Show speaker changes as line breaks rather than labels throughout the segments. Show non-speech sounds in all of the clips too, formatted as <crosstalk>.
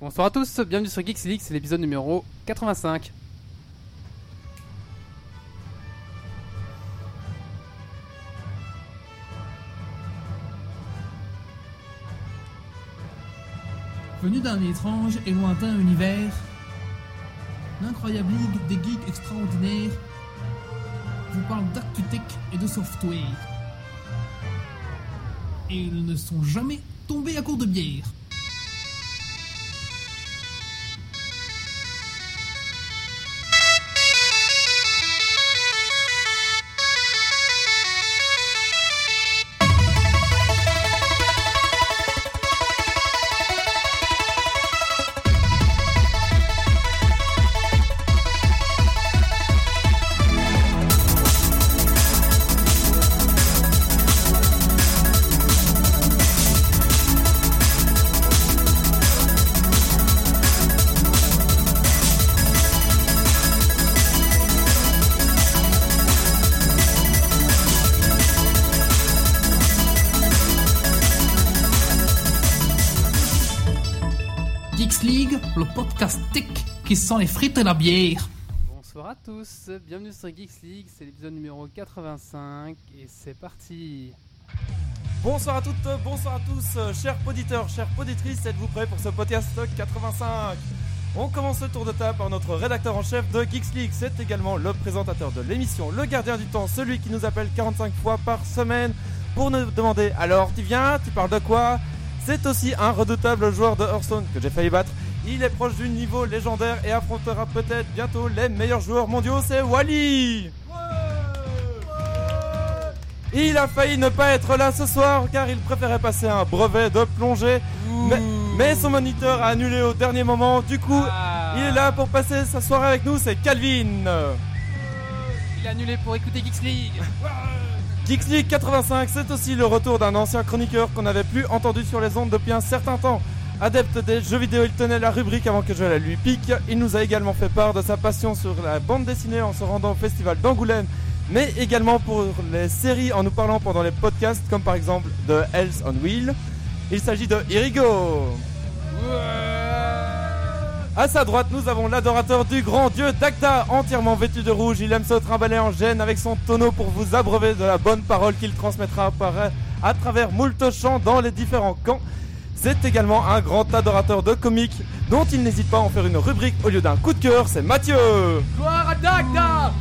Bonsoir à tous, bienvenue sur Geeks League, c'est l'épisode numéro 85.
Venu d'un étrange et lointain univers, l'incroyable ligue des geeks extraordinaires vous parle d'ActuTech et de software. Et ils ne sont jamais tombés à court de bière. Geeks League, le podcast tech qui sent les frites et la bière.
Bonsoir à tous, bienvenue sur Geeks League, c'est l'épisode numéro 85 et c'est parti.
Bonsoir à toutes, bonsoir à tous, euh, chers auditeurs, chères auditrices, êtes-vous prêts pour ce podcast 85 On commence le tour de table par notre rédacteur en chef de Geeks League, c'est également le présentateur de l'émission, le gardien du temps, celui qui nous appelle 45 fois par semaine pour nous demander alors tu viens, tu parles de quoi C'est aussi un redoutable joueur de Hearthstone que j'ai failli battre. Il est proche du niveau légendaire et affrontera peut-être bientôt les meilleurs joueurs mondiaux, c'est Wally il a failli ne pas être là ce soir car il préférait passer un brevet de plongée. Mais, mais son moniteur a annulé au dernier moment. Du coup, il est là pour passer sa soirée avec nous. C'est Calvin.
Il a annulé pour écouter Geeks League.
Geeks League 85, c'est aussi le retour d'un ancien chroniqueur qu'on n'avait plus entendu sur les ondes depuis un certain temps. Adepte des jeux vidéo, il tenait la rubrique avant que je la lui pique. Il nous a également fait part de sa passion sur la bande dessinée en se rendant au festival d'Angoulême, mais également pour les séries en nous parlant pendant les podcasts, comme par exemple de Hells on Wheel. Il s'agit de Irigo. À sa droite, nous avons l'adorateur du grand dieu Dacta, entièrement vêtu de rouge. Il aime se trimballer en gêne avec son tonneau pour vous abreuver de la bonne parole qu'il transmettra par- à travers moult chants dans les différents camps. C'est également un grand adorateur de comiques, dont il n'hésite pas à en faire une rubrique au lieu d'un coup de cœur, c'est Mathieu
Gloire à Dagda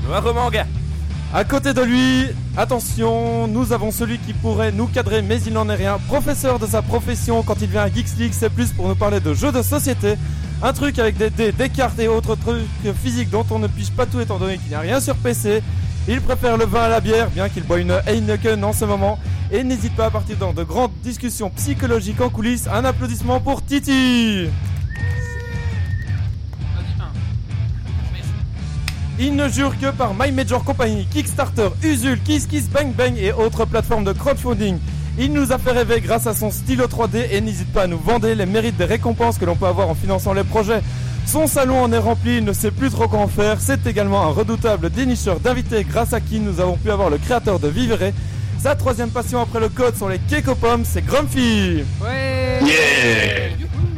À côté de lui, attention, nous avons celui qui pourrait nous cadrer, mais il n'en est rien. Professeur de sa profession, quand il vient à Geeks League, c'est plus pour nous parler de jeux de société. Un truc avec des dés, des cartes et autres trucs physiques dont on ne pige pas tout étant donné qu'il n'y a rien sur PC. Il préfère le vin à la bière, bien qu'il boit une Heineken en ce moment. Et n'hésite pas à partir dans de grandes discussions psychologiques en coulisses. Un applaudissement pour Titi Il ne jure que par My Major Company, Kickstarter, Usul, Kiss Kiss Bang Bang et autres plateformes de crowdfunding. Il nous a fait rêver grâce à son stylo 3D et n'hésite pas à nous vanter les mérites des récompenses que l'on peut avoir en finançant les projets. Son salon en est rempli, il ne sait plus trop quoi en faire. C'est également un redoutable dénicheur d'invités grâce à qui nous avons pu avoir le créateur de Vivere. Sa troisième passion après le code sont les cakes aux pommes, c'est Grumpy.
Ouais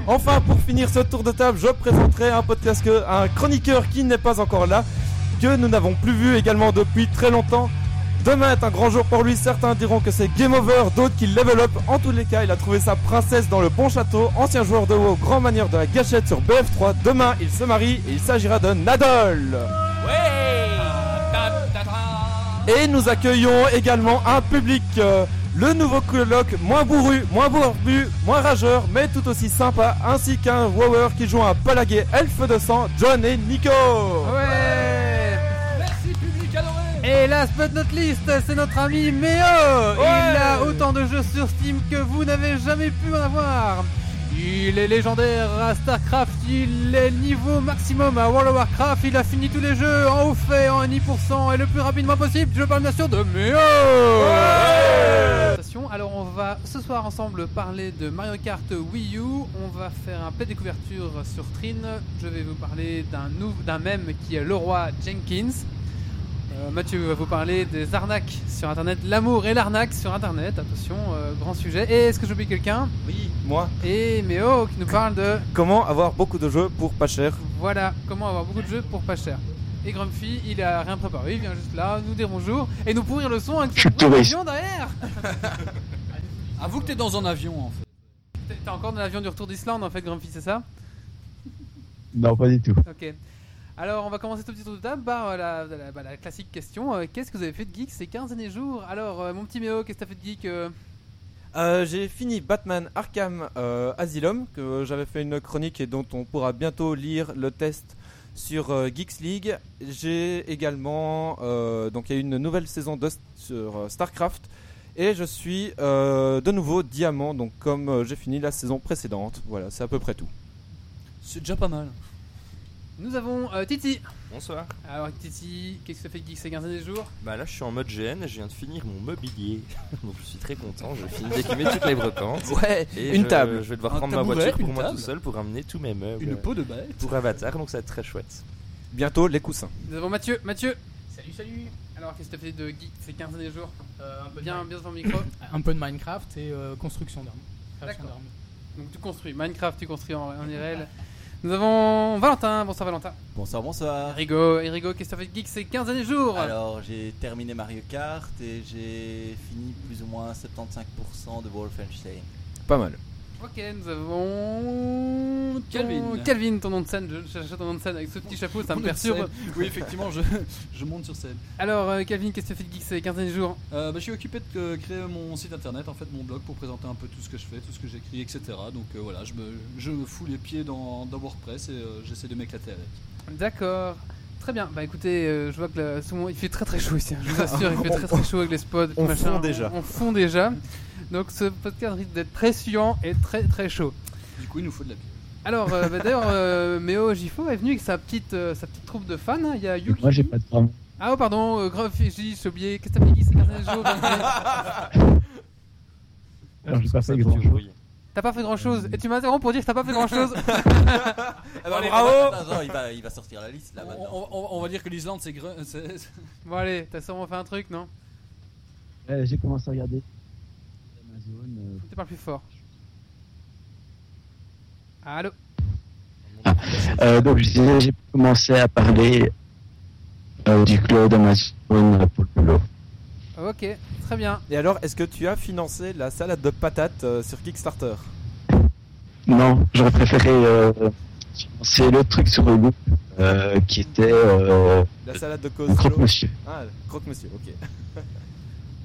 Enfin, pour finir ce tour de table, je présenterai un podcast que un chroniqueur qui n'est pas encore là, que nous n'avons plus vu également depuis très longtemps. Demain est un grand jour pour lui, certains diront que c'est game over, d'autres qu'il level up. En tous les cas, il a trouvé sa princesse dans le bon château, ancien joueur de WoW, grand manière de la gâchette sur BF3. Demain, il se marie et il s'agira de Nadol. Et nous accueillons également un public, euh, le nouveau colloque moins bourru, moins bourbu, moins rageur, mais tout aussi sympa, ainsi qu'un wower qui joue un palaguet elfe de sang, John et Nico.
Ouais Merci public adoré Et last but not least, c'est notre ami Méo Il a autant de jeux sur Steam que vous n'avez jamais pu en avoir il est légendaire à StarCraft, il est niveau maximum à World of Warcraft, il a fini tous les jeux en haut fait, en 10% et le plus rapidement possible, je parle bien sûr de Méo Attention, Alors on va ce soir ensemble parler de Mario Kart Wii U, on va faire un peu découverture sur Trin, je vais vous parler d'un nou- d'un mème qui est le roi Jenkins. Euh, Mathieu va vous parler des arnaques sur Internet, l'amour et l'arnaque sur Internet. Attention, euh, grand sujet. Et est-ce que j'oublie quelqu'un
Oui, moi.
Et Méo qui nous parle de
Comment avoir beaucoup de jeux pour pas cher
voilà comment avoir beaucoup de jeux pour pas cher. Et Grumpy, il a rien préparé, il vient juste là, nous dire bonjour et nous pourrir le son avec son bruit
touriste.
d'avion derrière.
<laughs> Avoue que t'es dans un avion en fait.
T'es- T'es encore dans l'avion du retour d'Islande en fait, Grumpy, c'est ça
Non, pas du tout.
Ok. Alors, on va commencer tout petit tour de table par euh, la, la- bah, la classique question. euh, qu'est-ce que vous avez fait de geek ces 15 derniers jours Alors, euh, mon petit Méo, qu'est-ce que t'as fait de geek euh
Euh, J'ai fini Batman Arkham euh, Asylum, que j'avais fait une chronique et dont on pourra bientôt lire le test sur euh, Geeks League. J'ai également, euh, donc il y a eu une nouvelle saison de sur euh, Starcraft et je suis euh, de nouveau diamant, donc comme euh, j'ai fini la saison précédente. Voilà, c'est à peu près tout.
C'est déjà pas mal.
Nous avons euh, Titi.
Bonsoir.
Alors, Titi, qu'est-ce que t'as fait de geek ces 15 derniers jours
Bah là, je suis en mode GN et je viens de finir mon mobilier. <laughs> Donc je suis très content, je finis d'écumer toutes les
<laughs>
brecantes.
Ouais,
Et
une
je-
table.
Je vais devoir
Un
prendre ma
tabouret,
voiture pour
une
moi
table.
tout seul pour ramener tous mes meubles
Une peau de bête.
pour Avatar, donc ça va être très chouette.
Bientôt les coussins.
Nous avons Mathieu. Mathieu,
Salut, salut
alors qu'est-ce que t'as fait de geek ces 15 derniers jours
Euh, un, peu de
Bien, bien devant le
<coughs>
micro.
Mi- un peu de Minecraft et euh, construction d'armes. Création
D'accord.
d'armes.
Donc tu construis Minecraft, tu construis en, en IRL. Nous avons Valentin, bonsoir Valentin.
Bonsoir, bonsoir.
Erigo, Erigo, qu'est-ce que t'as fait de geek ces 15 derniers jours
Alors, j'ai terminé Mario Kart et j'ai fini plus ou moins 75% de Wolfenstein.
Pas mal.
Ok, nous avons. ton-
Calvin.
Calvin, ton nom de scène, je cherche ton nom de scène avec ce petit chapeau, ça me perturbe.
Oui, effectivement, je, je monte sur scène.
<laughs> Alors euh, Calvin, qu'est-ce que t'as fait de geek ces 15 derniers jours
Euh, bah, je suis occupé de euh, créer mon site internet, en fait, mon blog, pour présenter un peu tout ce que je fais, tout ce que j'écris, etc. Donc euh, voilà, je me, je me fous les pieds dans, dans WordPress et euh, j'essaie de m'éclater avec.
D'accord. Très bien, bah écoutez, euh, je vois que là, sous mon- il fait très très chaud ici, hein, je
<laughs>
vous assure, il fait très très chaud avec les spots.
on
machin,
fond déjà.
On, on fond déjà. Donc ce podcast risque d'être très suant et très très chaud.
Du coup, il nous faut de la bière.
Alors, euh, bah, d'ailleurs, euh, Méo Gifo est venu avec sa petite, euh, sa petite troupe de fans. Il y a
Et
Yuki.
moi, j'ai pas de temps.
Ah, oh, pardon, euh, Gruff et J, j'ai oublié. Qu'est-ce que t'as fait ces hein, 15 derniers jours Benjamin
<laughs>
Alors, j'ai Ah, pas
Ça
fait
fait
grand
du
chose.
bruit.
T'as pas fait grand chose. Et tu m'interromps pour dire que t'as pas fait
<laughs>
grand
<laughs>
chose. Ah,
Ah
bah,
Alors,
Allez,
bravo
attends, attends, il, va, il va sortir la liste là
On,
maintenant.
on- on- on va dire que l'Islande, c'est gre- c'est- c'est-
bon, allez, t'as sûrement fait un truc, non
Ouais, j'ai commencé à regarder Amazon. euh,
Tu parles plus fort. Allô
Euh, donc, je disais, j'ai commencé à parler euh, du cloud Amazon pour le boulot.
Ok, très bien.
Et alors, est-ce que tu as financé la salade de patates euh, sur Kickstarter
Non, j'aurais préféré euh, financer l'autre truc sur le groupe euh, qui était euh,
La salade de
un
Coslo
croque-monsieur.
Ah, croque-monsieur, ok.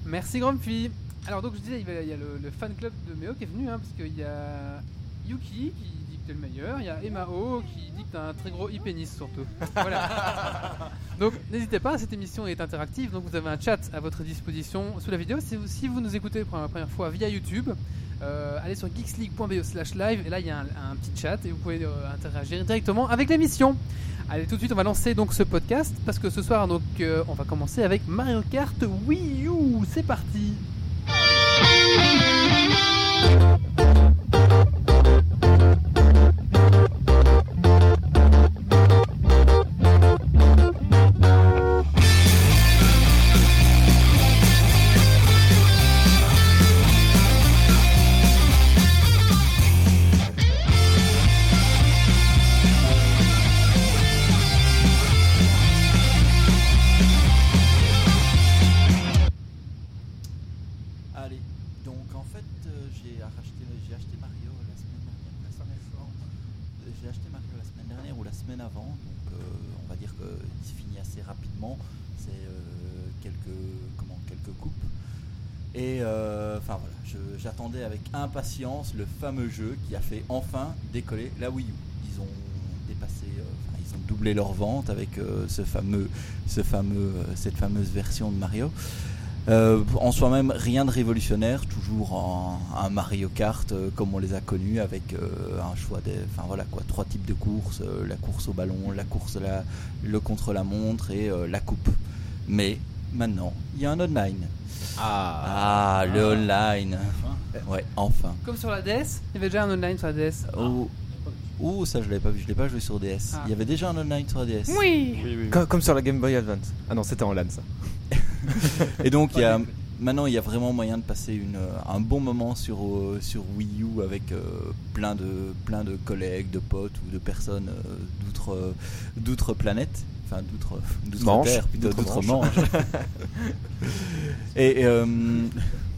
Merci, Grumpy. Alors, donc, je disais, il y a- il y a le, le fan club de Méo qui est venu, hein, parce qu'il y a Yuki qui dit que t'es le meilleur, il y a Emao qui dit que t'as un très gros e-pénis surtout. Voilà. donc, n'hésitez pas, cette émission est interactive, donc vous avez un chat à votre disposition sous la vidéo. Si vous, si vous nous écoutez pour la première fois via YouTube, euh, allez sur geeksleague.be slash live, et là, il y a un, un petit chat et vous pouvez euh, interagir directement avec l'émission. Allez, tout de suite, on va lancer donc ce podcast parce que ce soir, donc, euh, on va commencer avec Mario Kart Wii U. C'est parti.
Allez, donc en fait, euh, j'ai racheté- j'ai acheté Mario la semaine dernière. la semaine avant. Euh, J'ai acheté Mario la semaine dernière ou la semaine avant, donc euh, on va dire qu'il se finit assez rapidement. C'est euh, quelques, comment, quelques coupes. Et euh, enfin voilà, je- j'attendais avec impatience le fameux jeu qui a fait enfin décoller la Wii U. Ils ont dépassé, euh, enfin, ils ont doublé leur vente avec euh, ce fameux, ce fameux, euh, cette fameuse version de Mario. Euh, en soi-même, rien de révolutionnaire, toujours en- un Mario Kart euh, comme on les a connus, avec euh, un choix des, enfin voilà quoi, trois types de courses euh, la course au ballon, la course à la, le contre la montre et euh, la coupe. Mais maintenant, il y a un online. Ah, le online.
enfin.
Ouais, enfin. E
Comme sur la DS, il y avait déjà un online sur la DS.
Oh, Oh, ça je l'avais pas vu, je l'ai pas joué sur DS.
Ah.
Il y avait déjà un online sur la DS.
Oui.
Oui, oui, oui.
Comme, comme sur la Game Boy Advance. Ah non, c'était en LAN ça.
<laughs> Et donc il y a maintenant il y a vraiment moyen de passer une, euh, un bon moment sur euh, sur Wii U avec euh, plein de plein de collègues, de potes ou de personnes euh, d'outre euh, d'outre planète, enfin d'outre d'outre
Manche,
terre, plutôt
d'outre
d'outre manche.
<laughs>
et euh,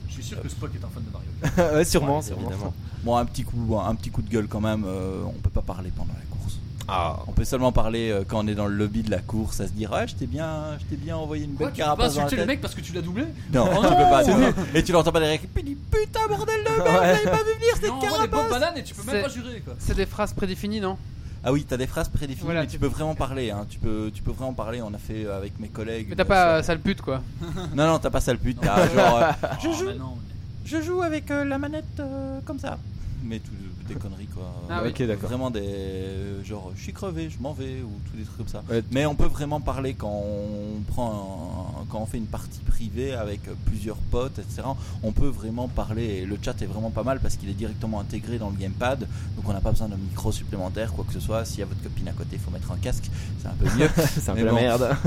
Je suis sûr que Spock est un fan de Mario.
ouais, sûrement,
Ouais,
sûrement.
évidemment.
bon un petit coup un petit coup de gueule quand même, euh, on peut pas parler pendant la course.
Ah.
On peut seulement parler euh, quand on est dans le lobby de la course, à se dire ah je t'ai bien je t'ai bien envoyé une belle
Quoi, tu peux pas
carapace dans la
insulter le
tête.
mec parce que tu l'as doublé
Non,
Oh
tu peux
non
pas. tu peux- Et tu l'entends pas derrière. qui dit, Putain, bordel de merde, vous l'avez pas vu venir
Non,
cette
on voit des bonnes
carapace
bananes et tu peux même
C'est-
pas jurer quoi.
C'est des phrases prédéfinies, non
Ah oui, t'as des phrases prédéfinies,
Voilà,
mais tu
tu-
peux vraiment parler. Hein. Tu peux, tu peux vraiment parler. On a fait euh, avec mes collègues.
Mais t'as
une
pas euh,
soirée.
sale pute, quoi.
<laughs> Non, non, t'as pas sale pute.
<laughs>
T'as genre. euh,
Je joue. non.
je joue avec euh, la manette euh, comme ça. Mais tout, des conneries quoi.
Ah oui.
Ok, d'accord.
Vraiment des. euh, Genre, je suis crevé, je m'en vais, ou tous des trucs comme ça.
Ouais.
Euh, Mais on peut vraiment parler quand on prend. un- quand on fait une partie privée avec euh, plusieurs potes, etc. On peut vraiment parler. Et le chat est vraiment pas mal parce qu'il est directement intégré dans le gamepad. Donc on n'a pas besoin d'un micro supplémentaire, quoi que ce soit. S'il y a votre copine à côté, il faut mettre un casque. C'est un peu mieux.
<laughs> C'est un
Mais
peu la
bon.
merde.
<laughs>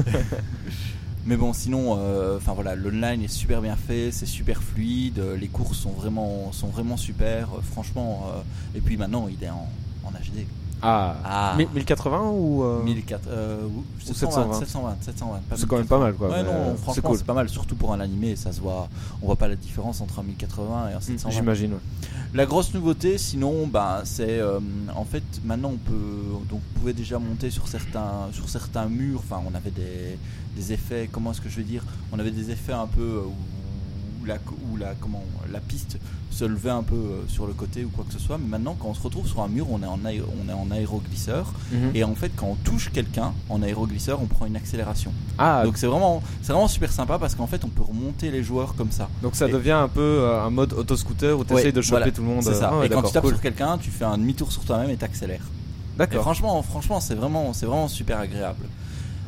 Mais bon, sinon, euh, enfin voilà, l'online est super bien fait, c'est super fluide, euh, les courses sont vraiment, sont vraiment super, euh, franchement. euh, et puis maintenant, il est en, en HD.
Ah.
Ah.
Mi- 1080 ou. euh,
1004, euh, ou- 720, 720, 720. pas
C'est quand même pas mal quoi.
Ouais,
mais,
non,
euh, c'est
franchement, c'est
cool.
pas mal, surtout pour un animé, ça se voit, on voit pas la différence entre un 1080 et un
Mm,
720.
J'imagine. ouais.
La grosse nouveauté, sinon, bah, c'est euh, en fait maintenant on peut donc on pouvait déjà monter sur certains sur certains murs. Enfin, on avait des, des effets. Comment est-ce que je veux dire On avait des effets un peu euh, où- où la où la comment la piste se levait un peu euh, sur le côté ou quoi que ce soit. Mais maintenant, quand on se retrouve sur un mur, on est en aé- on est en aéroglisseur.
Mhm.
Et en fait, quand on touche quelqu'un en aéroglisseur, on prend une accélération.
Ah, donc,
Donc c'est vraiment c'est vraiment super sympa parce qu'en fait, on peut remonter les joueurs comme ça.
donc ça
et-
devient un peu euh, un mode autoscooter où tu essayes
Ouais,
de choper
voilà,
tout le monde.
C'est ça.
Ah ouais,
et quand
d'accord,
tu tapes
cool.
sur quelqu'un, tu fais un demi-tour sur toi-même et t'accélères. Et
D'accord.
franchement, franchement, c'est vraiment, c'est vraiment super agréable.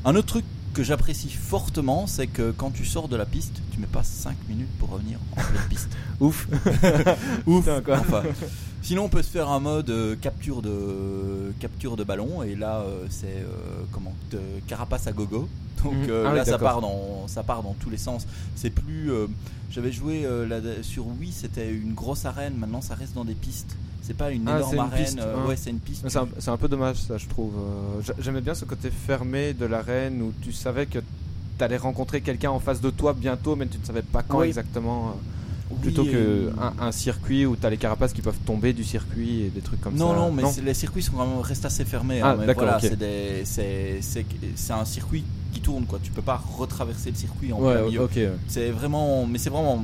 Un autre truc que j'apprécie fortement, c'est que quand tu sors de la piste, tu mets pas 5 minutes pour revenir en pleine
<laughs>
piste.
Ouf.
Ouf.
Putain, quoi.
Enfin, sinon, on peut se faire un mode euh, capture de capture de ballon et là, euh, c'est euh, comment de carapace à gogo. Donc
Mhm.
euh,
Ah oui,
là, ça
d'accord.
part dans ça part dans tous les sens. C'est plus. euh, J'avais joué euh, la- sur Wii, c'était une grosse arène. Maintenant, ça reste dans des pistes. C'est pas une
Ah,
énorme
c'est une
arène.
piste,
euh,
hein.
Ouais, c'est une piste.
Mais C'est un, c'est un peu dommage ça, je trouve. Euh, j'a- J'aimais bien ce côté fermé de l'arène où tu savais que t'allais rencontrer quelqu'un en face de toi bientôt, mais tu ne savais pas quand
Oui.
exactement. euh,
Oui,
Plutôt
euh,
que un, un circuit où t'as les carapaces qui peuvent tomber du circuit et des trucs comme
non,
ça.
non, mais c'est- les circuits sont quand même restent assez fermés.
Ah,
hein, mais
d'accord,
voilà,
ok.
c'est des- c'est c'est c'est un circuit qui tourne quoi. Tu peux pas retraverser le circuit en plein
Ouais,
milieu.
ok. ouais.
C'est vraiment, mais c'est vraiment.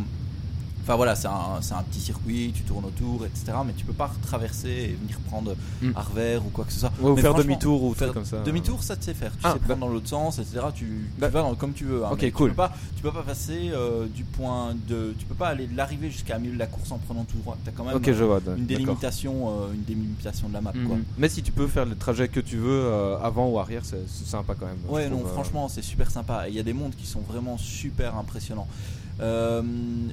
Enfin voilà, c'est un, c'est un petit circuit, tu tournes autour, etc. Mais tu peux pas traverser et venir prendre
Mm.
à revers ou quoi que ce soit.
Ouais, ou
Mais
faire
franchement,
demi-tour ou
faire
truc comme ça.
Demi-tour, ça te sait faire. Tu
Ah,
sais
bah-
prendre dans l'autre sens, etc. Tu, tu
Bah-
vas dans- comme tu veux. hein,
Ok,
mais
cool.
Tu peux pas, tu peux pas passer euh, du point de. Tu peux pas aller de l'arrivée jusqu'à milieu de la course en prenant tout droit. T'as quand même
Ok, je vois. d'accord.
une délimitation, euh, une délimitation de la map, quoi.
Mhm. Mais si tu peux faire le trajet que tu veux euh, avant ou arrière, c'est c'est sympa quand même.
Ouais,
je
non,
trouve, euh.
franchement, c'est super sympa. Et Il y a des mondes qui sont vraiment super impressionnants. Euh,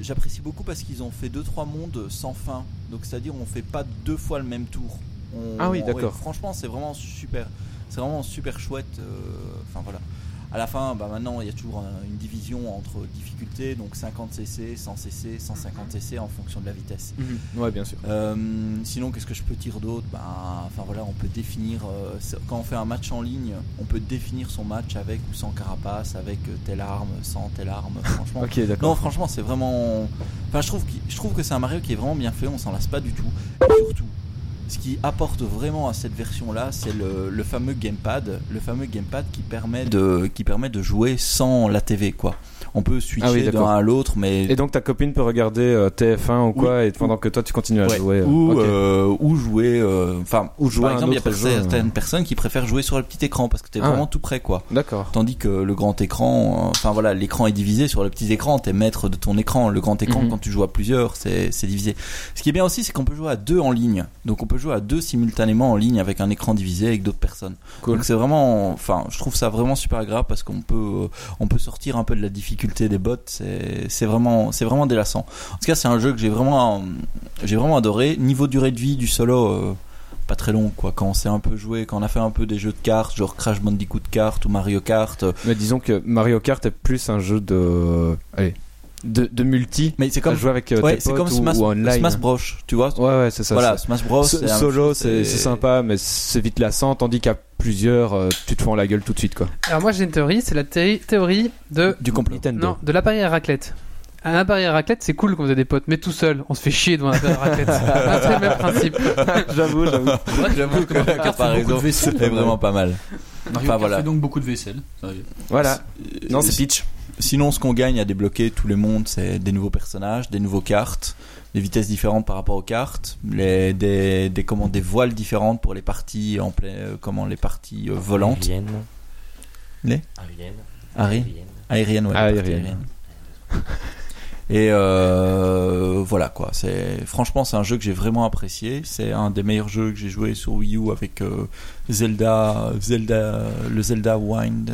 J'apprécie beaucoup parce qu'ils ont fait 2-3 mondes sans fin. Donc, c'est-à-dire, on fait pas deux fois le même tour. On-
Ah oui,
on-
d'accord.
ouais, franchement, c'est vraiment super. C'est vraiment super chouette. euh, Enfin, voilà. À la fin, bah, maintenant, il y a toujours un- une division entre difficultés, donc 50 cc, 100 cc, 150 cc en fonction de la vitesse.
Mhm. Ouais, bien sûr.
Euh, sinon, qu'est-ce que je peux dire d'autre Ben, enfin voilà, on peut définir euh, c'est- quand on fait un match en ligne, on peut définir son match avec ou sans carapace, avec euh, telle arme, sans telle
<laughs>
arme. Franchement,
Ok,
non,
d'accord.
franchement, c'est vraiment. Enfin, je trouve, qu'il- je trouve que c'est un Mario qui est vraiment bien fait. On s'en lasse pas du tout. Et surtout, ce qui apporte vraiment à cette version-là, c'est le, le fameux gamepad, le fameux gamepad qui permet de qui permet
<laughs>
de jouer sans la TV, quoi. On peut switcher
Ah oui, d'accord.
d'un à l'autre, mais
Et donc ta copine peut regarder euh, TF1 ou quoi,
Oui.
et pendant que toi tu continues à
Ouais.
jouer. euh,
ou,
ok.
euh, ou jouer euh, enfin
Ou jouer à
par
un
exemple il y a
autre
per-
jeu, euh.
certaines personnes qui préfèrent jouer sur le petit écran parce que t'es
Ah.
vraiment tout près quoi
D'accord.
tandis que le grand écran euh, enfin voilà l'écran est divisé sur le petit écran t'es maître de ton écran le grand écran
Mhm.
quand tu joues à plusieurs c'est c'est divisé ce qui est bien aussi c'est qu'on peut jouer à deux en ligne donc on peut jouer à deux simultanément en ligne avec un écran divisé avec d'autres personnes
Cool.
donc c'est vraiment enfin je trouve ça vraiment super agréable parce qu'on peut euh, on peut sortir un peu de la difficulté des bots c'est c'est vraiment c'est vraiment délassant en tout cas c'est un jeu que j'ai vraiment euh, j'ai vraiment adoré niveau durée de vie du solo euh, pas très longues, quoi. Quand on s'est un peu joué, quand on a fait un peu des jeux de cartes, genre Crash Bandicoot Kart ou Mario Kart. euh,
Mais disons que Mario Kart est plus un jeu de. euh, Allez. De, de multi.
Mais c'est
à
comme,
jouer avec euh,
ouais,
tes
c'est
potes
comme
ou,
Smash,
ou online. hein.
Smash Bros, tu vois.
Ouais, ouais, c'est ça.
voilà, Smash Bros.
So-
c'est la même
Solo,
chose,
c'est c'est sympa, mais c'est vite lassant, tandis qu'à plusieurs, euh, tu te fends la gueule tout de suite, quoi.
Alors moi j'ai une théorie, c'est la thé- théorie de
Du complot.
Nintendo.
non de l'appareil à raclette. Un appareil à raclette, c'est cool quand vous avez des potes, mais tout seul, on se fait chier devant un appareil à
<laughs>
raclette. Ah, c'est le même principe.
J'avoue, j'avoue.
J'avoue que Mario Kart fait beaucoup de vaisselle.
C'est vraiment pas mal.
Mario
Enfin,
Kart
voilà.
fait donc beaucoup de vaisselle. Sérieux.
Voilà.
Non,
Non,
c'est
c'est
pitch. Euh, Sinon, ce qu'on gagne à débloquer tous les mondes, c'est des nouveaux personnages, des nouveaux cartes, des vitesses différentes par rapport aux cartes, les, des, des, comment, des voiles différentes pour les parties en plein, euh, comment, les parties euh, volantes,
Arienne.
Les
Arienne.
Harry,
Arienne.
aériennes, ouais, les parties
Aériennes.
aériennes. Et euh, voilà quoi. C'est franchement, c'est un jeu que j'ai vraiment apprécié. C'est un des meilleurs jeux que j'ai joué sur Wii U avec euh, Zelda, Zelda, le Zelda Wind.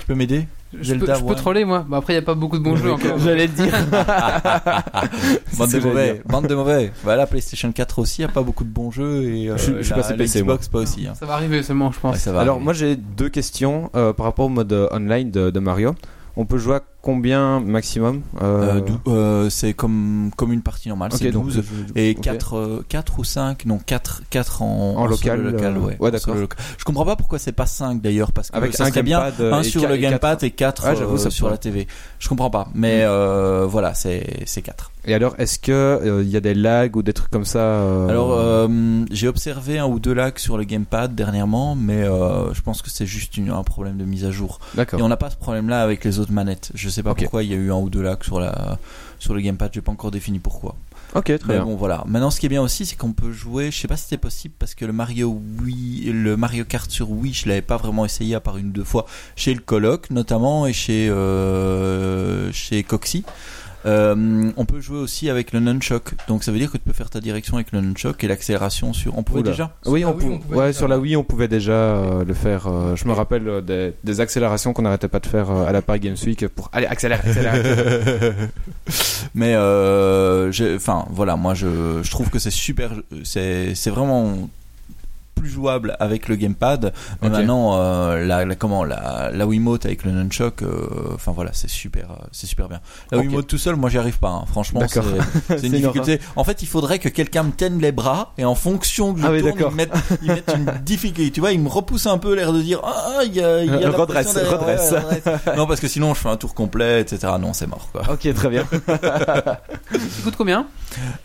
Tu peux m'aider
Je peux, je peux
Wind.
troller moi. Bah, après il y a pas beaucoup
<laughs>
de bons jeux encore.
J'allais te dire.
Bande de
<laughs> C'est ce que j'allais
mauvais, bande de
<laughs>
mauvais. Bah, la PlayStation 4 aussi, y a pas beaucoup de bons jeux et euh,
<laughs> Je suis- je suis
la-
passé
la
PC,
Xbox pas aussi. hein.
Ça va arriver seulement, je pense.
Ouais, ça va
Alors,
arriver.
moi, j'ai deux questions euh, par rapport au mode euh, online de, de Mario. On peut jouer à combien maximum
Euh, dou- euh, c'est comme comme une partie normale,
Ok,
c'est
donc,
12
je-
et
ok.
4 ou 5 non 4 4 en,
En local,
solo local
euh,
ouais,
ouais,
en solo
d'accord.
local. Je comprends pas pourquoi c'est pas 5 d'ailleurs parce que
Avec
ça
un
serait bien
gamepad, euh,
un
et
sur
quatre-
le
et quatre-
gamepad et 4
Ah, j'avoue, ça
sur la
pourrait. Mm.
TV. Je comprends pas mais euh, voilà, c'est c'est 4.
Et alors, est-ce que euh, il y a des lags ou des trucs comme ça euh,
Alors, euh, j'ai observé un ou deux lags sur le gamepad dernièrement, mais euh, je pense que c'est juste une- un problème de mise à jour.
d'accord.
Et on n'a pas ce problème-là avec les autres manettes. Je sais pas
Ok.
pourquoi il y a eu un ou deux lags sur, la, sur le gamepad, j'ai pas encore défini pourquoi.
Ok, très
Mais
bien.
bon, voilà. Maintenant, ce qui est bien aussi, c'est qu'on peut jouer. Je sais pas si c'était possible parce que le Mario Wii, le Mario Kart sur Wii, je l'avais pas vraiment essayé à part une ou deux fois chez le coloc notamment et chez euh, chez Coxy. Euh, on peut jouer aussi avec le nunchuck, donc ça veut dire que tu peux faire ta direction avec le nunchuck et l'accélération sur. On pouvait
Oula. Ah
déjà.
Oui,
Sur la
on, pou-
Wii, Ah on pouvait
ouais,
déjà.
sur la Wii, on pouvait déjà euh, le faire. euh, je me rappelle euh, des, des accélérations qu'on n'arrêtait pas de faire euh, à la Paris Games Week pour allez accélère, accélère. accélère.
<laughs> Mais euh, j'ai- enfin voilà, moi je, je trouve que c'est super, c'est c'est vraiment plus jouable avec le gamepad. Mais
Ok.
maintenant euh, la, la- comment la la Wiimote avec le nunchuck, euh, enfin voilà, c'est super, euh, c'est super bien. La
Ok.
Wiimote tout seul, moi j'y arrive pas. hein. Franchement, c'est
D'accord.
c'est
<laughs>
une
C'est une
difficulté. En fait, il faudrait que quelqu'un me tienne les bras et en fonction que je
Ah oui,
tourne,
d'accord.
il mette, il mette
<laughs>
une difficulté. Tu vois, il me repousse un peu l'air de dire ah il y a, il y a
Euh,
la
Euh, Redresse,
pression derrière. Ouais,
redresse.
<laughs>
redresse. non parce que sinon je fais un tour complet, etc. Non, c'est mort quoi.
ok, très bien.
<laughs> Ça coûte combien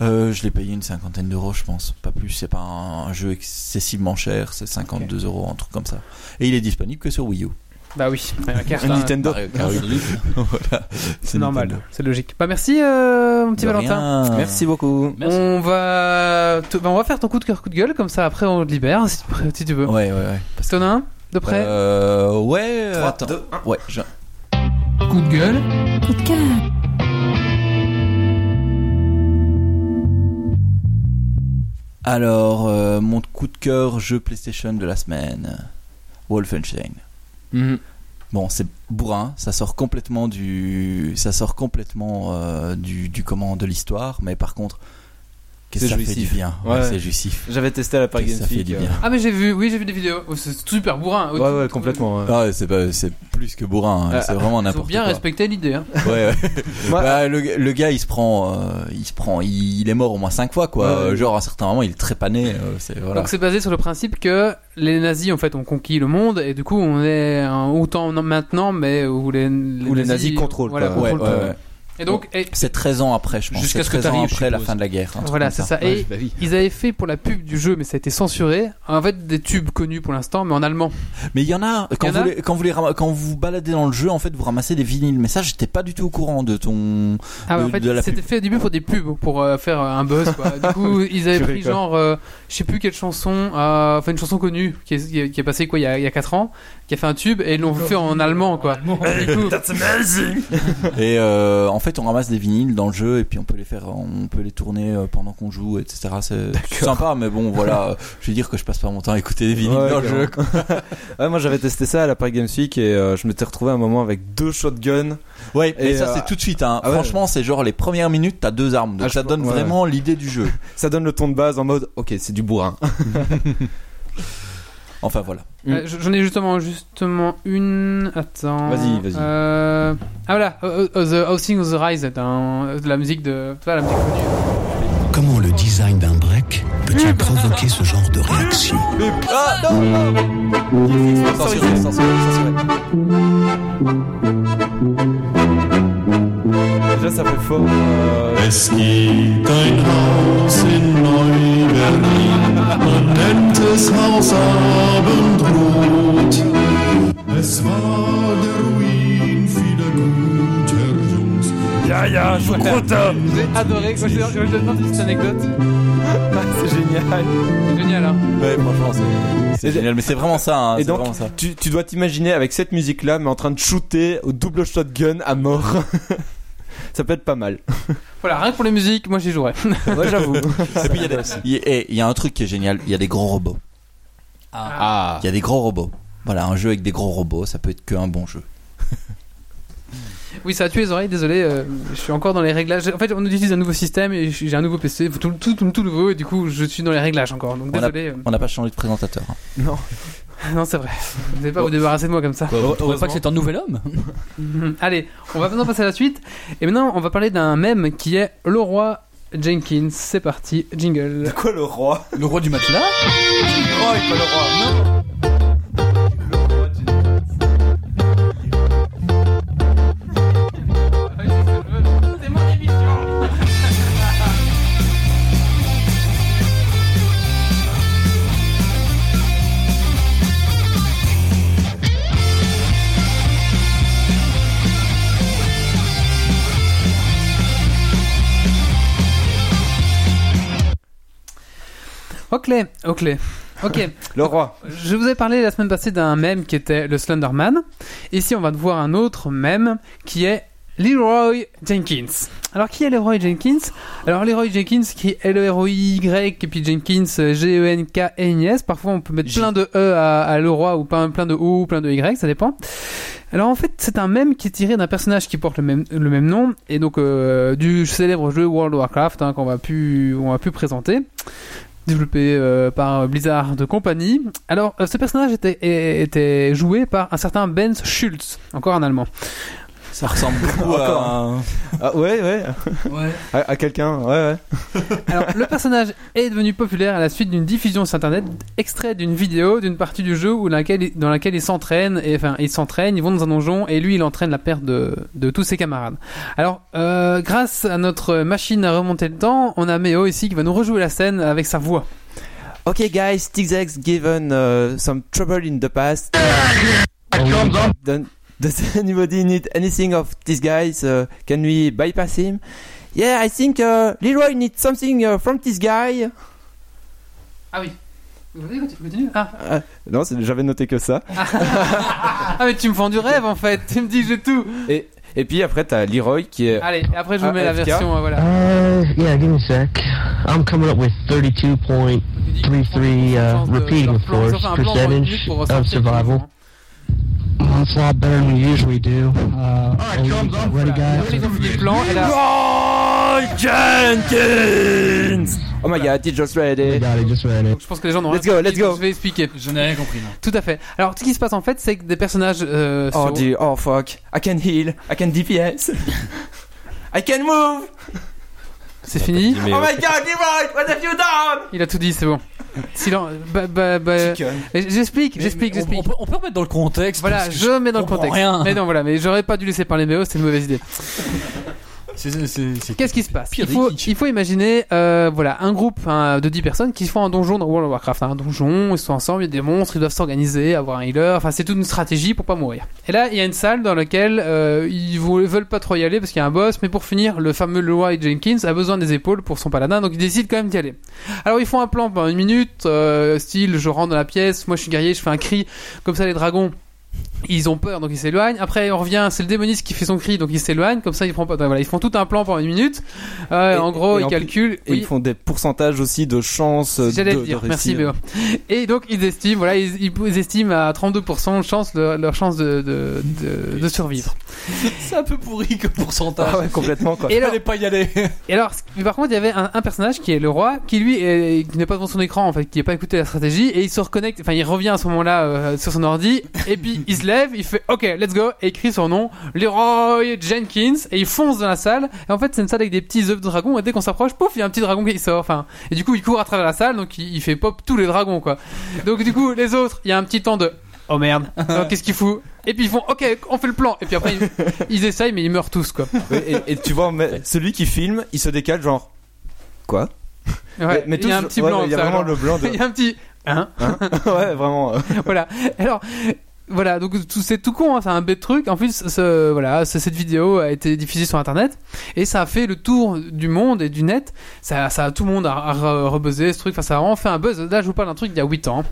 Euh, je l'ai payé une cinquantaine d'euros, je pense. Pas plus, c'est pas un, un jeu excessivement cher, c'est 52 euros, un truc comme ça. Et il est disponible que sur Wii U. Ah
Bah oui, la
<laughs>
carte, hein.
Nintendo.
voilà.
c'est normal, c'est logique. Bah merci euh, mon petit Valentin.
Merci beaucoup.
Merci.
On va, te- bah, on va faire ton coup de cœur, coup de gueule, comme ça après on te libère si tu, si tu veux.
Ouais, ouais, ouais.
T'en as un de près
Euh, ouais,
Trois,
attends.
deux,
Ouais, je-
Coup de gueule.
Coup de cœur.
Alors, euh, mon coup de cœur jeu PlayStation de la semaine Wolfenstein.
Mhm.
Bon, c'est bourrin, ça sort complètement du, ça sort complètement euh, du, du comment, de l'histoire, mais par contre, qu'est-ce que
C'est
ça fait du
jouissif.
bien, Ouais,
Ouais.
c'est jouissif,
J'avais testé à la Paris
Qu'est-ce que
Games
ça fait
Week.
du
euh,
bien.
Ah mais j'ai vu, oui j'ai vu des vidéos. Oh, c'est super bourrin.
Ouais, ouais, complètement. ouais.
Ah ouais, c'est pas- c'est plus que bourrin, hein.
Ah,
c'est vraiment
Ils ont
n'importe
bien
quoi.
respecté l'idée. hein.
Ouais,
<laughs>
ouais.
Moi-
Bah, le, gars- le gars, il se prend, euh, il se prend, il, il est mort au moins cinq fois, quoi.
Ouais, ouais.
Euh, Genre à un certain moment, il est trépané. euh, c'est voilà.
Donc c'est basé sur le principe que les nazis en fait ont conquis le monde et du coup on est en- autant maintenant mais où les,
Où les nazis contrôlent,
voilà,
quoi.
Ouais,
contrôlent
ouais,
tout.
ouais.
Et donc et-
C'est 13 ans après, je pense.
Jusqu'à
C'est
ce que
13 ans
t'arrives, je
après la
suppose. bah
fin de la guerre. un truc
voilà
comme
c'est
ça.
ça. Et ils avaient fait pour la pub du jeu mais ça a été censuré en fait des tubes connus pour l'instant mais en allemand.
Mais il y en a quand
Il y en
vous
a
les, quand vous les ram- quand vous baladez dans le jeu, en fait, vous ramassez des vinyles. Mais ça, j'étais pas du tout au courant de ton.
Ah ouais, en
De-
fait
euh, de la
c'était
pub.
fait au début pour des pubs pour euh, faire euh, un buzz
<laughs>
quoi. Du coup ils avaient
Tu
pris
rigoles.
genre euh, je sais plus quelle chanson euh, enfin une chanson connue qui est, qui est- qui est passée quoi il y a, il y a 4 ans qui a fait un tube et ils l'ont fait en allemand quoi.
Allemand.
Du coup,
That's amazing
Et euh, en fait, fait, on ramasse des vinyles dans le jeu et puis on peut les faire, on peut les tourner euh, pendant qu'on joue, etc. C'est c'est sympa, mais bon, voilà. euh, je vais dire que je passe pas mon temps à écouter des vinyles
Ouais,
dans le
clairement.
jeu. quoi.
Ouais, moi j'avais testé ça à la Paris Games Week et euh, je m'étais retrouvé un moment avec deux shotguns.
Ouais, mais
Et,
ça
euh,
c'est tout de suite. Hein.
ah ouais.
Franchement, c'est genre les premières minutes, t'as deux armes, donc
Ah, je
ça
pense-
donne
ouais,
vraiment l'idée du jeu.
<laughs> Ça donne le ton de base en mode ok, c'est
<laughs>
du bourrin.
Enfin voilà.
Mm.
Euh, J'en ai justement, justement une. Attends.
Vas-y, vas-y.
Euh, Ah voilà, euh, euh, The Housing of the Rise, c'est un- euh, de la musique de. Tu vois, la musique connue.
Comment le design d'un break peut-il provoquer ce genre de réaction
Censuré, censuré, censuré.
Déjà ça fait fort. euh,
Es gibt ein Haus in Neu-Berlin, man nennt es Haus Abendrot. Es war der Ruin vieler guter Jungs.
Ya ya, je crois
J'ai adoré, quand je quand je donne
<laughs>
cette anecdote.
c'est génial.
C'est génial, hein.
Ouais, franchement, c'est- c'est
Et-
génial, mais c'est vraiment ça. Hein,
et
c'est
donc
vraiment ça.
tu, tu dois t'imaginer avec cette musique là, mais en train de shooter au double shotgun à mort. <laughs> ça peut être pas mal.
Voilà, rien que pour les musiques, moi j'y
<laughs>
jouerais.
Ouais, j'avoue.
Et puis, il y a des- il y, a- eh, il y a un truc qui est génial, il y a des gros robots.
Ah.
Il y a des gros robots. Voilà, un jeu avec des gros robots, ça peut être qu'un bon jeu.
<laughs> Oui, ça a tué les oreilles, désolé, euh, je suis encore dans les réglages. En fait, on utilise un nouveau système et j'ai un nouveau PC, tout, tout, tout, tout nouveau, et du coup, je suis dans les réglages encore. Donc
On a-
désolé.
On n'a pas changé de présentateur. hein.
euh, <laughs> Non, c'est vrai. Vous n'allez pas vous débarrasser de moi comme ça.
Vous trouvez pas que c'est un nouvel homme
Mhm. <laughs> Allez, on va maintenant passer à la suite. Et maintenant, on va parler d'un mème qui est le roi Jenkins. C'est parti, jingle.
Quoi le roi Oh,
Le roi du matelas
Ok, ok, ok.
<laughs> Le roi.
Je vous ai parlé la semaine passée d'un mème qui était le Slenderman. Ici, on va voir un autre mème qui est Leroy Jenkins. Alors, qui est Leroy Jenkins Alors, Leroy Jenkins, qui est E L-E-R-O-Y, et puis Jenkins, euh, G-E-N-K-N-I-S. Parfois, on peut mettre plein de E à, à Leroy, ou pas- plein de O, ou plein de Y, ça dépend. Alors, en fait, c'est un mème qui est tiré d'un personnage qui porte le même, le même nom, et donc euh, du célèbre jeu World of Warcraft, hein, qu'on va pu, on va pu présenter développé euh, par Blizzard de compagnie. Alors, euh, ce personnage était, é- était joué par un certain Benz Schultz, encore un Allemand.
Ça ressemble beaucoup à un-
Ah, ouais, ouais.
Ouais.
À, à quelqu'un, ouais, ouais.
Alors, le personnage est devenu populaire à la suite d'une diffusion sur Internet, extrait d'une vidéo d'une partie du jeu où laquelle, dans laquelle il s'entraîne, et enfin, ils s'entraînent, ils vont dans un donjon, et lui, il entraîne la perte de, de tous ses camarades. Alors, euh, grâce à notre machine à remonter le temps, on a Méo ici qui va nous rejouer la scène avec sa voix.
Okay, guys, Tixx given uh, some trouble in the past. Don't- <laughs> does anybody need anything of these guys? Uh, can we bypass him? Yeah, I think uh, Leroy needs something uh, from this guy.
Ah oui. Continue. Ah,
Uh, Non, j'avais noté que ça.
<laughs> ah, mais tu me vends du rêve en fait, tu me dis j'ai tout.
Et, et puis après, t'as Leroy qui est.
Allez, après je vous
Ah,
mets la
AFK.
version, euh, voilà.
Uh, yeah, give me a sec. I'm coming up with 32.33 uh, repeating force percentage of survival. That's a lot better than we usually do. Uh, are you ready, guys?
Ils ont fait des plans et là,
Oh my god, he's just
We
ready.
got it, just ready.
donc je pense que les gens n'ont
Let's
rien
go,
compris,
let's go.
donc Je vais expliquer.
Je n'ai rien compris, non.
Tout à fait. Alors, ce qui se passe en fait, c'est que des personnages euh,
Oh
sont-
dear, oh fuck. I can heal, I can DPS. I can move.
C'est fini.
Mais,
Oh
euh,
my god, Leroy, what have you done?
Il a tout dit, c'est bon. Silence. Bah, bah, bah, J'explique, j'explique,
Mais- mais on-
j'explique.
On, peut- on peut remettre dans le contexte.
Voilà,
parce que
je mets dans le
comprends
contexte.
rien.
Mais non, voilà, mais j'aurais pas dû laisser parler Méo, c'est une mauvaise idée.
C'est- c'est- c'est-
Qu'est-ce qui se passe
Pire
il faut,
des geeks.
il faut imaginer euh, voilà, un groupe hein, de 10 personnes qui se font un donjon dans World of Warcraft. hein. un donjon, ils sont ensemble, il y a des monstres, ils doivent s'organiser, avoir un healer. Enfin, c'est toute une stratégie pour pas mourir. Et là, il y a une salle dans laquelle euh, ils vou- veulent pas trop y aller parce qu'il y a un boss. Mais pour finir, le fameux Leroy Jenkins a besoin des épaules pour son paladin, donc il décide quand même d'y aller. Alors, ils font un plan pendant une minute, euh, style je rentre dans la pièce, moi je suis guerrier, je fais un cri, comme ça les dragons Ils ont peur, donc ils s'éloignent. Après, on revient, c'est le démoniste qui fait son cri, donc il s'éloigne. Comme ça, ils, font pas- voilà, ils font tout un plan pendant une minute. Euh, en gros,
Et
ils
en plus-
calculent.
Et
oui.
ils font des pourcentages aussi de chances de,
J'allais le
de
dire, merci
réussir.
Béo. Et donc ils estiment, voilà, ils, ils- ils estiment à 32% chance de- leur chance de, de, de- de survivre.
C'est un peu pourri que pourcentage.
Ah ouais, complètement,
<laughs>
quoi.
Et alors-
Fallait pas y aller.
<laughs> Et alors, ce- mais par contre, il y avait un, un personnage qui est le roi, qui lui, est- qui n'est pas devant son écran en fait, qui n'a pas écouté la stratégie, et il se reconnecte, enfin il revient à ce moment-là euh, sur son ordi, et puis il se lève, il fait OK, let's go, et écrit son nom, Leroy Jenkins, et il fonce dans la salle. Et en fait, c'est une salle avec des petits œufs de dragon, et dès qu'on s'approche, pouf, il y a un petit dragon qui sort. Enfin, et du coup, il court à travers la salle, donc il, il fait pop tous les dragons quoi. Donc du coup, les autres, il y a un petit temps de Oh merde, Alors, qu'est-ce qu'il fout Et puis ils font OK, on fait le plan. Et puis après, ils, ils essayent, mais ils meurent tous quoi.
Ouais, Et, et tu vois, mais celui qui filme, il se décale genre. Quoi
Ouais,
mais
il y a
tous-
un petit
ouais,
blanc.
Il y a
ça,
vraiment
genre.
le blanc de.
<laughs> Il y a un petit. Hein
Hein <laughs> Ouais, vraiment. euh.
<laughs> voilà. Alors, voilà, donc tout- c'est tout con, hein, c'est un bête truc. En plus, ce- voilà, ce- cette vidéo a été diffusée sur internet et ça a fait le tour du monde et du net. Ça, ça tout le monde a, a re- rebuzzé ce truc, enfin, ça a vraiment fait un buzz. Là, je vous parle d'un truc il y a 8 ans.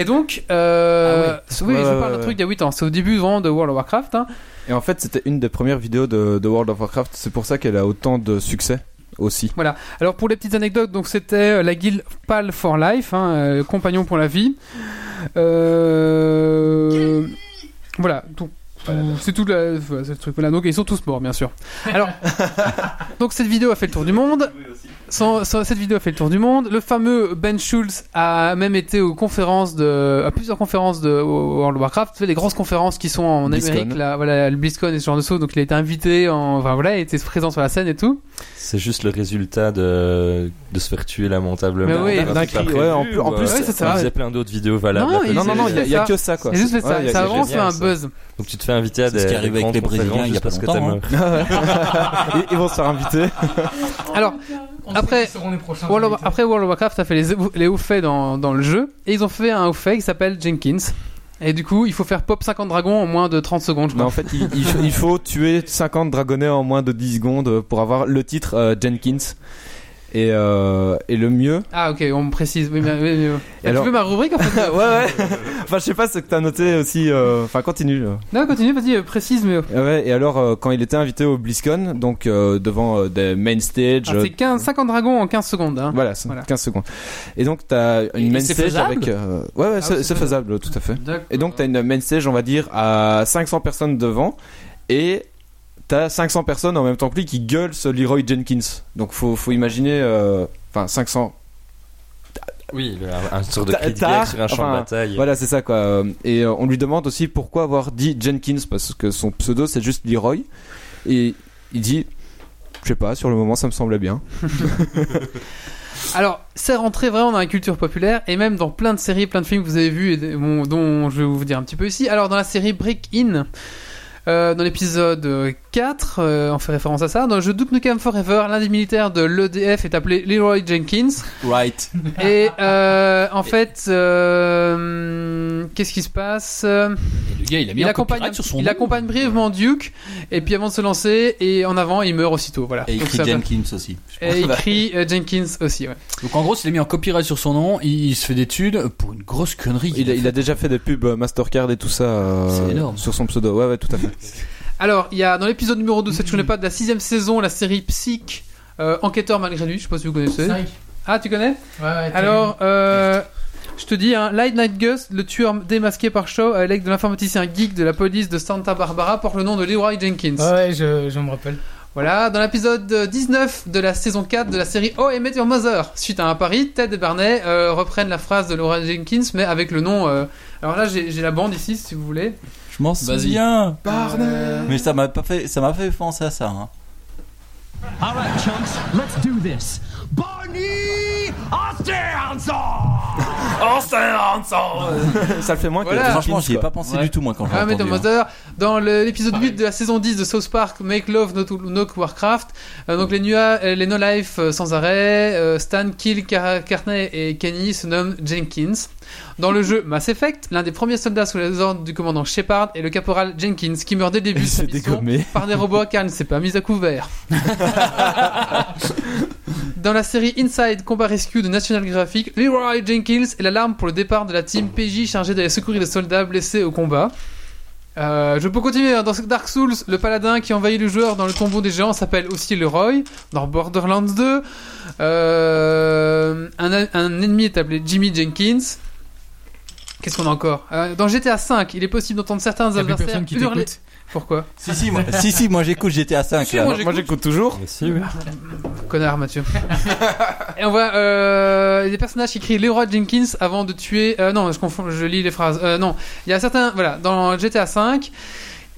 Et donc, euh,
Ah
oui,
oui. Ouais,
je vous
ouais,
parle d'un
ouais.
truc il y a 8 ans. C'est au début vraiment de World of Warcraft. hein.
Et en fait, c'était une des premières vidéos de, de World of Warcraft. C'est pour ça qu'elle a autant de succès aussi.
Voilà. Alors pour les petites anecdotes, donc c'était euh, la guilde Pal for Life, hein, euh, compagnon pour la vie. Euh, Voilà. Donc c'est tout la- voilà, c'est le truc. Voilà. Donc ils sont tous morts, bien sûr. Alors, donc cette vidéo a fait le tour du monde. Sans- sans- cette vidéo a fait le tour du monde. Le fameux Ben Schultz a même été aux conférences de, à plusieurs conférences de World of Warcraft. Tu sais, les grosses conférences qui sont en
BlizzCon.
Amérique, là, voilà, le BlizzCon et ce genre de choses. Donc il a été invité, en, enfin voilà, il était présent sur la scène et tout.
C'est juste le résultat de, de se faire tuer lamentablement.
Mais oui,
Parce
d'un
que t'as
cri,
prévu,
ouais, en plus- en
ou,
plus,
euh,
ouais, c'est ça,
on faisait
ouais.
plein d'autres vidéos valables.
Non,
après.
il-
C'est-
il y a- il y a que ça, quoi. C'est juste fait ça.
Ouais, il y a
Ça
que
avance,
génial,
un
ça.
buzz.
Donc tu te fais inviter à
C'est ce qui
des
arrive avec
grandes
les Brésiliens
conférences
il y
juste
a pas
parce que
longtemps, hein.
t'aimes-
<laughs> ils, ils vont se faire inviter.
<laughs> Alors, après,
seront les prochains
World of,
invités.
après World of Warcraft a fait les, les hauts faits dans, dans le jeu et ils ont fait un haut fait qui s'appelle Jenkins. Et du coup, il faut faire pop 50 dragons en moins de 30 secondes, je
Mais
crois.
en fait, il, il faut- il faut tuer 50 dragonnets en moins de 10 secondes pour avoir le titre euh, Jenkins. Et, euh, et le mieux.
Ah, ok, on me précise. Oui, mais- oui, mais- Ah,
alors-
Tu veux ma rubrique en fait
<laughs> ouais, ouais. enfin, je sais pas ce que t'as noté aussi. euh, Enfin, continue. euh.
Non, continue, vas-y, euh, précise, mais.
Et Ouais, et alors, euh, quand il était invité au BlizzCon, donc euh, devant euh, des main stage.
Ah,
euh, Bah,
c'est 15, 50 dragons en 15 secondes. hein.
Voilà, c'est
Voilà.
15 secondes. Et donc, t'as une
Et
main
c'est
stage
faisable
avec. euh, Ouais, ouais,
Ah,
c'est
oui,
c'est
c'est
faisable, tout à fait.
D'accord.
Et donc, t'as une main stage, on va dire, à 500 personnes devant. Et t'as 500 personnes en même temps que lui qui gueulent ce Leroy Jenkins. Donc, faut, faut imaginer. euh, Enfin, 500.
<laughs> Oui, un, un sort de
Ta-
cri de
tard,
guerre sur un champ
enfin,
de bataille.
Voilà, c'est ça, quoi. Euh, Et euh, on lui demande aussi pourquoi avoir dit Jenkins, parce que son pseudo, c'est juste Leroy. Et il dit. Je sais pas, sur le moment, ça me semblait bien.
Alors, c'est rentré vraiment dans la culture populaire et même dans plein de séries, plein de films que vous avez vus et des- bon, dont je vais vous dire un petit peu ici. Alors, dans la série Break In, euh, dans l'épisode euh, 4, euh, on fait référence à ça. Dans le jeu Duke Nukem Forever, l'un des militaires de l'EDF est appelé Leroy Jenkins.
Right.
Et euh, en fait, euh, qu'est-ce qui se passe
Le gars, il a mis
il
un
accompagne,
copyright sur son
il
nom.
accompagne brièvement Duke, et puis avant de se lancer, et en avant, il meurt aussitôt. Voilà.
Et
Donc
écrit
ça va-
Jenkins aussi. je pense.
Et il crie euh, Jenkins aussi, ouais.
Donc en gros, s'il a mis un copyright sur son nom, il, il se fait des thunes pour une grosse connerie.
Il a, il a déjà fait des pubs euh, Mastercard et tout ça euh,
C'est énorme.
sur son pseudo. Ouais, ouais, tout à
<laughs>
fait.
Alors, il y a dans l'épisode numéro 12, ça
Mmh.
ne connais pas, de la sixième saison, la série Psych, euh, Enquêteur malgré lui, je sais pas si vous connaissez.
Cinq.
Ah, tu connais
Ouais, ouais,
Alors, euh, je te dis, hein, Light Night Gus, le tueur démasqué par Shaw, à l'aide de l'informaticien geek de la police de Santa Barbara, porte le nom de Leroy Jenkins.
t'es- Ouais, ouais, Euh, je, je me rappelle.
Voilà, dans l'épisode 19 de la saison 4 de la série Oh et Met Your Mother, suite à un pari, Ted et Barney euh, reprennent la phrase de Laura Jenkins, mais avec le nom. euh, Alors là, j'ai j'ai la bande ici, si vous voulez.
Je m'en
Vas-y.
souviens.
Euh,
Mais ça m'a pas fait, ça m'a fait penser à ça. hein. <laughs>
ça le fait moins
Voilà.
que
Franchement, j'y ai
quoi.
pas pensé du tout moi quand j'ai
Ah, mais
entendu.
dans
hein.
Mother, dans le- l'épisode 8 de la saison 10 de South Park, Make Love Not, Knock Warcraft, euh, donc les, nua- euh, les No Life euh, sans arrêt, euh, Stan, Kill, Car- Cartney et Kenny se nomment Jenkins. Dans le jeu Mass Effect, l'un des premiers soldats sous les ordres du commandant Shepard est le caporal Jenkins qui meurt dès le début de
Il
sa
s'est
mission
dégommé.
par des robots car il ne s'est pas mis à couvert. Dans la série Inside Combat Rescue de National Graphic, Leroy Jenkins est l'alarme pour le départ de la team PJ chargée d'aller secourir les soldats blessés au combat. Euh, je peux continuer. hein. Dans Dark Souls, le paladin qui envahit le joueur dans le tombeau des géants s'appelle aussi Leroy. Dans Borderlands 2, euh, un, un ennemi est appelé Jimmy Jenkins. Qu'est-ce qu'on a encore Euh, Dans GTA V, il est possible d'entendre certains
plus
adversaires
personne qui
hurler.
t'écoute.
Pourquoi
Si, si, moi, si, si, moi j'écoute GTA 5.
Si, moi, j'écoute.
toujours.
Connard Mathieu. Et on voit euh, il y a des personnages qui crient Leroy Jenkins avant de tuer. euh, non, je confonds, je lis les phrases. Euh, non, il y a certains. Voilà, dans GTA V,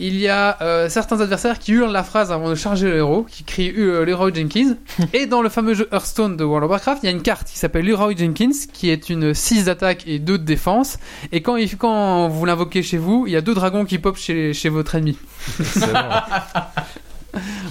il y a euh, certains adversaires qui hurlent la phrase avant de charger le héros, qui crient euh, Leroy Jenkins. Et dans le fameux jeu Hearthstone de World of Warcraft, il y a une carte qui s'appelle Leroy Jenkins, qui est une 6 d'attaque et 2 de défense. Et quand, il- quand vous l'invoquez chez vous, il y a deux dragons qui popent chez, chez votre ennemi. <laughs>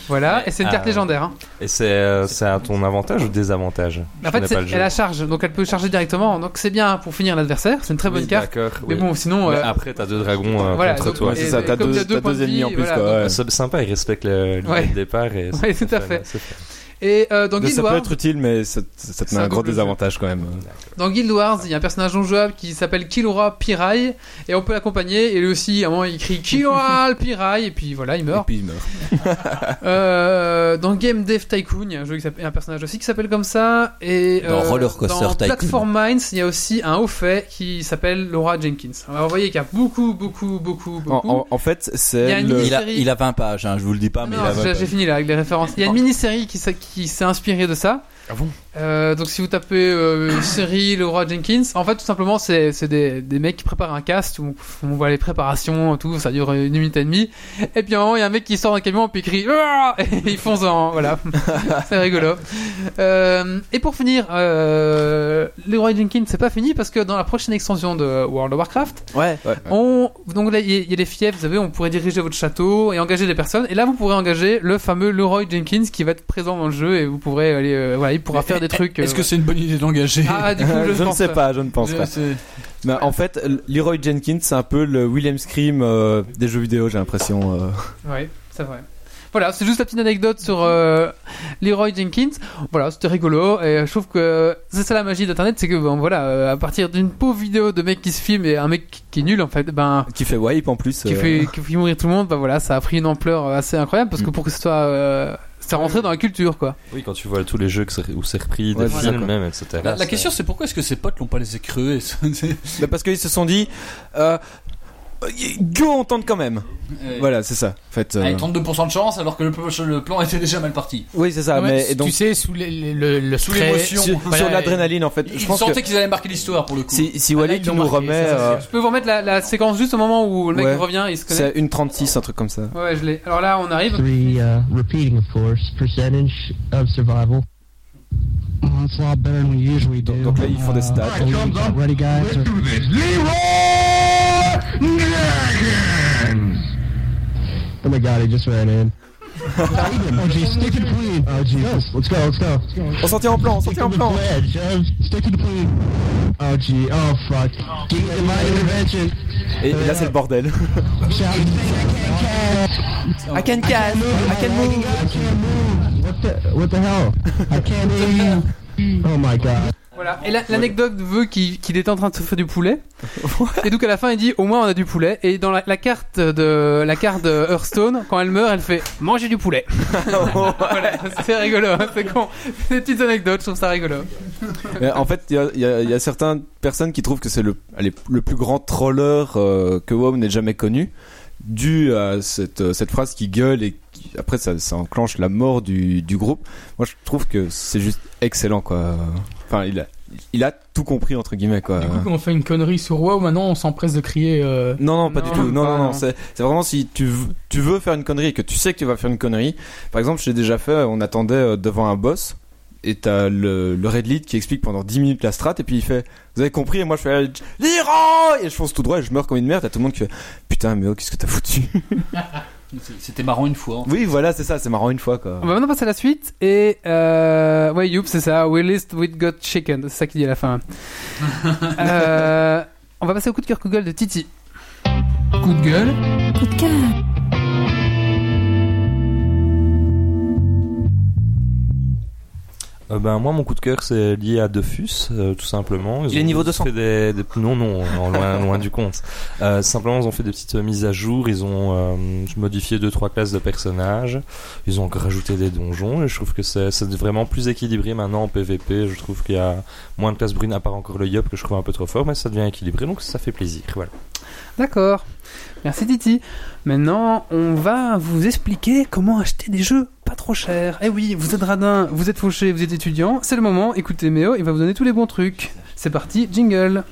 voilà, et c'est une carte
Ah.
légendaire. hein.
Et c'est euh, c'est à ton avantage ou désavantage
En
Je
fait,
connais
c'est-
pas le jeu.
elle la charge, donc elle peut charger directement. Donc c'est bien pour finir l'adversaire, c'est une très bonne
Oui,
carte.
d'accord,
Mais
oui.
bon, sinon.
Mais ah,
euh,
après, t'as deux dragons euh,
voilà,
contre
donc-
toi.
et- et comme il y a points de vie, voilà, donc-
C'est sympa, ils respectent le, le
Ouais.
de départ. Et
<laughs> Ouais,
c'est
tout à
fun,
fait.
c'est fun.
Et euh, dans Guild
ça peut
Wars-
être utile, mais ça, ça te
C'est
met
un
un gros
double jeu.
désavantage quand même.
Dans Guild Wars, il y a un personnage non jouable qui s'appelle Kilora Pirai et on peut l'accompagner. Et lui aussi, à un moment, il crie Kilora Pirai et puis voilà, il meurt.
Puis il meurt.
<laughs> Euh, dans Game Dev Tycoon, il y a un, jeu qui s'appelle- un personnage aussi qui s'appelle comme ça. Et euh,
Dans Roller Coaster
dans
Tycoon.
Platform Mines, il y a aussi un haut fait qui s'appelle Laura Jenkins. Alors vous voyez qu'il y a beaucoup, beaucoup, beaucoup,
En,
beaucoup.
en- en fait,
Il y a
c'est
une
le.
Il a,
série.
il a 20 pages, hein, je vous le dis pas, mais
Non,
il a 20
j'ai-
pages.
j'ai fini là avec les références. Il y a une mini-série qui, s'est- qui s'est inspirée de ça.
Ah bon
Euh, donc si vous tapez euh, <coughs> série Laura Jenkins, en fait tout simplement c'est c'est des, des mecs qui préparent un cast où on voit les préparations, tout, ça dure une minute et demie. Et puis à un moment il y a un mec qui sort d'un camion puis il crie Ah <laughs> et ils foncent en voilà, c'est rigolo. Euh, et pour finir, euh, Laura Jenkins c'est pas fini parce que dans la prochaine extension de World of Warcraft,
Ouais.
on, donc là, il y, a- il y a des fiefs, vous savez, on pourrait diriger votre château et engager des personnes. Et là, vous pourrez engager le fameux Leroy Jenkins qui va être présent dans le jeu et vous pourrez aller, euh, voilà, il pourra faire des trucs. euh,
Est-ce que c'est une bonne idée d'engager
Ah,
<laughs>
du coup, je,
je ne
pense
sais pas, je ne pense
Je
pas.
sais.
Mais en fait, l- Leroy Jenkins, c'est un peu le William Scream euh, des jeux vidéo, j'ai l'impression. euh. <laughs>
Ouais, c'est vrai. Voilà, c'est juste la petite anecdote sur euh, Leroy Jenkins. Voilà, c'était rigolo et je trouve que c'est ça la magie d'internet, c'est que bon, voilà, euh, à partir d'une pauvre vidéo de mec qui se filme et un mec qui est nul en fait, ben
Qui fait wipe en plus.
qui
euh.
fait, qui fait mourir tout le monde, bah voilà, ça a pris une ampleur euh, assez incroyable
Mm.
parce que pour que ce soit, euh, c'est rentré dans la culture quoi.
Oui, quand tu vois tous les jeux que c'est- où c'est repris,
Ouais,
des
c'est
films
ça,
même, etc.
La, la
c'est-
question, c'est pourquoi est-ce que ses potes l'ont pas laissé crever <laughs> ça, c'est-
Mais Bah, parce qu'ils se sont dit. Euh, euh, go, on tente quand même.
Ouais.
Voilà, c'est ça. En fait, euh,
Ah,
Avec 32% de chance, alors que le, le plan était déjà mal parti.
Oui, c'est ça.
Ouais,
Ah, mais et donc,
Tu sais, sous les- les- le, le
Sous
stress,
l'émotion.
sur,
voilà,
sur
et-
l'adrénaline, en fait.
Ils
je pense que
sentaient qu'ils allaient marquer l'histoire pour le coup.
si, si
Ah, là,
Wally,
ils
tu
l'ont
nous
marqué,
remets.
ça, c'est
euh,
Je peux vous remettre la, la séquence juste au moment où le mec
Ouais.
revient, il se connaît.
c'est une 36, un truc comme ça.
Ouais, je l'ai. Alors là, on arrive.
Three, uh, repeating, of course, percentage of survival. Oh, That's a lot better than we usually do. Uh,
Donc là, ils font des stats.
Are you ready, guys? Or- Oh my god, he just ran in. oh geez, stick to the plan. Oh Jesus, let's go, let's go.
On sortit en plan, on
Stick
sortit
to
en plan.
the plan, Jeff. Stick to the plan. Oh gee, oh fuck. Keep in my intervention.
Et, et là, c'est le
<laughs>
bordel.
Shout.
I can cast, I can move.
I can't move. What the, what the hell? I can't hear you. Oh
<laughs>
my god.
Voilà. Et la- l'anecdote veut qu'il qu'il est en train de se faire du poulet. et donc à la fin, il dit au moins on a du poulet. Et dans la, la carte de la carte de Hearthstone, quand elle meurt, elle fait manger du poulet. voilà, c'est rigolo, hein, c'est con. C'est des petites anecdotes, je trouve ça rigolo.
<laughs> Mais Euh, en fait, il y a, il y a- il y a certaines personnes qui trouvent que c'est le, allez, le plus grand troller euh, que WoW n'ait jamais connu, dû à cette, euh, cette phrase qui gueule et qui- après ça, ça enclenche la mort du, du groupe. Moi, je trouve que c'est juste excellent, quoi. Enfin, il a, il a tout compris, entre guillemets, quoi.
Du coup, quand on fait une connerie sur WoW, maintenant on s'empresse de crier. euh,
Non, non, pas
Non,
du tout. Non,
pas,
non,
non.
non. C'est c'est vraiment si tu, v- tu veux faire une connerie et que tu sais que tu vas faire une connerie. Par exemple, j'ai déjà fait, on attendait euh, devant un boss et t'as le, le raid lead qui explique pendant 10 minutes la strat et puis il fait Vous avez compris Et moi je fais Leroy Et je fonce tout droit et je meurs comme une merde. T'as tout le monde qui fait Putain, mais oh, qu'est-ce que t'as foutu
<laughs> C'est- C'était marrant une fois. hein.
Oui, voilà, c'est ça, c'est marrant une fois quoi.
On va maintenant passer à la suite. Et euh, ouais, youp, c'est ça. We list we got chicken. C'est ça qu'il dit à la fin. Euh, on va passer au coup de cœur Google de Titi.
Coup de gueule.
Euh, ben, moi, mon coup de cœur, c'est lié à Dofus, euh, tout simplement.
Il est
ont
niveau
juste
200.
fait des- des- Non, non,
<laughs>
non, loin, loin du compte. Euh, simplement, ils ont fait des petites euh, mises à jour. Ils ont euh, modifié deux trois classes de personnages. Ils ont rajouté des donjons. Et je trouve que c'est c'est vraiment plus équilibré maintenant en PvP. Je trouve qu'il y a moins de classes brunes, à part encore le Yop que je trouve un peu trop fort, mais ça devient équilibré, donc ça fait plaisir. Voilà.
D'accord. Merci Titi. Maintenant, on va vous expliquer comment acheter des jeux pas trop chers. Eh oui, vous êtes radin, vous êtes fauché, vous êtes étudiant. C'est le moment. Écoutez Méo, il va vous donner tous les bons trucs. C'est parti, jingle.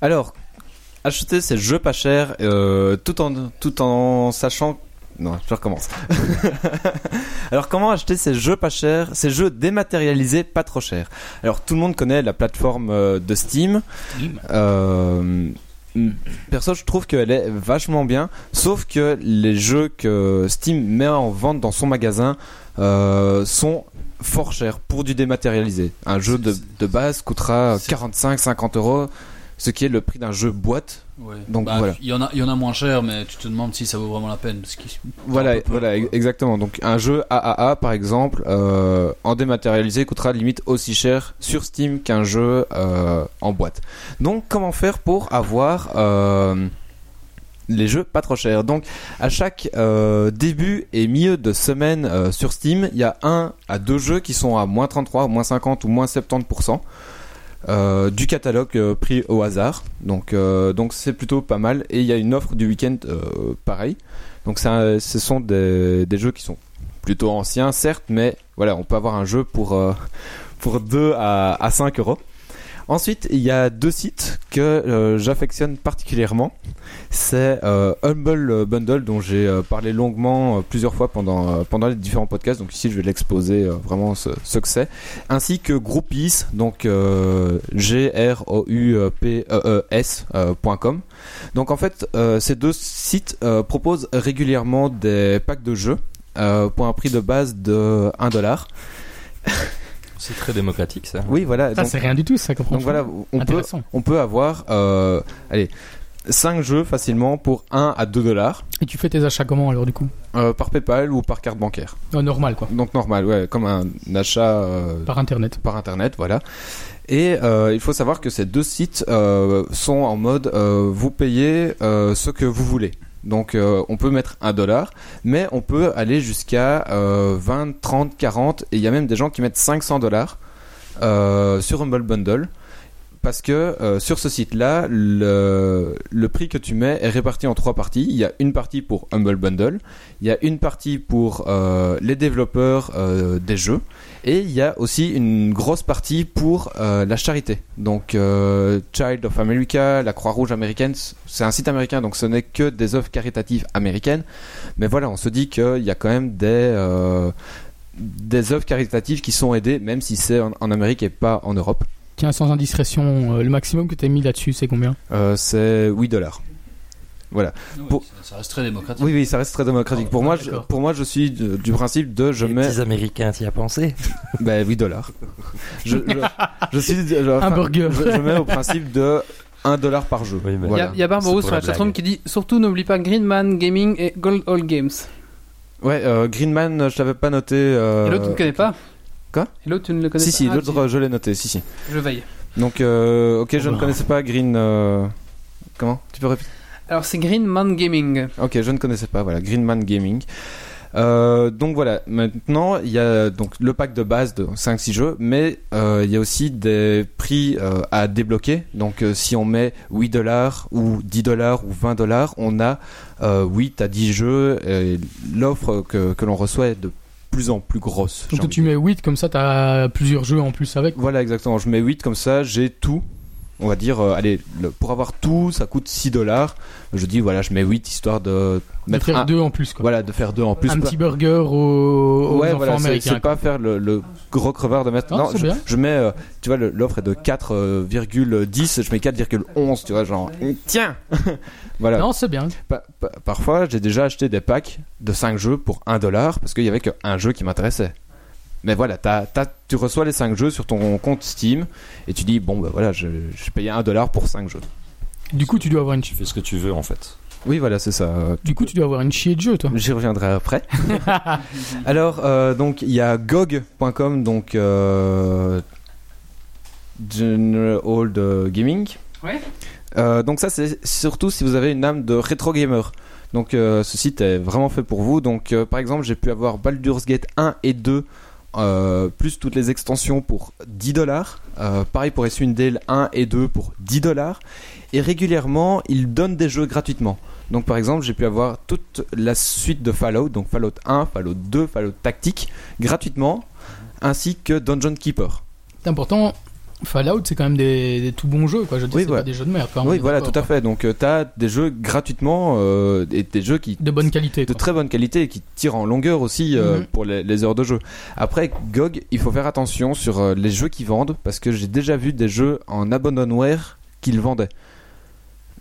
Alors, acheter ces jeux pas chers euh, tout en tout en sachant non, je recommence. <laughs> Alors comment acheter ces jeux pas chers, ces jeux dématérialisés pas trop chers Alors tout le monde connaît la plateforme euh, de Steam. Euh, perso, je trouve qu'elle est vachement bien, sauf que les jeux que Steam met en vente dans son magasin euh, sont fort chers pour du dématérialisé. Un jeu de, de base coûtera 45-50 euros, ce qui est le prix d'un jeu boîte. Donc
Bah,
voilà.
Il y, en a- il y en a moins cher, mais tu te demandes si ça vaut vraiment la peine. Parce qu'il-
Voilà, voilà, ex- exactement. Donc un jeu AAA par exemple, euh, en dématérialisé coûtera limite aussi cher sur Steam qu'un jeu euh, en boîte. Donc comment faire pour avoir euh, les jeux pas trop chers Donc à chaque euh, début et milieu de semaine euh, sur Steam, il y a un à deux jeux qui sont à moins 33, moins 50 ou moins 70%. euh, du catalogue euh, pris au hasard donc euh, donc c'est plutôt pas mal et il y a une offre du week-end euh, pareil donc ça, ce sont des, des jeux qui sont plutôt anciens, certes, mais voilà, on peut avoir un jeu pour, euh, pour 2 à, à 5 euros. Ensuite, il y a deux sites que euh, j'affectionne particulièrement. C'est euh, Humble Bundle, dont j'ai euh, parlé longuement euh, plusieurs fois pendant, euh, pendant les différents podcasts. Donc ici, je vais l'exposer euh, vraiment ce, ce que c'est. Ainsi que Groupies, donc euh, G-R-O-U-P-E-E-S euh, point com. Donc en fait, euh, ces deux sites euh, proposent régulièrement des packs de jeux euh, pour un prix de base de 1 dollar.
C'est très démocratique, ça.
Oui, voilà.
Ça,
donc-
c'est rien du tout, ça, comprends
Donc voilà, on peut, on peut avoir euh, allez, 5 jeux facilement pour 1 à 2 dollars
Et tu fais tes achats comment alors du coup
euh, par PayPal ou par carte bancaire.
Oh, Normal quoi.
Donc normal, ouais, comme un achat euh,
Par internet.
Par internet, voilà. Et euh, il faut savoir que ces deux sites euh, sont en mode euh, vous payez euh, ce que vous voulez. Donc euh, on peut mettre un dollar, mais on peut aller jusqu'à euh, 20, 30, 40, et il y a même des gens qui mettent 500 dollars euh, sur Humble Bundle. Parce que euh, sur ce site-là, le, le prix que tu mets est réparti en trois parties. Il y a une partie pour Humble Bundle, il y a une partie pour euh, les développeurs euh, des jeux, et il y a aussi une grosse partie pour euh, la charité. Donc euh, Child of America, la Croix-Rouge américaine, c- c'est un site américain, donc ce n'est que des œuvres caritatives américaines. Mais voilà, on se dit qu'il y a quand même des... euh, des œuvres caritatives qui sont aidées, même si c'est en- en Amérique et pas en Europe.
Tiens, sans indiscrétion, euh, le maximum que t'as mis là-dessus, c'est combien
Euh, c'est 8 dollars. Voilà. Pour-
Ah Ça reste très démocratique.
Oui, oui, ça reste très démocratique. Pour moi, je, pour moi, je suis de- du principe de je mets. Les
Américains, t'y as pensé
<laughs> Ben, 8 dollars. Je, je, je suis. je- enfin,
burger.
Je, je mets au principe de 1 dollar par jeu.
Il y a- il y a, Barbarous sur la chatroom qui dit Surtout n'oublie pas Greenman Gaming et Gold All Games.
Ouais, euh, Greenman, je l'avais pas noté. euh,
Et l'autre, tu ne connais pas
Quoi
Et l'autre, tu ne le connais
Si,
pas
si,
Ah,
l'autre, je l'ai noté, si, si.
Je veille.
Donc, euh, ok, je ne connaissais pas Green. euh, Comment Tu peux répéter
Alors, c'est Greenman Gaming.
Ok, je ne connaissais pas, voilà, Greenman Gaming. Euh, donc voilà, maintenant il y a donc le pack de base de 5-6 jeux, mais euh, il y a aussi des prix euh, à débloquer. Donc euh, si on met 8 dollars ou 10 dollars ou 20 dollars, on a euh, 8 à 10 jeux. et L'offre que, que l'on reçoit est de plus en plus grosse. j'ai
Donc tu mets 8, comme ça t'as plusieurs jeux en plus avec.
Voilà, exactement. Je mets 8 comme ça, j'ai tout. on va dire, euh, allez, le- pour avoir tout, ça coûte 6 dollars. Je dis, voilà, je mets 8 histoire de mettre
faire
un-
deux en plus, quoi.
Voilà, de faire deux en plus.
un
Pas-
petit burger aux, aux
ouais,
enfants
voilà, c'est-
américains.
c'est pas faire le, le gros crevard de mettre.
Non,
Non,
c'est
je,
bien.
je mets, euh, tu vois, le- l'offre est de 4,10, je mets 4,11, tu vois, genre, tiens <laughs> Voilà.
Non, c'est bien.
Pa- pa- parfois, j'ai déjà acheté des packs de 5 jeux pour 1 dollar parce qu'il y avait qu'un jeu qui m'intéressait. Mais voilà, t'as- t'as- tu reçois les 5 jeux sur ton compte Steam et tu dis, bon, bah voilà, je, je payais 1 dollar pour 5 jeux.
Du coup, tu dois avoir une. Tu
fais ce que tu veux en fait.
Oui, voilà, c'est ça. Euh,
Du coup, tu dois avoir une chier de jeu, toi.
J'y reviendrai
<laughs>
après. Alors, euh, donc, il y a gog.com, donc euh, General Old euh, Gaming.
Ouais.
Euh, donc ça, c'est surtout si vous avez une âme de rétro gamer. Donc euh, ce site est vraiment fait pour vous. Donc euh, par exemple, j'ai pu avoir Baldur's Gate 1 et 2. euh, plus toutes les extensions pour 10 dollars. Euh, pareil pour Dale 1 et 2 pour 10 dollars. Et régulièrement, ils donnent des jeux gratuitement. Donc par exemple, j'ai pu avoir toute la suite de Fallout, donc Fallout 1, Fallout 2, Fallout Tactique, gratuitement, ainsi que Dungeon Keeper.
C'est important. Fallout, c'est quand même des, des tout bons jeux, quoi. Je dis,
Oui,
c'est
voilà.
pas des jeux de merde. quoi, on
oui,
est
voilà,
d'accord,
tout à fait. Donc, tu as des jeux gratuitement euh, et des jeux qui.
De bonne qualité.
De très bonne qualité et qui tirent en longueur aussi euh,
Mhm.
pour les, les heures de jeu. Après, GOG, il faut faire attention sur euh, les jeux qu'ils vendent parce que j'ai déjà vu des jeux en abandonware qu'ils vendaient.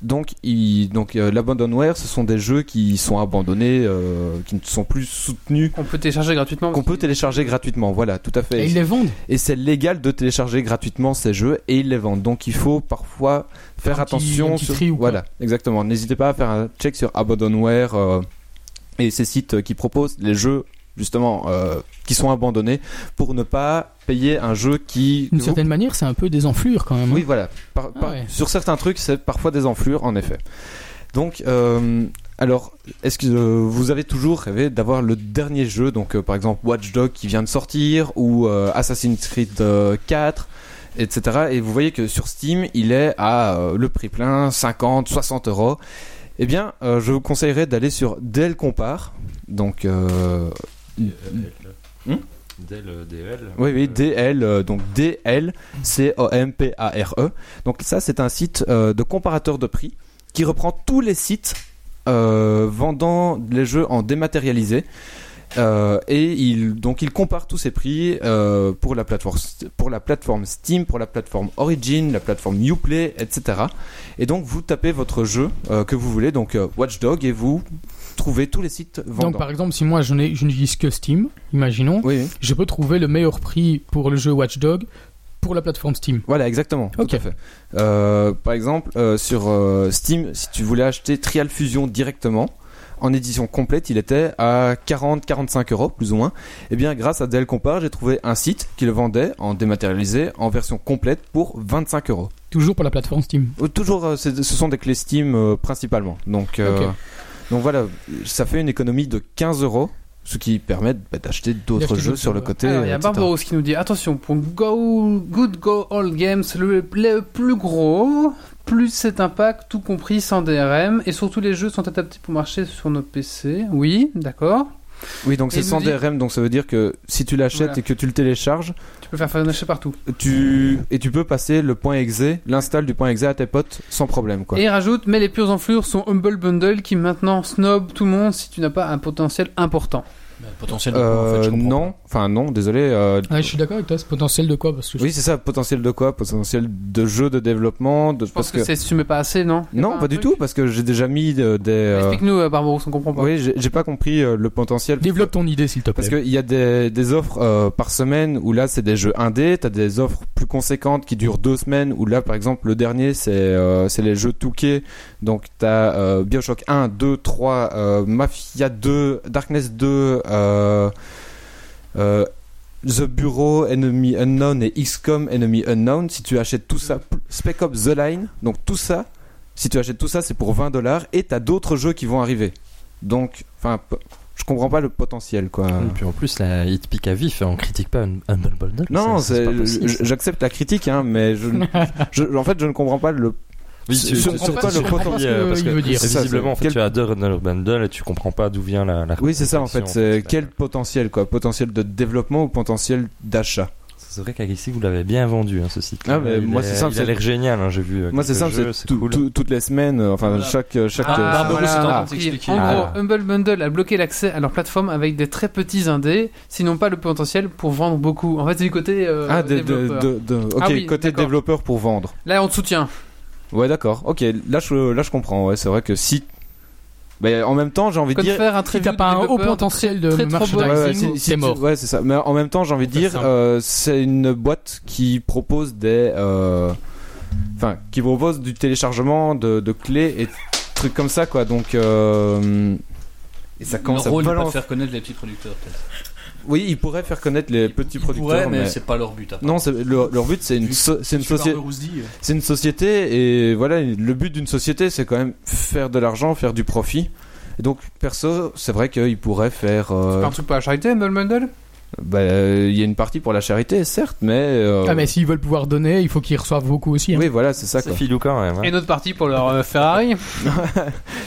Donc, ils- donc euh, l'abandonware, ce sont des jeux qui sont abandonnés, euh, qui ne sont plus soutenus.
On peut télécharger gratuitement.
Qu'on peut télécharger gratuitement, voilà, tout à fait.
Et ils les vendent.
Et c'est légal de télécharger gratuitement ces jeux et ils les vendent. Donc il faut parfois faire
Un petit-
attention.
un petit
sur...
tri ou quoi.
voilà, exactement. N'hésitez pas à faire un check sur Abandonware euh, et ces sites euh, qui proposent les jeux justement euh, qui sont abandonnés pour ne pas payer un jeu qui
D'une certaine manière, c'est un peu des enflures quand même.
oui, voilà. Par- par-
ouais.
Sur certains trucs, c'est parfois des enflures, en effet. Donc, euh, alors, est-ce que euh, vous avez toujours rêvé d'avoir le dernier jeu Donc, euh, par exemple, Watch Dogs qui vient de sortir, ou euh, Assassin's Creed euh, 4 etc. Et vous voyez que sur Steam, il est à euh, le prix plein, 50, 60 euros. Eh bien, euh, je vous conseillerais d'aller sur Dell Compare. Donc, euh, Hmm
Dell, DL.
oui, oui, DL, euh, donc DL, C-O-M-P-A-R-E. E. Donc ça, c'est un site euh, de comparateur de prix qui reprend tous les sites euh, vendant les jeux en dématérialisé. Euh, et il, donc il compare tous ces prix euh, pour, la plateforme, pour la plateforme Steam, pour la plateforme Origin, la plateforme Uplay, etc. Et donc vous tapez votre jeu euh, que vous voulez, donc euh, Watchdog, et vous trouvez tous les sites vendants.
Donc, par exemple, si moi je n'ai- je n'utilise que Steam, imaginons, je peux trouver le meilleur prix pour le jeu Watchdog pour la plateforme Steam.
Voilà, exactement. Tout à fait. Euh, par exemple, euh, sur euh, Steam, si tu voulais acheter Trial Fusion directement, en édition complète, il était à 40-45 euros, plus ou moins. Et bien, grâce à Dell Compare, j'ai trouvé un site qui le vendait en dématérialisé, en version complète, pour 25 euros.
Toujours pour la plateforme Steam.
Euh, Toujours, euh, c'est- ce sont des clés Steam euh, principalement. Donc, euh,
Ok.
donc voilà, ça fait une économie de 15 euros, ce qui permet bah, d'acheter d'autres
D'acheter
jeux
d'autres
sur le
jeux,
côté. euh,
Alors, il y a
etc.
Barbaros qui nous dit attention, pour Go, Good Go All Games, le, le plus gros, plus cet impact, tout compris sans DRM, et surtout les jeux sont adaptés pour marcher sur nos PC. Oui, d'accord.
Oui, donc
Et
c'est
il nous
sans
dit-
DRM, donc ça veut dire que si tu l'achètes
Voilà.
et que tu le télécharges,
Tu peux faire fanacher partout.
tu et tu peux passer le point exe, l'install du point exe à tes potes sans problème quoi.
Et il rajoute, mais les pures enflures sont Humble Bundle qui maintenant snob tout le monde si tu n'as pas un potentiel important.
potentiel
de quoi,
Euh, non, enfin non, désolé. euh,
Ouais, je suis d'accord avec toi, c'est potentiel de quoi parce que je-
oui, c'est ça, potentiel de quoi Potentiel de jeu de développement, de
Parce que, c'est si tu mets pas assez, non
non, pas, du tout, parce que j'ai déjà mis euh, des. euh,
Explique-nous, euh, Barbaros, on comprend pas.
Oui, j'ai j'ai pas compris euh, le potentiel.
Développe ton idée, s'il te plaît.
Parce qu'il y a des, des offres euh, par semaine où là c'est des jeux indés, t'as des offres plus conséquentes qui durent deux semaines où là par exemple le dernier c'est euh, c'est les jeux Touquet. Donc t'as euh, Bioshock 1, 2, 3, euh, Mafia 2, Darkness 2, euh, euh, The Bureau, Enemy Unknown et XCOM Enemy Unknown. Si tu achètes tout ça, pl- Spec Ops The Line, donc tout ça, si tu achètes tout ça c'est pour 20 dollars et t'as d'autres jeux qui vont arriver. Donc, enfin, p- je comprends pas le potentiel quoi.
Et puis en plus, là, il te pique à vif, on critique pas un, un bon bundle.
Non,
ça, ça, c'est pas
c'est-
possible,
je-
ça.
j'accepte la critique, hein, mais je,
<laughs>
je- en fait, je ne comprends pas le.
Oui,
sur-
tu,
sur
tu-
quoi
tu-
le
tu-
potentiel-
euh, parce que
C'est ça,
visiblement, en
c'est-
fait,
quel-
tu adores Donald Bundle et tu comprends pas d'où vient la. la
Oui, c'est ça en fait.
représentation.
C'est quel potentiel quoi Potentiel de développement ou potentiel d'achat
C'est vrai qu'Agrissi, vous l'avez bien vendu, hein, ce site.
Ah, mais moi, c'est simple,
Il a
c'est-
l'air génial, hein, j'ai vu. euh,
Moi, c'est
quelques
simple,
jeux,
c'est tout- tout- toutes les semaines, euh, enfin, chaque. chaque
Ah, voilà.
Ah.
En gros, Humble Bundle a bloqué l'accès à leur plateforme avec des très petits indés, sinon pas le potentiel pour vendre beaucoup. En fait, c'est du côté euh,
Ah, des- de-
développeur.
de- de- ok,
Ah oui,
côté
d'accord.
développeur pour vendre.
Là, on te soutient.
Ouais, d'accord. Ok, là je, là, je comprends. Ouais, c'est vrai que si. Bah, en même temps, j'ai envie de
Code
dire.
faire un Si t'as pas un haut potentiel de
Ouais, ouais,
merchandising,
si- si
c'est
tu-
mort.
Ouais, c'est ça. Mais en même temps, j'ai envie de
Pour faire
dire,
simple.
euh, c'est une boîte qui propose des. euh, Enfin, qui propose du téléchargement de, de clés et trucs comme ça, quoi. Donc. euh, Et ça
Leur
commence à Ah.
rôle n'est pas de
balancer.
faire connaître les petits producteurs, peut-être.
Oui, ils pourraient faire connaître les petits producteurs.
pourraient, mais c'est pas leur but, apparemment.
Non, c'est- leur, leur but, c'est une, so- c'est une,
Super
société.
Rousdi, euh.
C'est une société, et voilà, le but d'une société, c'est quand même faire de l'argent, faire du profit. Et donc, perso, c'est vrai qu'ils pourraient faire. euh,
C'est pas un truc pour la charité, Humble Bundle
bah, euh, il y a une partie pour la charité, certes, mais. euh,
Ah, mais s'ils veulent pouvoir donner, il faut qu'ils reçoivent beaucoup aussi. hein.
Oui, voilà, c'est ça. quoi.
filou quand même. hein.
Et une autre partie pour leur euh, Ferrari.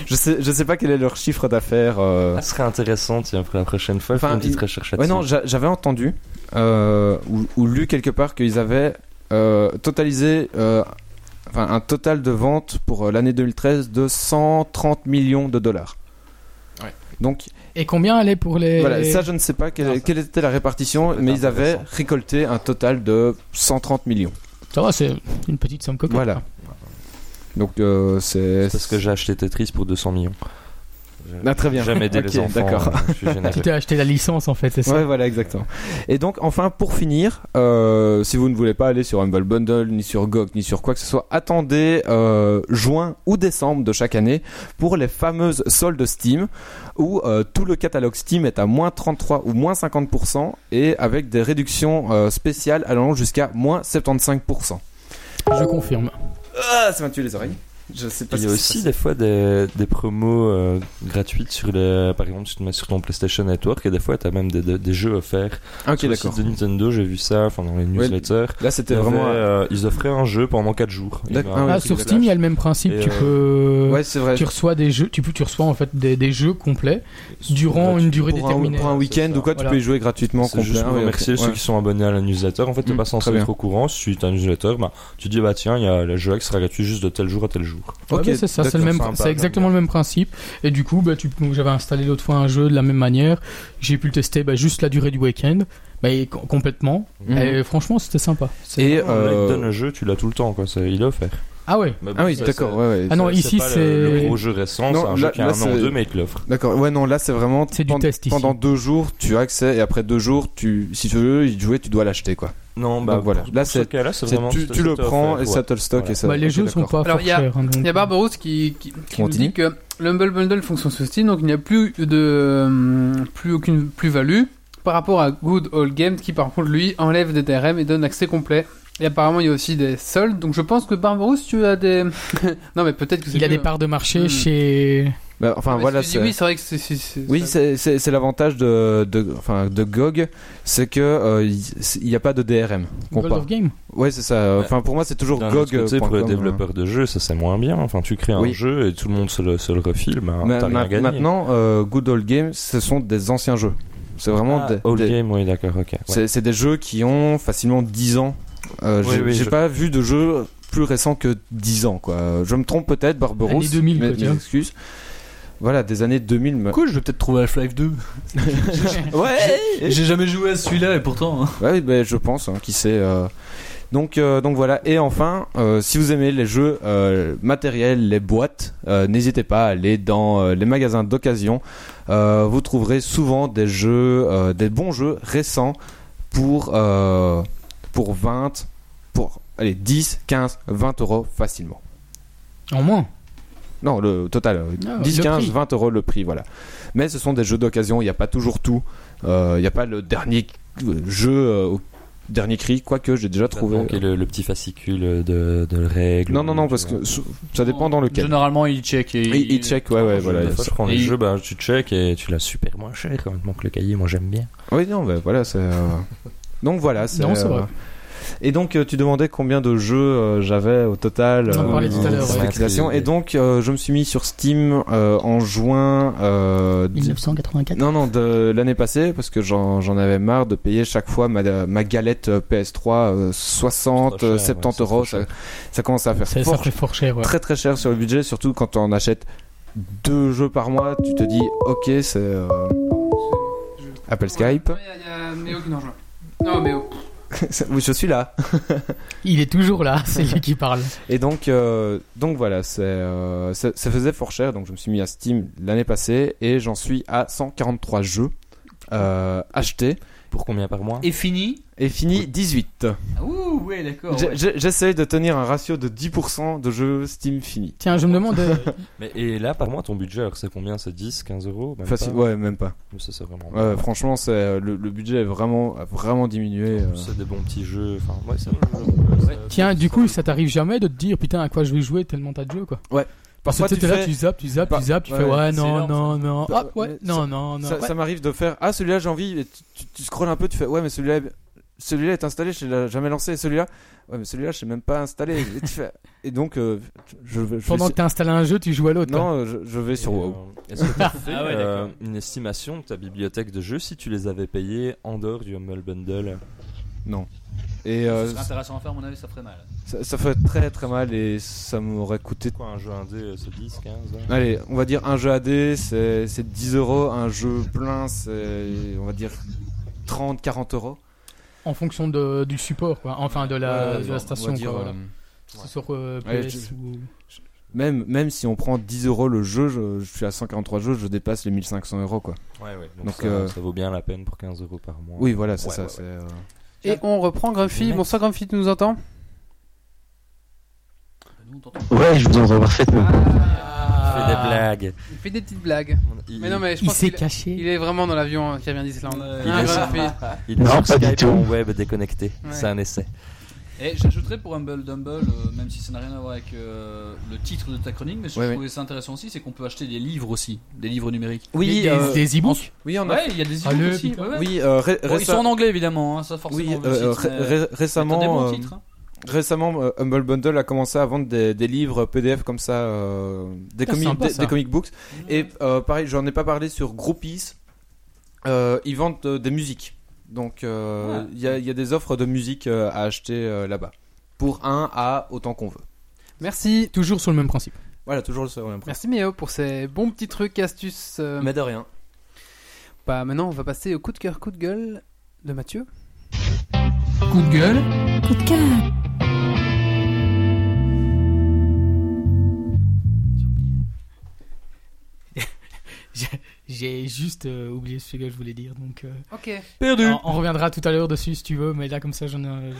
Je sais, je sais pas quel est leur chiffre d'affaires. euh.
Ça Ah, serait intéressant, tiens, pour la prochaine fois, faire une petite
il-
recherche
Ouais,
là-dessus.
non, j'a- j'avais entendu euh, ou, ou lu quelque part qu'ils avaient euh, totalisé euh, enfin, un total de ventes pour euh, l'année 2013 de 130 millions de dollars. Donc,
Et combien allait pour les.
Voilà, ça je ne sais pas quelle, quelle était la répartition, mais ils avaient récolté un total de 130 millions.
Ça va, c'est une petite somme hein. coquette.
Voilà. Donc euh, c'est.
Parce que j'ai acheté Tetris pour 200 millions. Je-
Ah, très bien.
Jamais aidé
Ok,
les enfants.
d'accord.
euh, je suis généreux.
Tu t'es acheté la licence en fait, c'est ça
Ouais, voilà, exactement. Et donc, enfin, pour finir, euh, si vous ne voulez pas aller sur Humble Bundle, ni sur GOG, ni sur quoi que ce soit, attendez euh, juin ou décembre de chaque année pour les fameuses soldes Steam, où euh, tout le catalogue Steam est à moins 33 ou moins 50%, et avec des réductions euh, spéciales allant jusqu'à moins 75%.
Je confirme.
Ah, ça m'a tué les oreilles. Je sais pas
Il y
si
a
c'est
aussi
ça.
des fois des, des promos euh, gratuites sur les, par exemple, tu te mets sur ton PlayStation Network et des fois t'as même des, des- des jeux offerts.
Ah, ok,
sur le
d'accord.
site de Nintendo, j'ai vu ça, enfin dans les newsletters.
là, c'était
Il y avait,
vraiment-
euh, ils offraient un jeu pendant 4 jours. Il y avait un
Ah,
truc
sur
de
Steam, il y a le même principe.
Et,
tu
euh,
peux,
ouais, c'est vrai.
tu reçois des jeux, tu, peux- tu reçois en fait des, des jeux complets durant une durée
pour un-
déterminée.
pour un week-end ou quoi, tu
Voilà.
peux y jouer gratuitement.
C'est juste
complet.
pour
Ouais,
remercier
ok,
ceux
ouais.
qui sont abonnés à la newsletter. En fait, t'es
Mm,
pas
très
censé
bien.
être au courant. Si t'as une newsletter, bah, tu dis, bah tiens, il y a le jeu qui sera gratuit juste de tel jour à tel jour.
Ouais, bah, c'est ça, c'est le même, c'est exactement le même principe. Et du coup, bah, tu, j'avais installé l'autre fois un jeu de la même manière. J'ai pu le tester bah, juste la durée du week-end, bah, et com- complètement.
Mhm.
Et franchement, c'était sympa. C'est
Et euh,
vraiment-
Là, il te donne le jeu, tu l'as tout le temps, quoi. c'est- Il est offert.
Ah ouais.
Mais
Ah oui,
Bah, ça,
d'accord,
c'est-
ouais, ouais.
Ah non, ici,
pas le-
c'est-
Le gros jeu récent, c'est
Non,
un jeu
là-
qui a
là,
un an ou
c'est-
deux, mais il te l'offre.
D'accord, ouais, non, là c'est vraiment. pendant, pendant deux jours, tu as accès et après deux jours, tu, si tu veux y jouer, tu dois l'acheter quoi.
Non, bah,
Donc, voilà.
pour-
Là,
pour ce
c'est.
cas-là, c'est
c'est-
vraiment
Tu,
ce-
tu le
cet offre,
prends et
ouais.
ça te le stocke
Voilà.
et ça.
Bah, les
ok,
jeux sont
d'accord.
pas
Alors, il y a,
cher, hein, donc.
euh.
il y a Barbarousse qui, qui, qui nous
Continue.
dit que l'Humble Bundle fonctionne sur Steam, donc il n'y a plus de euh, plus aucune plus-value par rapport à Good Old Games qui, par contre, lui, enlève des DRM et donne accès complet. Et apparemment, il y a aussi des soldes, donc je pense que Barbarousse, tu as des. <laughs> non, mais peut-être que c'est
Il a
que-
des parts de marché
Hmm.
chez.
Bah, enfin
Ah, mais
voilà.
tu dis Oui, c'est vrai que c'est. c'est- c'est-
Oui, c'est- c'est c'est l'avantage de, de, enfin, de GOG, c'est que euh, il il n'y a pas de DRM.
Gold
Compa-
of Game
Ouais, c'est ça. euh, Enfin, pour moi, c'est toujours
D'un autre
GOG.
côté, pour
point
le
com,
développeur de jeu, ça c'est moins bien. Enfin, tu crées un
Oui.
jeu et tout le monde se le, se le refile, bah,
Ma-
t'as rien
ma-
gagné.
Maintenant, euh, Good Old Games, ce sont des anciens jeux. C'est vraiment
Ah,
des,
Old
des-
Game, oui, d'accord, ok. ouais.
c'est- c'est des jeux qui ont facilement 10 ans. Euh,
Oui,
j'ai
oui,
j'ai
je-
pas vu de jeu plus récent que 10 ans, quoi. Je me trompe peut-être, Barberousse.
Année 2000,
mes-
quoi, tu
mes
vois.
excuses. Voilà, des années 2000. me-
Cool, je vais peut-être trouver Half-Life <laughs> 2.
ouais
J'ai jamais joué à celui-là et pourtant. hein.
Ouais, ben, je pense, hein, qui sait. euh. Donc, euh, donc voilà. Et enfin, euh, si vous aimez les jeux euh, matériels, les boîtes, euh, n'hésitez pas à aller dans euh, les magasins d'occasion. Euh, vous trouverez souvent des jeux, euh, des bons jeux récents pour, euh, pour 20, pour allez, 10, 15, 20 euros facilement.
En moins.
Non, le total. euh,
Ah,
10,
le
15,
prix.
20 euros le prix, voilà. Mais ce sont des jeux d'occasion, il n'y a pas toujours tout. Euh, Il n'y a pas le dernier euh, jeu euh, au dernier cri, quoique j'ai déjà
T'as
trouvé.
manqué le, le petit fascicule de, de règles.
Non, non, non, parce que sou- ça dépend dans lequel.
Généralement, il check et.
Il, il check, ouais, ouais, voilà.
Des fois, je prends les
Et-
jeux, bah, tu check et tu l'as super moins hein, cher, quand même, que le cahier, moi j'aime bien.
Oui, non, bah, voilà, c'est. euh, Donc voilà, c'est.
Non, c'est vrai.
euh, Et donc, euh, tu demandais combien de jeux euh, j'avais au total.
On en parlait tout à l'heure,
cette
ouais.
accumulation. Et donc, euh, je me suis mis sur Steam euh, en juin. euh, d-
1984.
Non, non, de l'année passée, parce que j'en j'en avais marre de payer chaque fois ma, ma galette euh, PS3 euh, 60, euh, 70 euros. Ça, ça commence à faire
Ça- ça
fort,
fait fort cher, ouais.
très très cher sur le budget, surtout quand on achète deux jeux par mois. Tu te dis, ok, c'est euh, Apple Skype.
Il y a Méo qui nous rejoint. Non, Méo.
<laughs> oui, je suis là.
<laughs> Il est toujours là, c'est lui qui parle.
Et donc, euh, donc voilà, c'est, euh, ça, ça faisait fort cher, donc je me suis mis à Steam l'année passée et j'en suis à 143 jeux euh, achetés.
Pour combien par mois
Et fini Et fini 18.
Ah,
Ouh, ouais, d'accord.
J'ai-
ouais.
j'ai- J'essaie de tenir un ratio de 10% de jeux Steam finis.
Tiens, je me demande. euh,
<laughs> Mais, et là, par mois, ton budget, alors c'est combien C'est 10, 15 euros même
Facile,
pas bah.
ouais, même pas.
Mais Ça, c'est vraiment.
Ouais, franchement, c'est, euh, le, le budget est vraiment, a vraiment diminué. euh.
C'est des bons petits jeux. Enfin, ouais, ça,
Tiens, du coup, ça t'arrive jamais de te dire putain à quoi je vais jouer tellement t'as de jeux quoi.
Ouais.
Parce
Parfois,
que
tu
t'es là,
fais-
tu zappes, tu zappes,
Bah,
tu zappes, Ah, tu
ouais,
fais ouais,
c'est
non,
énorme,
non,
ça.
non.
Bah,
Hop, ouais,
mais
non,
ça-
non, non.
Ça,
Ouais.
ça m'arrive de faire Ah, celui-là, j'ai envie. Et tu, tu, tu scrolles un peu, tu fais Ouais, mais celui-là, celui-là est installé, je ne l'ai jamais lancé. Et Celui-là, ouais, mais celui-là, je ne l'ai même pas installé. Et, tu fais- et donc, euh, je, je- je
Pendant
vais
que t'installes un jeu, tu joues à l'autre.
sur... Non,
quoi.
euh, je, je vais sur WoW.
Est-ce que tu
<laughs>
as fait
Ah ouais,
euh, une estimation de ta bibliothèque de jeux si tu les avais payés en dehors du Humble Bundle
Non. Et euh,
Ce serait intéressant à faire, à mon avis, ça ferait mal.
ça, ça fait très très mal et ça m'aurait coûté.
Quoi, un jeu indé, euh, c'est 10, 15 hein
Allez, on va dire un jeu AD, c'est c'est 10 euros. Un jeu plein, c'est on va dire 30, 40 euros.
En fonction de, du support, quoi. Enfin, de la,
Ouais,
de la
on
station,
va dire,
quoi. voilà.
euh,
C'est sur euh, PS
Ouais, je-
ou-
Même, même si on prend 10 euros le jeu, je, je suis à 143 jeux, je dépasse les 1500 euros quoi.
Ouais, ouais. Donc,
Donc,
ça,
euh,
ça vaut bien la peine pour 15 euros par mois.
Oui, voilà, c'est
Ouais,
ça.
ouais,
c'est,
ouais.
euh,
Et on reprend Grumpy. Bonsoir Grumpy, tu nous entends
Ouais, je vous entends parfaitement.
Fais des blagues.
Ah. Il fait des petites blagues.
Il-
mais non, mais je
il
pense
s'est
qu'il-
caché.
Il est vraiment dans l'avion hein, qui revient d'Islande.
Il
Hein,
est sur-
Grumpy
il est
Non,
sur
pas du
Skype
tout.
en web déconnecté.
Ouais.
C'est un essai.
Et j'ajouterais pour Humble Dumble, euh, même si ça n'a rien à voir avec euh, le titre de ta chronique, mais ce que
Ouais,
je
ouais.
trouvais ça intéressant aussi, c'est qu'on peut acheter des livres aussi, des livres numériques.
Oui,
Des-
euh,
Des e-books
oui, on a.
Ouais, il y a des
Allez,
livres aussi.
putain.
ouais, ouais.
Oui, euh, ré-
Bon, ils sont
récem-
en anglais évidemment, hein, ça
oui,
forcément. on le
euh,
cite,
ré-
mais-
ré-
mais t'as des
récemment,
bons
euh,
titres, hein.
récemment, euh, Humble Bundle a commencé à vendre des, des livres PDF comme ça, euh, des,
Ah,
comic,
sympa,
des,
ça.
des comic books. Et euh, pareil, j'en ai pas parlé sur Groupies. Euh, ils vendent euh, des musiques. Donc, euh,
Ouais.
il y a- il y, a des offres de musique euh, à acheter euh, là-bas. Pour un à autant qu'on veut.
Merci.
Toujours sur le même principe.
Voilà, toujours le même
Merci Méo pour ces bons petits trucs, astuces. euh,
Mais de rien.
bah, maintenant, on va passer au coup de cœur, coup de gueule de Mathieu.
Coup de gueule.
Coup de cœur.
<laughs> J'ai juste euh, oublié ce que je voulais dire, donc. euh,
Ok.
On, on reviendra tout à l'heure dessus si tu veux, mais là comme ça j'en ai.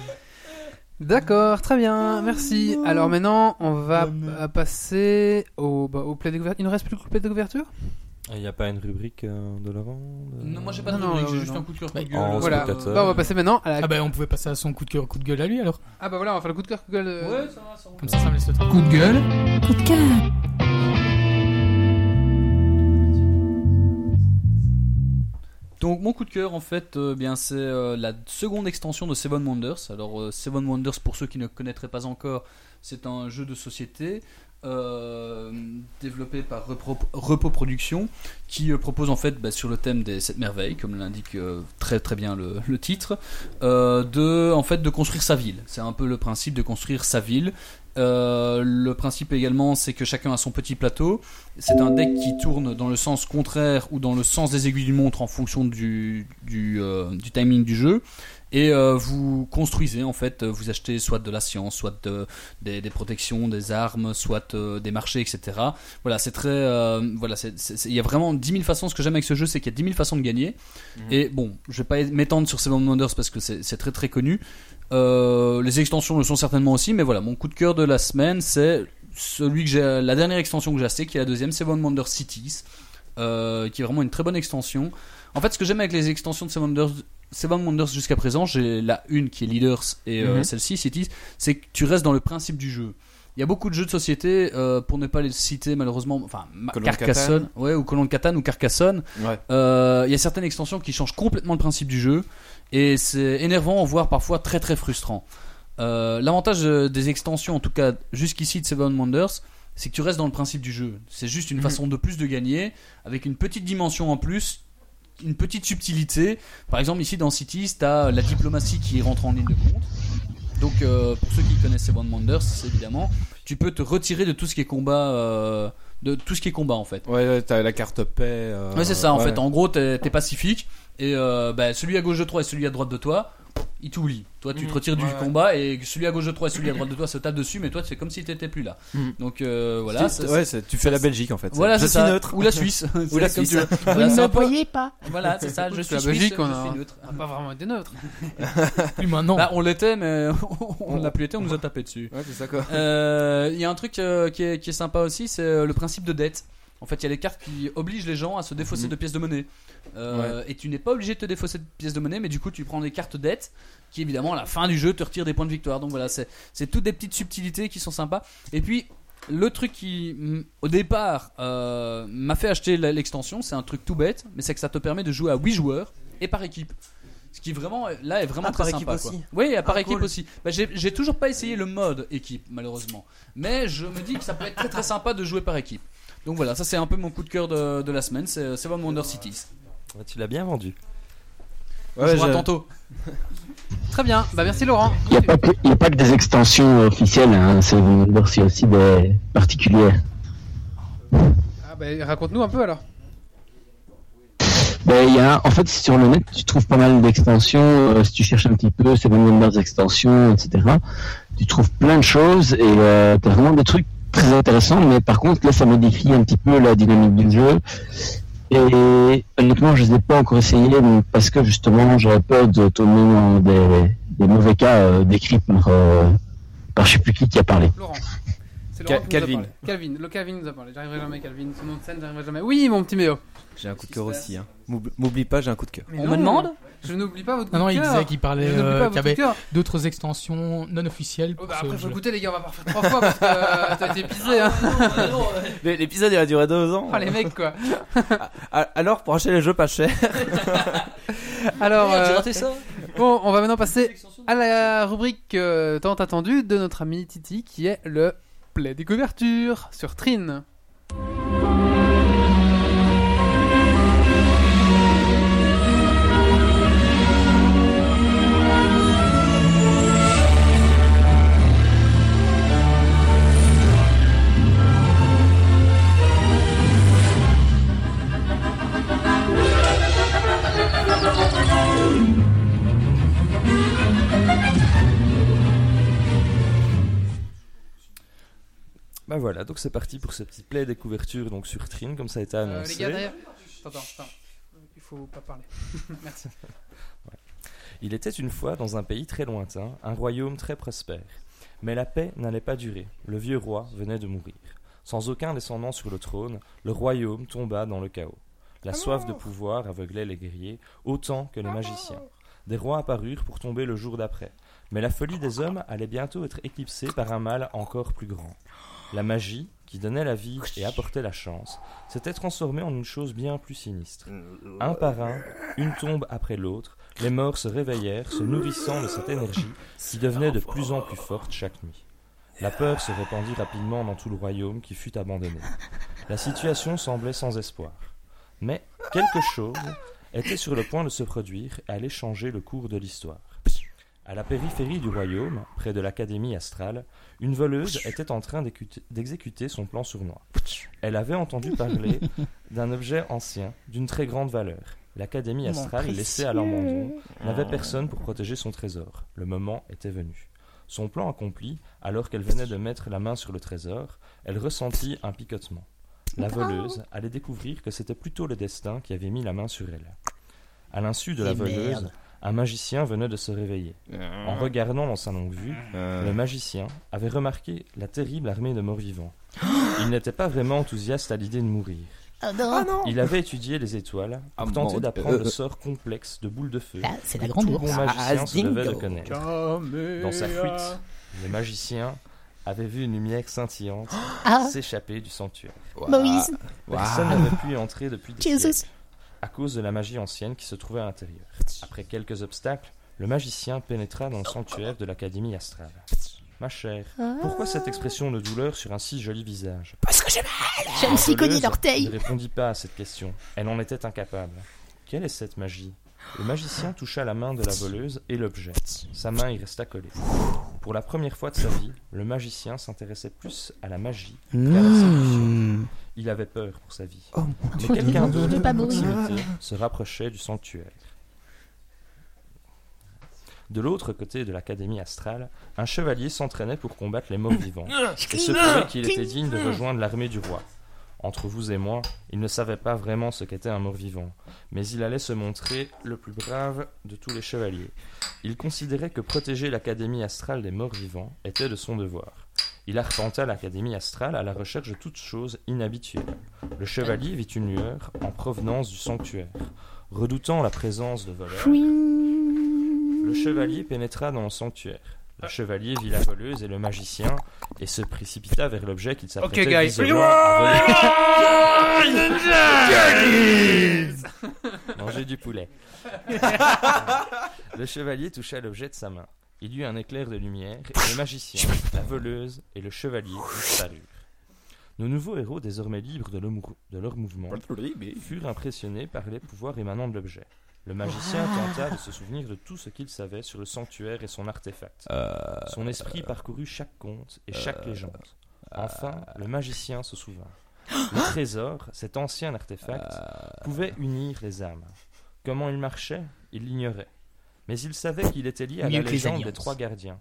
D'accord, très bien, merci. Alors maintenant, on va p- passer au, bah, au play d'ouverture. Il ne reste plus que le play d'ouverture
Il n'y Ah, a pas une rubrique euh, de l'avant de-
Non, moi j'ai pas de
Non,
rubrique,
non,
j'ai
non,
juste
non.
un coup de cœur. coup de
Ouais.
gueule.
En
Voilà.
spectateur.
Bah, on va passer maintenant à la...
Ah bah on pouvait passer à son coup de cœur, coup de gueule à lui alors.
Ah bah voilà, on va faire le coup de cœur, coup de gueule. euh,
Ouais, ça va, ça va.
Comme ça ça me laisse le temps.
Coup de gueule.
Coup de cœur.
Donc mon coup de cœur en fait, euh, bien c'est euh, la seconde extension de Seven Wonders. Alors euh, Seven Wonders pour ceux qui ne connaîtraient pas encore, c'est un jeu de société euh, développé par Repro, Repo Productions qui euh, propose en fait bah, sur le thème des sept merveilles, comme l'indique euh, très très bien le, le titre, euh, de en fait de construire sa ville. C'est un peu le principe de construire sa ville. Euh, le principe également, c'est que chacun a son petit plateau. C'est un deck qui tourne dans le sens contraire ou dans le sens des aiguilles d'une montre en fonction du, du, euh, du timing du jeu. Et euh, vous construisez en fait, euh, vous achetez soit de la science, soit de- des, des protections, des armes, soit euh, des marchés, etc. Voilà, c'est très. euh, voilà, c'est- c'est- c'est- il y a vraiment 10 000 façons. Ce que j'aime avec ce jeu, c'est qu'il y a 10 000 façons de gagner. Mhm. Et bon, je vais pas m'étendre sur Seven Wonders parce que c'est c'est très très connu. Euh, les extensions le sont certainement aussi, mais voilà, mon coup de cœur de la semaine, c'est celui que j'ai, la dernière extension que j'ai achetée, qui est la deuxième, Seven Wonders Cities, euh, qui est vraiment une très bonne extension. En fait, ce que j'aime avec les extensions de Seven Wonders, Seven Wonders jusqu'à présent, j'ai la une qui est Leaders et euh,
Mhm.
celle-ci Cities, c'est que tu restes dans le principe du jeu. Il y a beaucoup de jeux de société, euh, pour ne pas les citer malheureusement, enfin ma-
Colon de
Carcassonne, ouais, ou Colon de Catane ou Carcassonne.
Ouais.
Euh, Il y a certaines extensions qui changent complètement le principe du jeu et c'est énervant, voire parfois très très frustrant. Euh, L'avantage euh, des extensions, en tout cas jusqu'ici de Seven Wonders, c'est que tu restes dans le principe du jeu. C'est juste une
Mhm.
façon de plus de gagner, avec une petite dimension en plus, une petite subtilité. Par exemple, ici dans Cities, tu as la diplomatie qui rentre en ligne de compte. Donc, euh, pour ceux qui connaissent Seven Wonders, évidemment, tu peux te retirer de tout ce qui est combat, euh, de tout ce qui est combat en fait.
Ouais, ouais, t'as la carte paix. euh,
Ouais, c'est ça, en
ouais.
fait. En gros, t'es t'es pacifique. Et euh, bah, celui à gauche de toi et celui à droite de toi, il t'oublie. Toi, tu
Mmh,
Mhm,
te retires du
ouais, ouais.
combat et celui à gauche de toi et celui à droite de toi se tape dessus, mais toi, c'est comme si t'étais plus là.
Mhm.
Donc euh, voilà.
C'est-
Ça,
ouais,
c'est-
c'est- tu fais la Belgique, en fait.
Voilà,
Je
c'est
suis
ça.
neutre.
Ou la Suisse.
<laughs> Ou
C'est
la
comme tu
Suisse.
veux.
Vous
Voilà,
ne
c'est un peu-
voyez pas.
Voilà, c'est ça. Je
Écoute,
suis
la
suisse,
Belgique,
je
on a-
suis neutre.
on a pas vraiment été neutre.
<laughs>
Plus maintenant. Bah, on l'était, mais <laughs> on l'a plus été, on nous a tapé dessus.
Ouais, c'est ça, quoi.
Euh, Il y a un truc euh, qui, est, qui est sympa aussi, c'est euh, le principe de dette. En fait, il y a les cartes qui obligent les gens à se défausser
Mhm.
de pièces de monnaie. Euh, Et tu n'es pas obligé de te défausser de pièces de monnaie, mais du coup, tu prends des cartes dette qui, évidemment, à la fin du jeu, te retirent des points de victoire. Donc voilà, c'est c'est toutes des petites subtilités qui sont sympas. Et puis, le truc qui, mm, au départ, euh, m'a fait acheter la- l'extension, c'est un truc tout bête, mais c'est que ça te permet de jouer à 8 joueurs <laughs> et par équipe. Ce qui vraiment là est vraiment
Ah,
très
par
sympa.
équipe
quoi.
aussi.
Oui, à par
Ah,
équipe
cool.
aussi. Bah, j'ai j'ai toujours pas essayé le mode équipe malheureusement, mais je me dis que ça peut être très très sympa de jouer par équipe. Donc voilà, ça c'est un peu mon coup de cœur de, de la semaine, c'est Seven Wonder Cities.
Tu l'as bien vendu.
On jouera tantôt.
Très bien, bah merci Laurent.
Il n'y a, pas que- il y a pas que des extensions officielles, hein, c'est c'est aussi des particulières.
Ah bah, raconte-nous un peu alors.
Ben, il y a, en fait, sur le net, tu trouves pas mal d'extensions. euh, si tu cherches un petit peu, Seven Wonders extensions, etc. Tu trouves plein de choses et euh, t'as vraiment des trucs très intéressants. Mais par contre, là, ça modifie un petit peu la dynamique du jeu. Et honnêtement, je ne les ai pas encore essayés donc, parce que justement, j'avais peur de tomber dans des, des mauvais cas euh, décrits par, euh, par je sais plus qui qui a parlé.
Laurent. C'est
Cal-
Laurent qui nous a
Calvin.
parlé. Calvin, le Calvin nous a parlé. J'arriverai jamais, Calvin. Son nom de scène, j'arriverai jamais. Oui, mon petit Méo.
J'ai un coup de cœur aussi. Hein. M'oublie- M'oublie pas, j'ai un coup de cœur.
Mais non, Je n'oublie pas votre
Non, non,
coup de
il
cœur.
disait qu'il parlait,
Je n'oublie
euh,
pas
qu'il
votre
y avait
coup de cœur.
d'autres extensions non officielles. pour
Bah,
ce
après, faut
jeu.
écouter les gars, on va pas refaire trois fois parce que euh, t'as été pissé.
Ah,
Ah
Hein.
Mais L'épisode il va durer deux ans.
Oh, les mecs, quoi.
Ah, Alors pour acheter les jeux pas chers.
<laughs>
Alors,
Merde, j'ai
euh,
raté ça.
bon, on va maintenant passer à la rubrique euh, tant attendue de notre ami Titi qui est le play des couvertures sur
Euh,
Trin.
Bah voilà, donc c'est parti pour ce petit play des couvertures donc sur Trim, comme ça a été
Euh,
annoncé.
les gars, derrière. Attends, attends. Il faut pas parler. <laughs> Merci.
Il était une fois dans un pays très lointain, un royaume très prospère. Mais la paix n'allait pas durer. Le vieux roi venait de mourir. Sans aucun descendant sur le trône, le royaume tomba dans le chaos. La soif de pouvoir aveuglait les guerriers autant que les magiciens. Des rois apparurent pour tomber le jour d'après. Mais la folie des hommes allait bientôt être éclipsée par un mal encore plus grand. La magie, qui donnait la vie et apportait la chance, s'était transformée en une chose bien plus sinistre. Un par un, une tombe après l'autre, les morts se réveillèrent, se nourrissant de cette énergie qui devenait de plus en plus forte chaque nuit. La peur se répandit rapidement dans tout le royaume qui fut abandonné. La situation semblait sans espoir. Mais quelque chose était sur le point de se produire et allait changer le cours de l'histoire. À la périphérie du royaume, près de l'académie astrale, une voleuse était en train d'écuter- d'exécuter son plan sournois. Elle avait entendu parler d'un objet ancien d'une très grande valeur. L'académie
Mon
astrale, laissée à
précieux.
l'abandon, n'avait personne pour protéger son trésor. Le moment était venu. Son plan accompli, alors qu'elle venait de mettre la main sur le trésor, elle ressentit un picotement. La
Oh.
voleuse allait découvrir que c'était plutôt le destin qui avait mis la main sur elle. À l'insu de la
Eh,
Et merde.
voleuse, un magicien venait de se réveiller.
Ah.
En regardant dans sa longue vue, le magicien avait remarqué la terrible armée de morts-vivants. Il n'était pas vraiment enthousiaste à l'idée de mourir.
Ah non. Ah non.
Il avait étudié les étoiles pour
Ah,
tenter
mon-
d'apprendre
euh,
le sort complexe de boule de feu.
Ah, c'est la
que
grande
tout bon
ours.
magicien
Ah,
se devait de
zingo.
connaître.
Kamea.
Dans sa fuite, le magicien avait vu une
<gasps>
lumière scintillante
Ah.
s'échapper du sanctuaire.
Bah
Moïse.
Personne
Ouah.
n'avait pu y entrer depuis des
Jesus.
siècles, à cause de la magie ancienne qui se trouvait à l'intérieur. Après quelques obstacles, le magicien pénétra dans le sanctuaire de l'Académie astrale. Ma chère,
Ah.
pourquoi cette expression de douleur sur un si joli visage
Parce que j'ai mal Je me suis cogné
Voleuse
l'orteil
Ah, Ne répondit pas à cette question. Elle en était incapable. Quelle est cette magie Le magicien toucha la main de la voleuse et l'objet. Sa main y resta collée. Pour la première fois de sa vie, le magicien s'intéressait plus à la magie qu'à la séduction. Il avait peur pour sa vie. Mais
Oh mon
quelqu'un
Dieu.
d'autre
Il est pas
à
beau.
proximité se rapprochait du sanctuaire. De l'autre côté de l'académie astrale, un chevalier s'entraînait pour combattre les morts vivants et se prouvait qu'il était digne de rejoindre l'armée du roi. Entre vous et moi, il ne savait pas vraiment ce qu'était un mort-vivant, mais il allait se montrer le plus brave de tous les chevaliers. Il considérait que protéger l'Académie astrale des morts-vivants était de son devoir. Il arpenta l'Académie astrale à la recherche de toutes choses inhabituelles. Le chevalier vit une lueur en provenance du sanctuaire. Redoutant la présence de voleurs, le chevalier pénétra dans le sanctuaire. Le chevalier vit la voleuse et le magicien et se précipita vers l'objet qu'il s'apprêtait
guys.
visiblement à voler.
Rewind
<laughs> Manger du poulet. le chevalier toucha l'objet de sa main. Il y eut un éclair de lumière et le magicien, la voleuse et le chevalier disparurent. Nos nouveaux héros, désormais libres de, leur mou- de leur mouvement, furent impressionnés par les pouvoirs émanant de l'objet. Le magicien
Ah.
tenta de se souvenir de tout ce qu'il savait sur le sanctuaire et son artefact. son esprit parcourut chaque conte et chaque légende. Enfin, le magicien se
<gasps>
souvint. Le trésor, cet ancien artefact, pouvait unir les âmes. Comment il marchait, il l'ignorait. Mais il savait qu'il était lié à
Mieux
la
que les
légende des
alliances.
trois gardiens.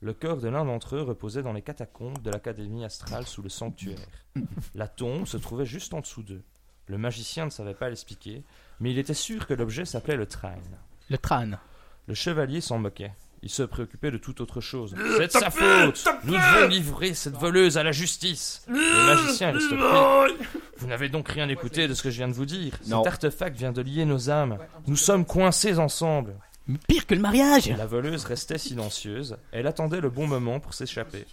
Le corps de l'un d'entre eux reposait dans les catacombes de l'Académie astrale sous le sanctuaire. La tombe se trouvait juste en dessous d'eux. Le magicien ne savait pas l'expliquer, mais il était sûr que l'objet s'appelait le train.
Le crâne.
Le chevalier s'en moquait. Il se préoccupait de toute autre chose.
Le
C'est de sa
tapé,
faute
tapé
Nous devons livrer cette voleuse à la justice Le magicien reste pris. Vous n'avez donc rien écouté de ce que je viens de vous dire.
Non.
Cet artefact vient de lier nos âmes. Nous sommes coincés ensemble.
Pire que le mariage
La voleuse restait silencieuse. Elle attendait le bon moment pour s'échapper.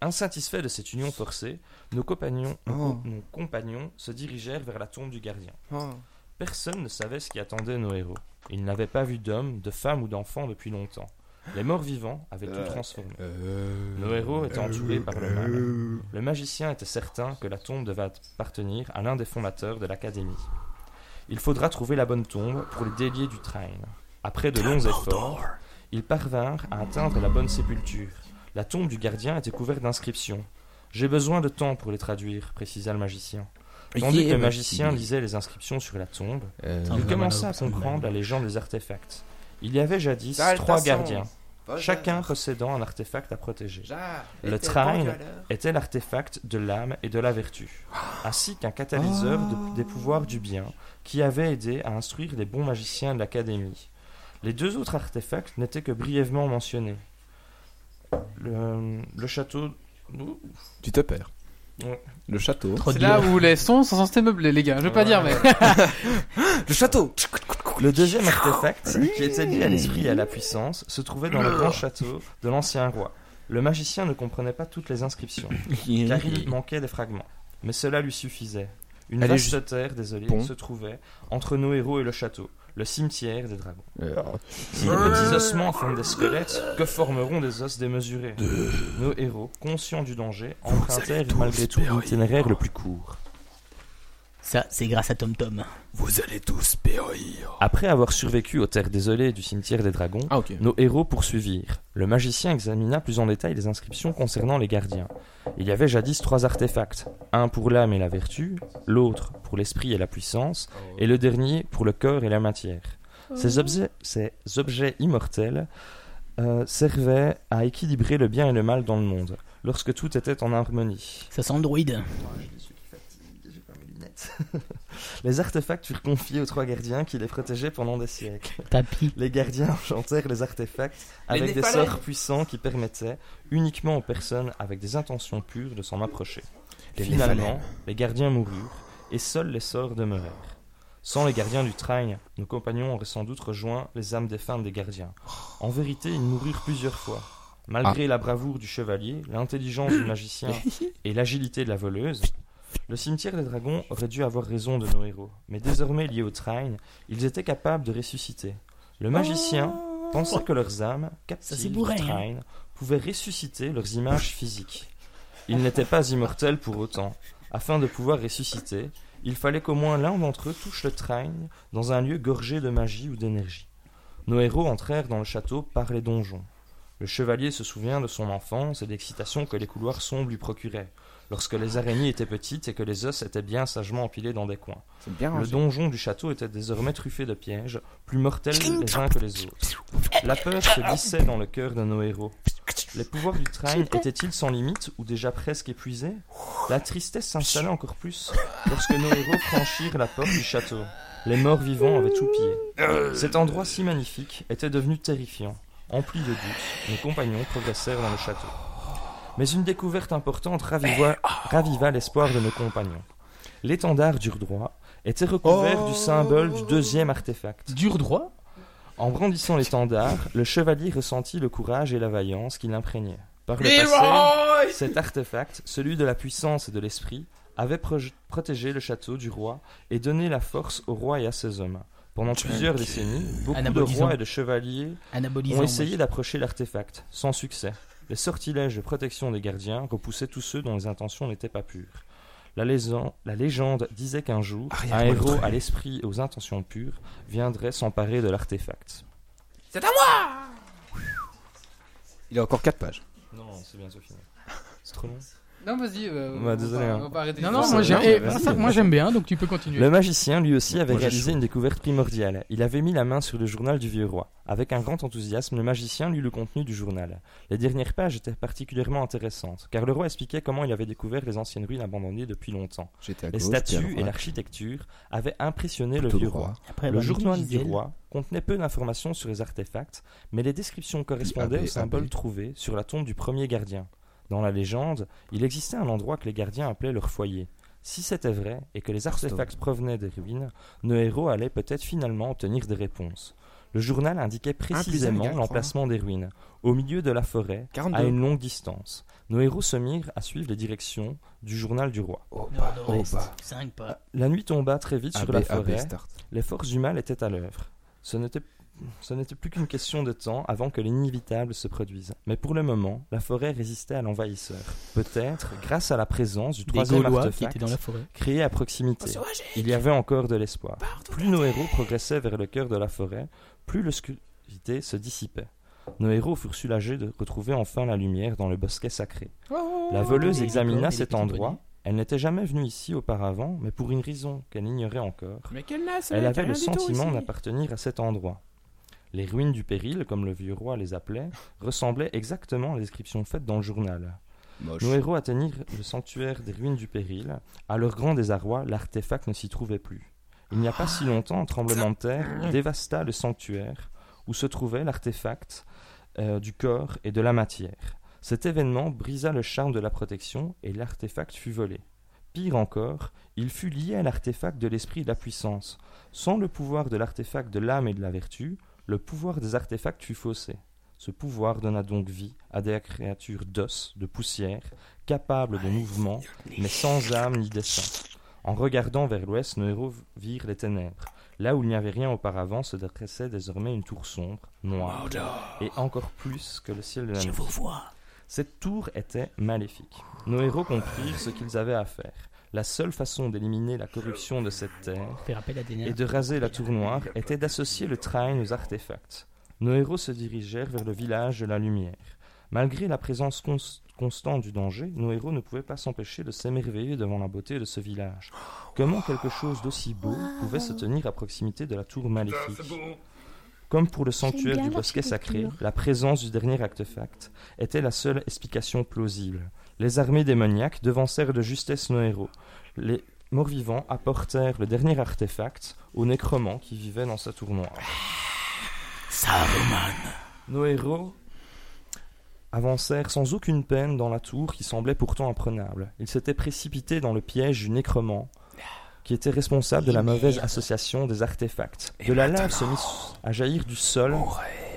Insatisfaits de cette union forcée, nos compagnons,
Oh.
nos compagnons se dirigèrent vers la tombe du gardien.
Oh.
Personne ne savait ce qui attendait nos héros. Ils n'avaient pas vu d'hommes, de femmes ou d'enfants depuis longtemps. Les morts vivants avaient
Euh,
tout transformé. Nos euh, héros étaient entourés par le mal. Le magicien était certain que la tombe devait appartenir à l'un des fondateurs de l'académie. Il faudra trouver la bonne tombe pour le délier du train. Après de longs efforts, ils parvinrent à atteindre la bonne sépulture. La tombe du gardien était couverte d'inscriptions. J'ai besoin de temps pour les traduire, précisa le magicien. Tandis
Yeah,
que le
bah,
magicien
oui.
lisait les inscriptions sur la tombe,
Euh,
il commença à comprendre la légende des artefacts. Il y avait jadis
Salta
trois
sans.
gardiens,
Pas
Euh,
chacun possédant un artefact à protéger.
Jarre
Le
était
train
bon valeur.
était l'artefact de l'âme et de la vertu, ainsi qu'un catalyseur
Oh.
de- des pouvoirs du bien qui avait aidé à instruire les bons magiciens de l'académie. Les deux autres artefacts n'étaient que brièvement mentionnés. Le, le château.
Tu te perds.
Ouais.
Le château.
C'est là où les sons sont censés meubler, les gars. Je veux pas
<laughs>
dire, mais.
<gasps> Le château Ah,
Le deuxième artefact, qui était lié à l'esprit et à la puissance, se trouvait dans le grand château de l'ancien roi. Le magicien ne comprenait pas toutes les
<laughs>
inscriptions, car il manquait des fragments. Mais cela lui suffisait. Une
Allez,
vaste
juste-
terre, désolé,
Pont.
se trouvait entre nos héros et le château, le cimetière des dragons.
Euh. oh.
Si les petits ossements forment des squelettes, que formeront des os démesurés Nos héros, conscients du danger, empruntèrent malgré tout l'itinéraire le plus court.
Ça, c'est grâce à Tom Tom.
Vous allez tous périr. Après avoir survécu aux terres désolées du cimetière des dragons, nos héros poursuivirent. Le magicien examina plus en détail les inscriptions concernant les gardiens. Il y avait jadis trois artefacts, un pour l'âme et la vertu, l'autre pour l'esprit et la puissance, et le dernier pour le corps et la matière. Ces, objets, ces objets immortels euh, servaient à équilibrer le bien et le mal dans le monde, lorsque tout était en harmonie.
Ça sent le druide.
<laughs> Les artefacts furent confiés aux trois gardiens qui les protégeaient pendant des siècles.
Tapis.
Les gardiens <laughs> enchantèrent les artefacts
Les
avec des
Népalais.
sorts puissants qui permettaient uniquement aux personnes avec des intentions pures de s'en approcher.
Les
Finalement,
Népalais.
les gardiens moururent et seuls les sorts demeurèrent. Sans les gardiens du train, nos compagnons auraient sans doute rejoint les âmes défuntes des gardiens. En vérité, ils moururent plusieurs fois. Malgré la bravoure du chevalier, l'intelligence du magicien et l'agilité de la voleuse, le cimetière des dragons aurait dû avoir raison de nos héros. Mais désormais liés au train, ils étaient capables de ressusciter. Le magicien pensait que leurs âmes,
c'est
captives
bourré,
du train, pouvaient ressusciter leurs images physiques. Ils n'étaient pas immortels pour autant. Afin de pouvoir ressusciter, il fallait qu'au moins l'un d'entre eux touche le train dans un lieu gorgé de magie ou d'énergie. Nos héros entrèrent dans le château par les donjons. Le chevalier se souvient de son enfance et de l'excitation que les couloirs sombres lui procuraient, lorsque les araignées étaient petites et que les os étaient bien sagement empilés dans des coins.
C'est bien
le
rangé.
donjon du château était désormais truffé de pièges, plus mortels les uns que les autres. La peur se glissait dans le cœur de nos héros. Les pouvoirs du train étaient-ils sans limite ou déjà presque épuisés La tristesse s'installait encore plus lorsque nos héros franchirent la porte du château. Les morts vivants avaient tout pillé. Cet endroit si magnifique était devenu terrifiant. Emplis de doutes, nos compagnons progressèrent dans le château. Mais une découverte importante raviva,
Ah.
raviva l'espoir de nos compagnons. L'étendard d'Urdroit était recouvert
Oh.
du symbole du deuxième artefact. D'Urdroit En brandissant l'étendard, le chevalier ressentit le courage et la vaillance qui l'imprégnaient. Par le
Leroy
passé, cet artefact, celui de la puissance et de l'esprit, avait proj- protégé le château du roi et donné la force au roi et à ses hommes. Pendant plusieurs décennies, beaucoup de
Anabolisant.
rois et de chevaliers
Anabolisant,
ont
moi,
essayé
je-
d'approcher l'artefact, sans succès. Les sortilèges de protection des gardiens repoussaient tous ceux dont les intentions n'étaient pas pures. La, lésan- la légende disait qu'un jour,
Arrière,
un
moi, le
héros
truc.
à l'esprit et aux intentions pures viendrait s'emparer de l'artefact.
C'est à moi
Il a encore 4 pages.
Non, c'est bientôt fini. C'est trop long.
Non, vas-y. euh,
Bah, désolé,
On
hein.
va, on va pas arrêter.
Non,
de
non,
faire
moi,
ça. Ah,
j'ai- eh,
vas-y.
ça, moi, j'aime bien, donc tu peux continuer.
Le magicien, lui aussi, avait
Moi, j'ai
réalisé une découverte primordiale. Il avait mis la main sur le journal du vieux roi. Avec un grand enthousiasme, le magicien lut le contenu du journal. Les dernières pages étaient particulièrement intéressantes, car le roi expliquait comment il avait découvert les anciennes ruines abandonnées depuis longtemps.
J'étais à
les
gauche, puis à
statues
droite.
et l'architecture avaient impressionné le
Plutôt
vieux
droit.
roi.
Après,
le
bah,
journal du
Gisèle.
roi contenait peu d'informations sur les artefacts, mais les descriptions correspondaient
Ah,
aux
bah,
symboles
bah.
trouvés sur la tombe du premier gardien. Dans la légende, il existait un endroit que les gardiens appelaient leur foyer. Si c'était vrai et que les artefacts provenaient des ruines, nos héros allaient peut-être finalement obtenir des réponses. Le journal indiquait
Ah, plus un
précisément
égale trois.
l'emplacement des ruines, au milieu de la forêt,
42.
à une longue distance. Nos héros se mirent à suivre les directions du journal du roi.
pas, Non, non, oh, Ah, pas.
cinq pas.
La nuit tomba très vite sur
AB,
la
AB,
forêt.
start.
Les forces du mal étaient à l'œuvre. Ce n'était ce n'était plus qu'une question de temps avant que l'inévitable se produise. Mais pour le moment, la forêt résistait à l'envahisseur. Peut-être grâce à la présence du
Des
troisième
Gaulois qui
artefact
étaient dans la forêt.
créé à proximité. Il y avait encore de l'espoir. Plus nos héros progressaient vers le cœur de la forêt, plus l'obscurité se dissipait. Nos héros furent soulagés de retrouver enfin la lumière dans le bosquet sacré.
Oh,
La voleuse
les
examina
petits
cet
poneys.
endroit. Elle n'était jamais venue ici auparavant, mais pour une raison qu'elle ignorait encore.
Mais quelle lasse,
Elle
mec,
avait
rien
le
du tout
sentiment
ici.
d'appartenir à cet endroit. Les ruines du péril, comme le vieux roi les appelait, ressemblaient exactement à la description faite dans le journal.
Moche.
Nos héros atteignirent le sanctuaire des ruines du péril. À leur grand désarroi, l'artefact ne s'y trouvait plus. Il n'y a pas si longtemps, un tremblement de
Ah,
terre dévasta le sanctuaire où se trouvait l'artefact euh, du corps et de la matière. Cet événement brisa le charme de la protection et l'artefact fut volé. Pire encore, il fut lié à l'artefact de l'esprit et de la puissance. Sans le pouvoir de l'artefact de l'âme et de la vertu, le pouvoir des artefacts fut faussé. Ce pouvoir donna donc vie à des créatures d'os, de poussière, capables de mouvement, mais sans âme ni destin. En regardant vers l'ouest, nos héros virent les ténèbres. Là où il n'y avait rien auparavant se dressait désormais une tour sombre, noire,
Mordor.
et encore plus que le ciel de la
Je
nuit.
vous vois.
Cette tour était maléfique. Nos héros comprirent ce qu'ils avaient à faire. La seule façon d'éliminer la corruption de cette terre
Faire appel à des nains.
et de raser la tour noire était d'associer le train aux artefacts. Nos héros se dirigèrent vers le village de la lumière. Malgré la présence cons- constante du danger, nos héros ne pouvaient pas s'empêcher de s'émerveiller devant la beauté de ce village. Comment quelque chose d'aussi beau pouvait se tenir à proximité de la tour maléfique comme pour le sanctuaire
bien
du bosquet sacré,
l'architecture.
la présence du dernier artefact était la seule explication plausible. Les armées démoniaques devancèrent de justesse nos héros. Les morts-vivants apportèrent le dernier artefact au nécromant qui vivait dans sa tour noire. Nos héros avancèrent sans aucune peine dans la tour qui semblait pourtant imprenable. Ils s'étaient précipités dans le piège du nécromant qui était responsable de la mauvaise association des artefacts. de la lave se mit à jaillir du sol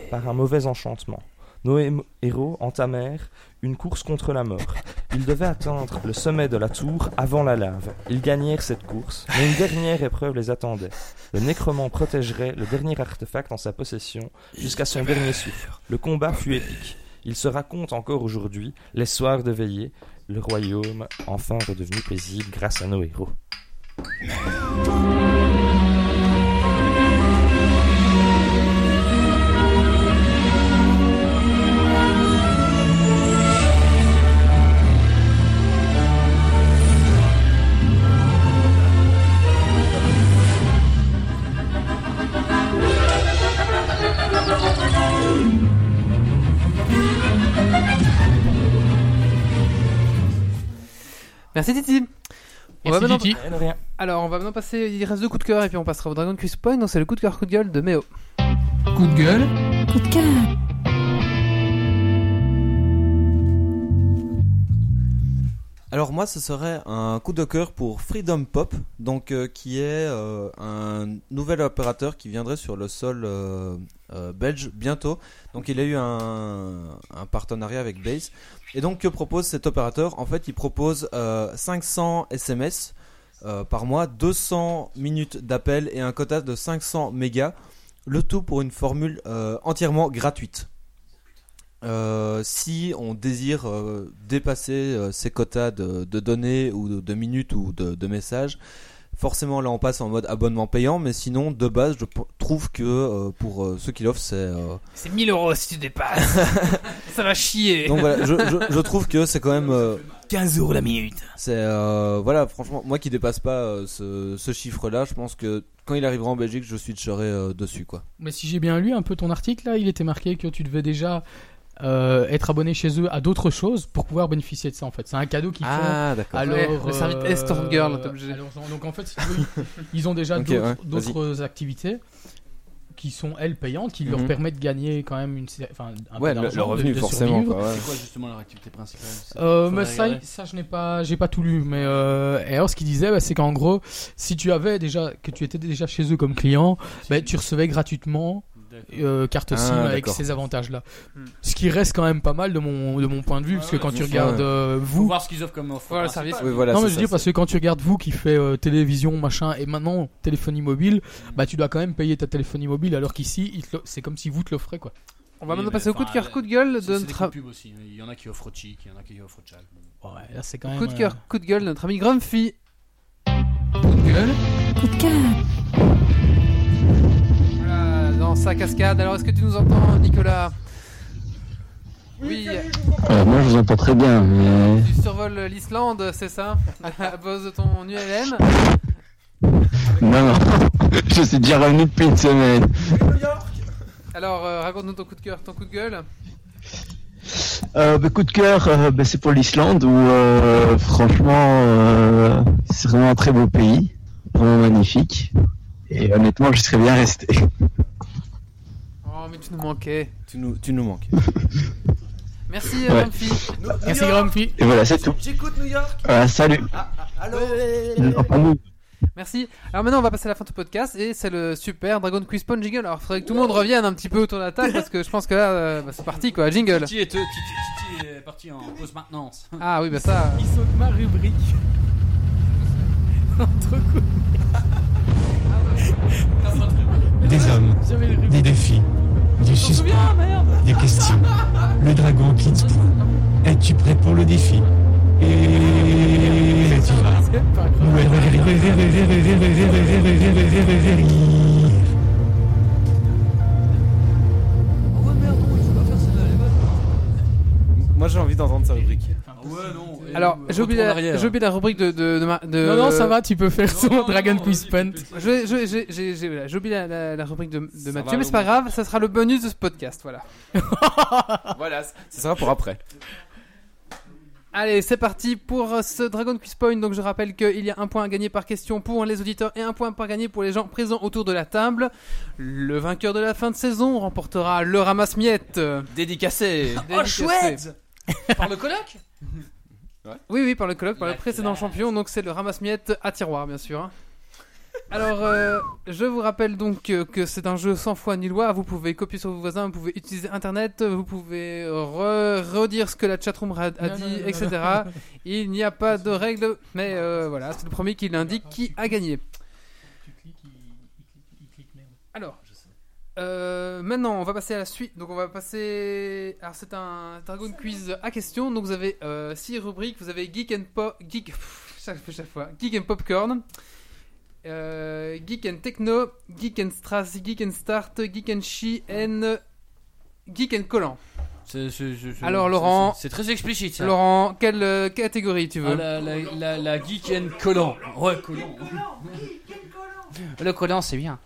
par un mauvais enchantement. nos hé- héros entamèrent une course contre la mort. Ils devaient atteindre le sommet de la tour avant la lave. Ils gagnèrent cette course, mais une dernière épreuve les attendait. Le nécromant protégerait le dernier artefact en sa possession jusqu'à son dernier souffle. Le combat fut épique. Il se raconte encore aujourd'hui, les soirs de veillée, le royaume enfin redevenu paisible grâce à nos héros.
Merci Titi. On va
Merci,
maintenant-
Titi. Eh, de rien.
Alors, on va maintenant passer. Il reste deux coups de cœur et puis on passera au Dragon Quest Point. Donc, c'est le coup de cœur, coup de gueule de Méo.
Coup de gueule.
Coup de cœur.
Alors moi, ce serait un coup de cœur pour Freedom Pop, donc euh, qui est euh, un nouvel opérateur qui viendrait sur le sol euh, euh, belge bientôt. Donc il a eu un, un partenariat avec Base. Et donc que propose cet opérateur En fait, il propose euh, 500 SMS euh, par mois, 200 minutes d'appel et un quota de 500 mégas. Le tout pour une formule euh, entièrement gratuite. Euh, si on désire euh, dépasser euh, ces quotas de, de données ou de, de minutes ou de, de messages, forcément là on passe en mode abonnement payant, mais sinon de base je p- trouve que euh, pour euh, ceux qui l'offrent c'est... euh,
C'est 1000 euros si tu
<laughs>
dépasses. Ça va chier.
Donc voilà, je, je- je trouve que c'est quand même... euh,
15 euros la minute.
C'est... euh, voilà, franchement, moi qui dépasse pas euh, ce, ce chiffre-là, je pense que quand il arrivera en Belgique, je switcherai euh, dessus quoi.
<laughs> Mais si j'ai bien lu un peu ton article, là, il était marqué que tu devais déjà euh, être abonné chez eux à d'autres choses pour pouvoir bénéficier de ça, en fait. C'est un cadeau qu'ils
Ah,
font.
d'accord.
Alors, euh,
Ouais, le service Escort Girl, t'es obligé.
donc, en fait, si tu veux, ils ils ont déjà
Ok,
d'autres-
ouais,
d'autres activités qui sont, elles, payantes, qui leur
Mhm.
permettent de gagner quand même une... sé- Enfin, un peu
Ouais, le-
d'argent,
le
de-
revenu,
de
forcément,
survivre.
quoi, ouais.
C'est quoi justement leur activité principale C'est-
Euh,
faudrait
mais ça,
regarder.
ça, je n'ai pas, j'ai pas tout lu. Mais euh, et alors, ce qu'il disait, bah, c'est qu'en gros, si tu avais déjà, que tu étais déjà chez eux comme client, bah, tu recevais gratuitement euh, carte
Ah,
SIM avec
d'accord.
ces avantages-là. Ce qui reste quand même pas mal de mon, de mon point de vue, parce que quand tu
bien sûr.
regardes
Hmm. Ah Ouais.
euh,
Faut
vous,
voir ce qu'ils offrent comme offre.
Voilà, le
principale.
service.
non, mais je veux dire, parce que quand tu regardes vous qui fait euh, télévision, machin, et maintenant téléphonie mobile, bah tu dois quand même payer ta téléphonie mobile, alors qu'ici, ils te le- c'est comme si vous te l'offrez quoi.
On va
Oui,
maintenant
mais
passer au coup de
enfin, euh,
cœur, coup de
<laughs>
gueule
c'est-
de
c'est des
notre.
coups
am-
de pub aussi. Il y en a qui offrent Chic, il y en a qui offrent Chal.
Ouais, là, c'est quand même.
Coup de
euh,
cœur, coup de gueule de notre ami Grumpy. Coup de gueule. Coup de cœur. Voilà, dans sa cascade. Alors, est-ce que tu nous entends, Nicolas Oui.
Alors Euh, moi je vous entends très bien, mais
Tu survoles l'Islande, c'est ça <laughs> À cause de ton ULM
non, <laughs> non. je suis déjà revenu depuis une semaine.
Alors, euh, raconte-nous ton coup de cœur, ton coup de gueule.
Euh, bah, coup de cœur, euh, bah, c'est pour l'Islande où euh, franchement euh, c'est vraiment un très beau pays, vraiment magnifique. Et honnêtement, je serais bien resté.
Oh, mais tu nous manquais.
Tu nous, tu nous manques.
Merci,
Ouais.
Grumpy.
Merci, Grumpy.
Et voilà, c'est tout.
J'écoute New York. Ah,
Voilà, salut.
Allô
Enfin,
Merci. Alors maintenant, on va passer à la fin du podcast et c'est le super Dragon Quiz Pond Jingle. Alors, faudrait que tout le monde revienne un petit peu autour de la table parce que je pense que là, euh, bah, c'est parti quoi. Jingle.
Titi est,
euh,
Titi- Titi est parti en pause maintenance.
Ah oui, bah ça.
Il saute ma rubrique. Entre
Des hommes, des défis, du suspens, des questions. Le dragon qui te pointe. Es-tu prêt pour le défi Et tu vas.
Moi j'ai envie d'entendre sa rubrique.
Ah
ouais, non.
Alors, j'ai
retourne
oublié,
en
la-
arrière.
j'ai oublié la rubrique de, de, de ma- de-
Non, non, ça va, tu peux faire <laughs> son Dragon Quiz Punt.
Je- je- j'ai- j'ai j'ai- voilà, j'ai oublié la, la- la rubrique de, de Mathieu,
va,
mais c'est pas
Laurent.
grave, ça sera le bonus de ce podcast, voilà.
voilà, c- ce sera pour après.
Allez, c'est parti pour euh, ce Dragon Quiz Point. Donc je rappelle qu'il y a un point à gagner par question pour les auditeurs et un point par gagner pour les gens présents autour de la table. Le vainqueur de la fin de saison remportera le ramasse-miettes. <laughs> Dédicacé.
Oh,
<laughs>
chouette Par le coloc
Oui, oui, par le colloque, par le précédent champion. Donc c'est le ramasse-miettes à tiroir, bien sûr. hein. Alors, euh, je vous rappelle donc que, que c'est un jeu sans foi ni loi. Vous pouvez copier sur vos voisins, vous pouvez utiliser Internet, vous pouvez re- redire ce que la chatroom a, a dit, etc. Il n'y a pas de règle, mais euh, voilà, c'est le premier qui l'indique qui a gagné. Alors, euh, maintenant, on va passer à la suite. Donc, on va passer. Alors, c'est un Dragon Quiz à questions. Donc, vous avez 6 rubriques. Vous avez Geek and Pop. Geek. <laughs> Pff, chaque, chaque fois. Geek and Popcorn. Euh, Geek and Techno. Geek and Strass. Geek and Start. Geek and She.
Ah.
And. Geek and Collant.
C'est- c'est- c'est- c'est-
Alors, Laurent.
c'est- C'est très explicite ça.
Laurent, quelle euh, catégorie tu veux
Ah, la, la, la, la geek and collant. Ouais, collant.
Le collant, c'est bien.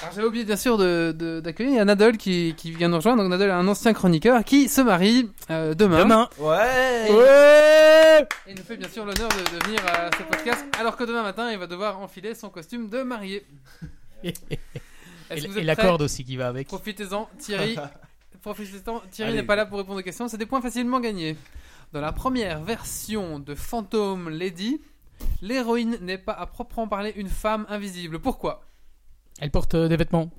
Alors j'avais oublié bien sûr de- de- d'accueillir de, Nadal qui, qui vient nous rejoindre. Donc Nadal est un ancien chroniqueur qui se marie euh, demain.
Demain.
Ouais.
Ouais.
Et il nous fait bien sûr l'honneur de, de venir à ce podcast alors que demain matin il va devoir enfiler son costume
<laughs>
de marié.
Et-
Est-ce que vous êtes
et la
prêts
corde aussi qui va avec.
Profitez-en
<laughs>
Thierry. Profitez-en Thierry
Allez.
n'est pas là pour répondre aux questions. C'est des points facilement gagnés. Dans la première version de Phantom Lady, l'héroïne n'est pas à proprement parler une femme invisible. Pourquoi
Elle porte euh, des vêtements.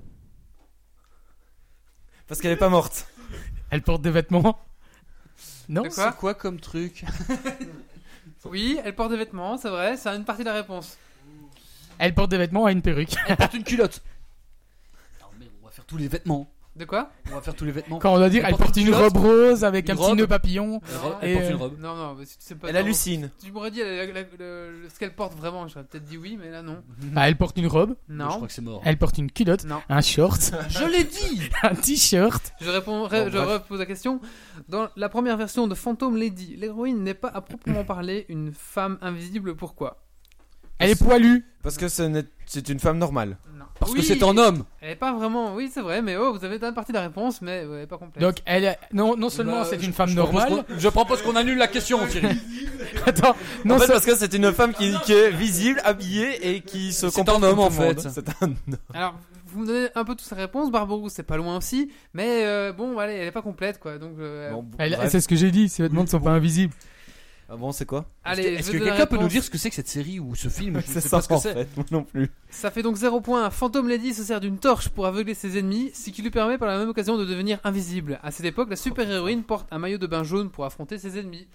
Parce qu'elle est pas morte.
Elle porte des vêtements. Non.
De quoi
c'est-
quoi comme truc
<laughs> Oui, elle porte des vêtements, c'est vrai, c'est une partie de la réponse.
Elle porte des vêtements à une perruque.
Elle porte une culotte. On va faire tous les vêtements.
De quoi
On va faire tous les vêtements.
Quand on doit dire, elle porte une robe rose avec un
Une
petit
robe.
nœud papillon.
Elle, elle
Et,
porte une
euh,
robe.
Non, non, mais si tu sais pas.
Elle
vraiment-
hallucine.
Tu m'aurais dit la- la- la- le- ce qu'elle porte vraiment, j'aurais peut-être dit oui, mais là non.
Ah, elle porte une robe. <laughs>
Non. Je crois que c'est mort.
Elle porte une culotte.
Non.
Un short.
Je l'ai dit
<laughs> un t-shirt.
Je réponds,
Bon,
je
bref.
repose la question. Dans la première version de Phantom Lady, l'héroïne n'est pas
<coughs>
à proprement parler une femme invisible, pourquoi
Elle est poilue.
Parce que ce n'est- c'est une femme normale.
Parce que Oui. c'est un homme. Elle n'est pas vraiment, oui, c'est vrai, mais oh, vous avez une partie de la réponse, mais ouais, pas complète.
Donc elle, est- non, non seulement
Bah,
c'est
je-
une femme
je
normale.
propose
Je propose qu'on annule la question, Thierry.
<laughs> Attends, non,
en fait,
seul-
parce que c'est une femme qui, qui est
<laughs>
visible, habillée et qui se
C'est
comporte
un homme,
comme
en
tout le monde.
fait.
C'est un homme.
Alors, vous me donnez un peu toutes ces réponses, Barbarou, c'est pas loin aussi, mais euh, bon, allez, elle n'est pas complète, quoi. Donc, euh,
Elle- c'est ce que j'ai dit. Ses vêtements ne sont pas invisibles.
Ah bon, c'est quoi
Allez,
Est-ce
je
que
donne la
quelqu'un peut nous
réponse.
dire ce que c'est que cette série ou ce film Je ne
C'est
sais
ça,
pas ce que
en
c'est.
fait. Moi non plus.
Ça fait donc 0 points. Phantom Lady se sert d'une torche pour aveugler ses ennemis, ce qui lui permet par la même occasion de devenir invisible. À cette
Oh,
époque, la super-héroïne porte un maillot de bain jaune pour affronter ses ennemis.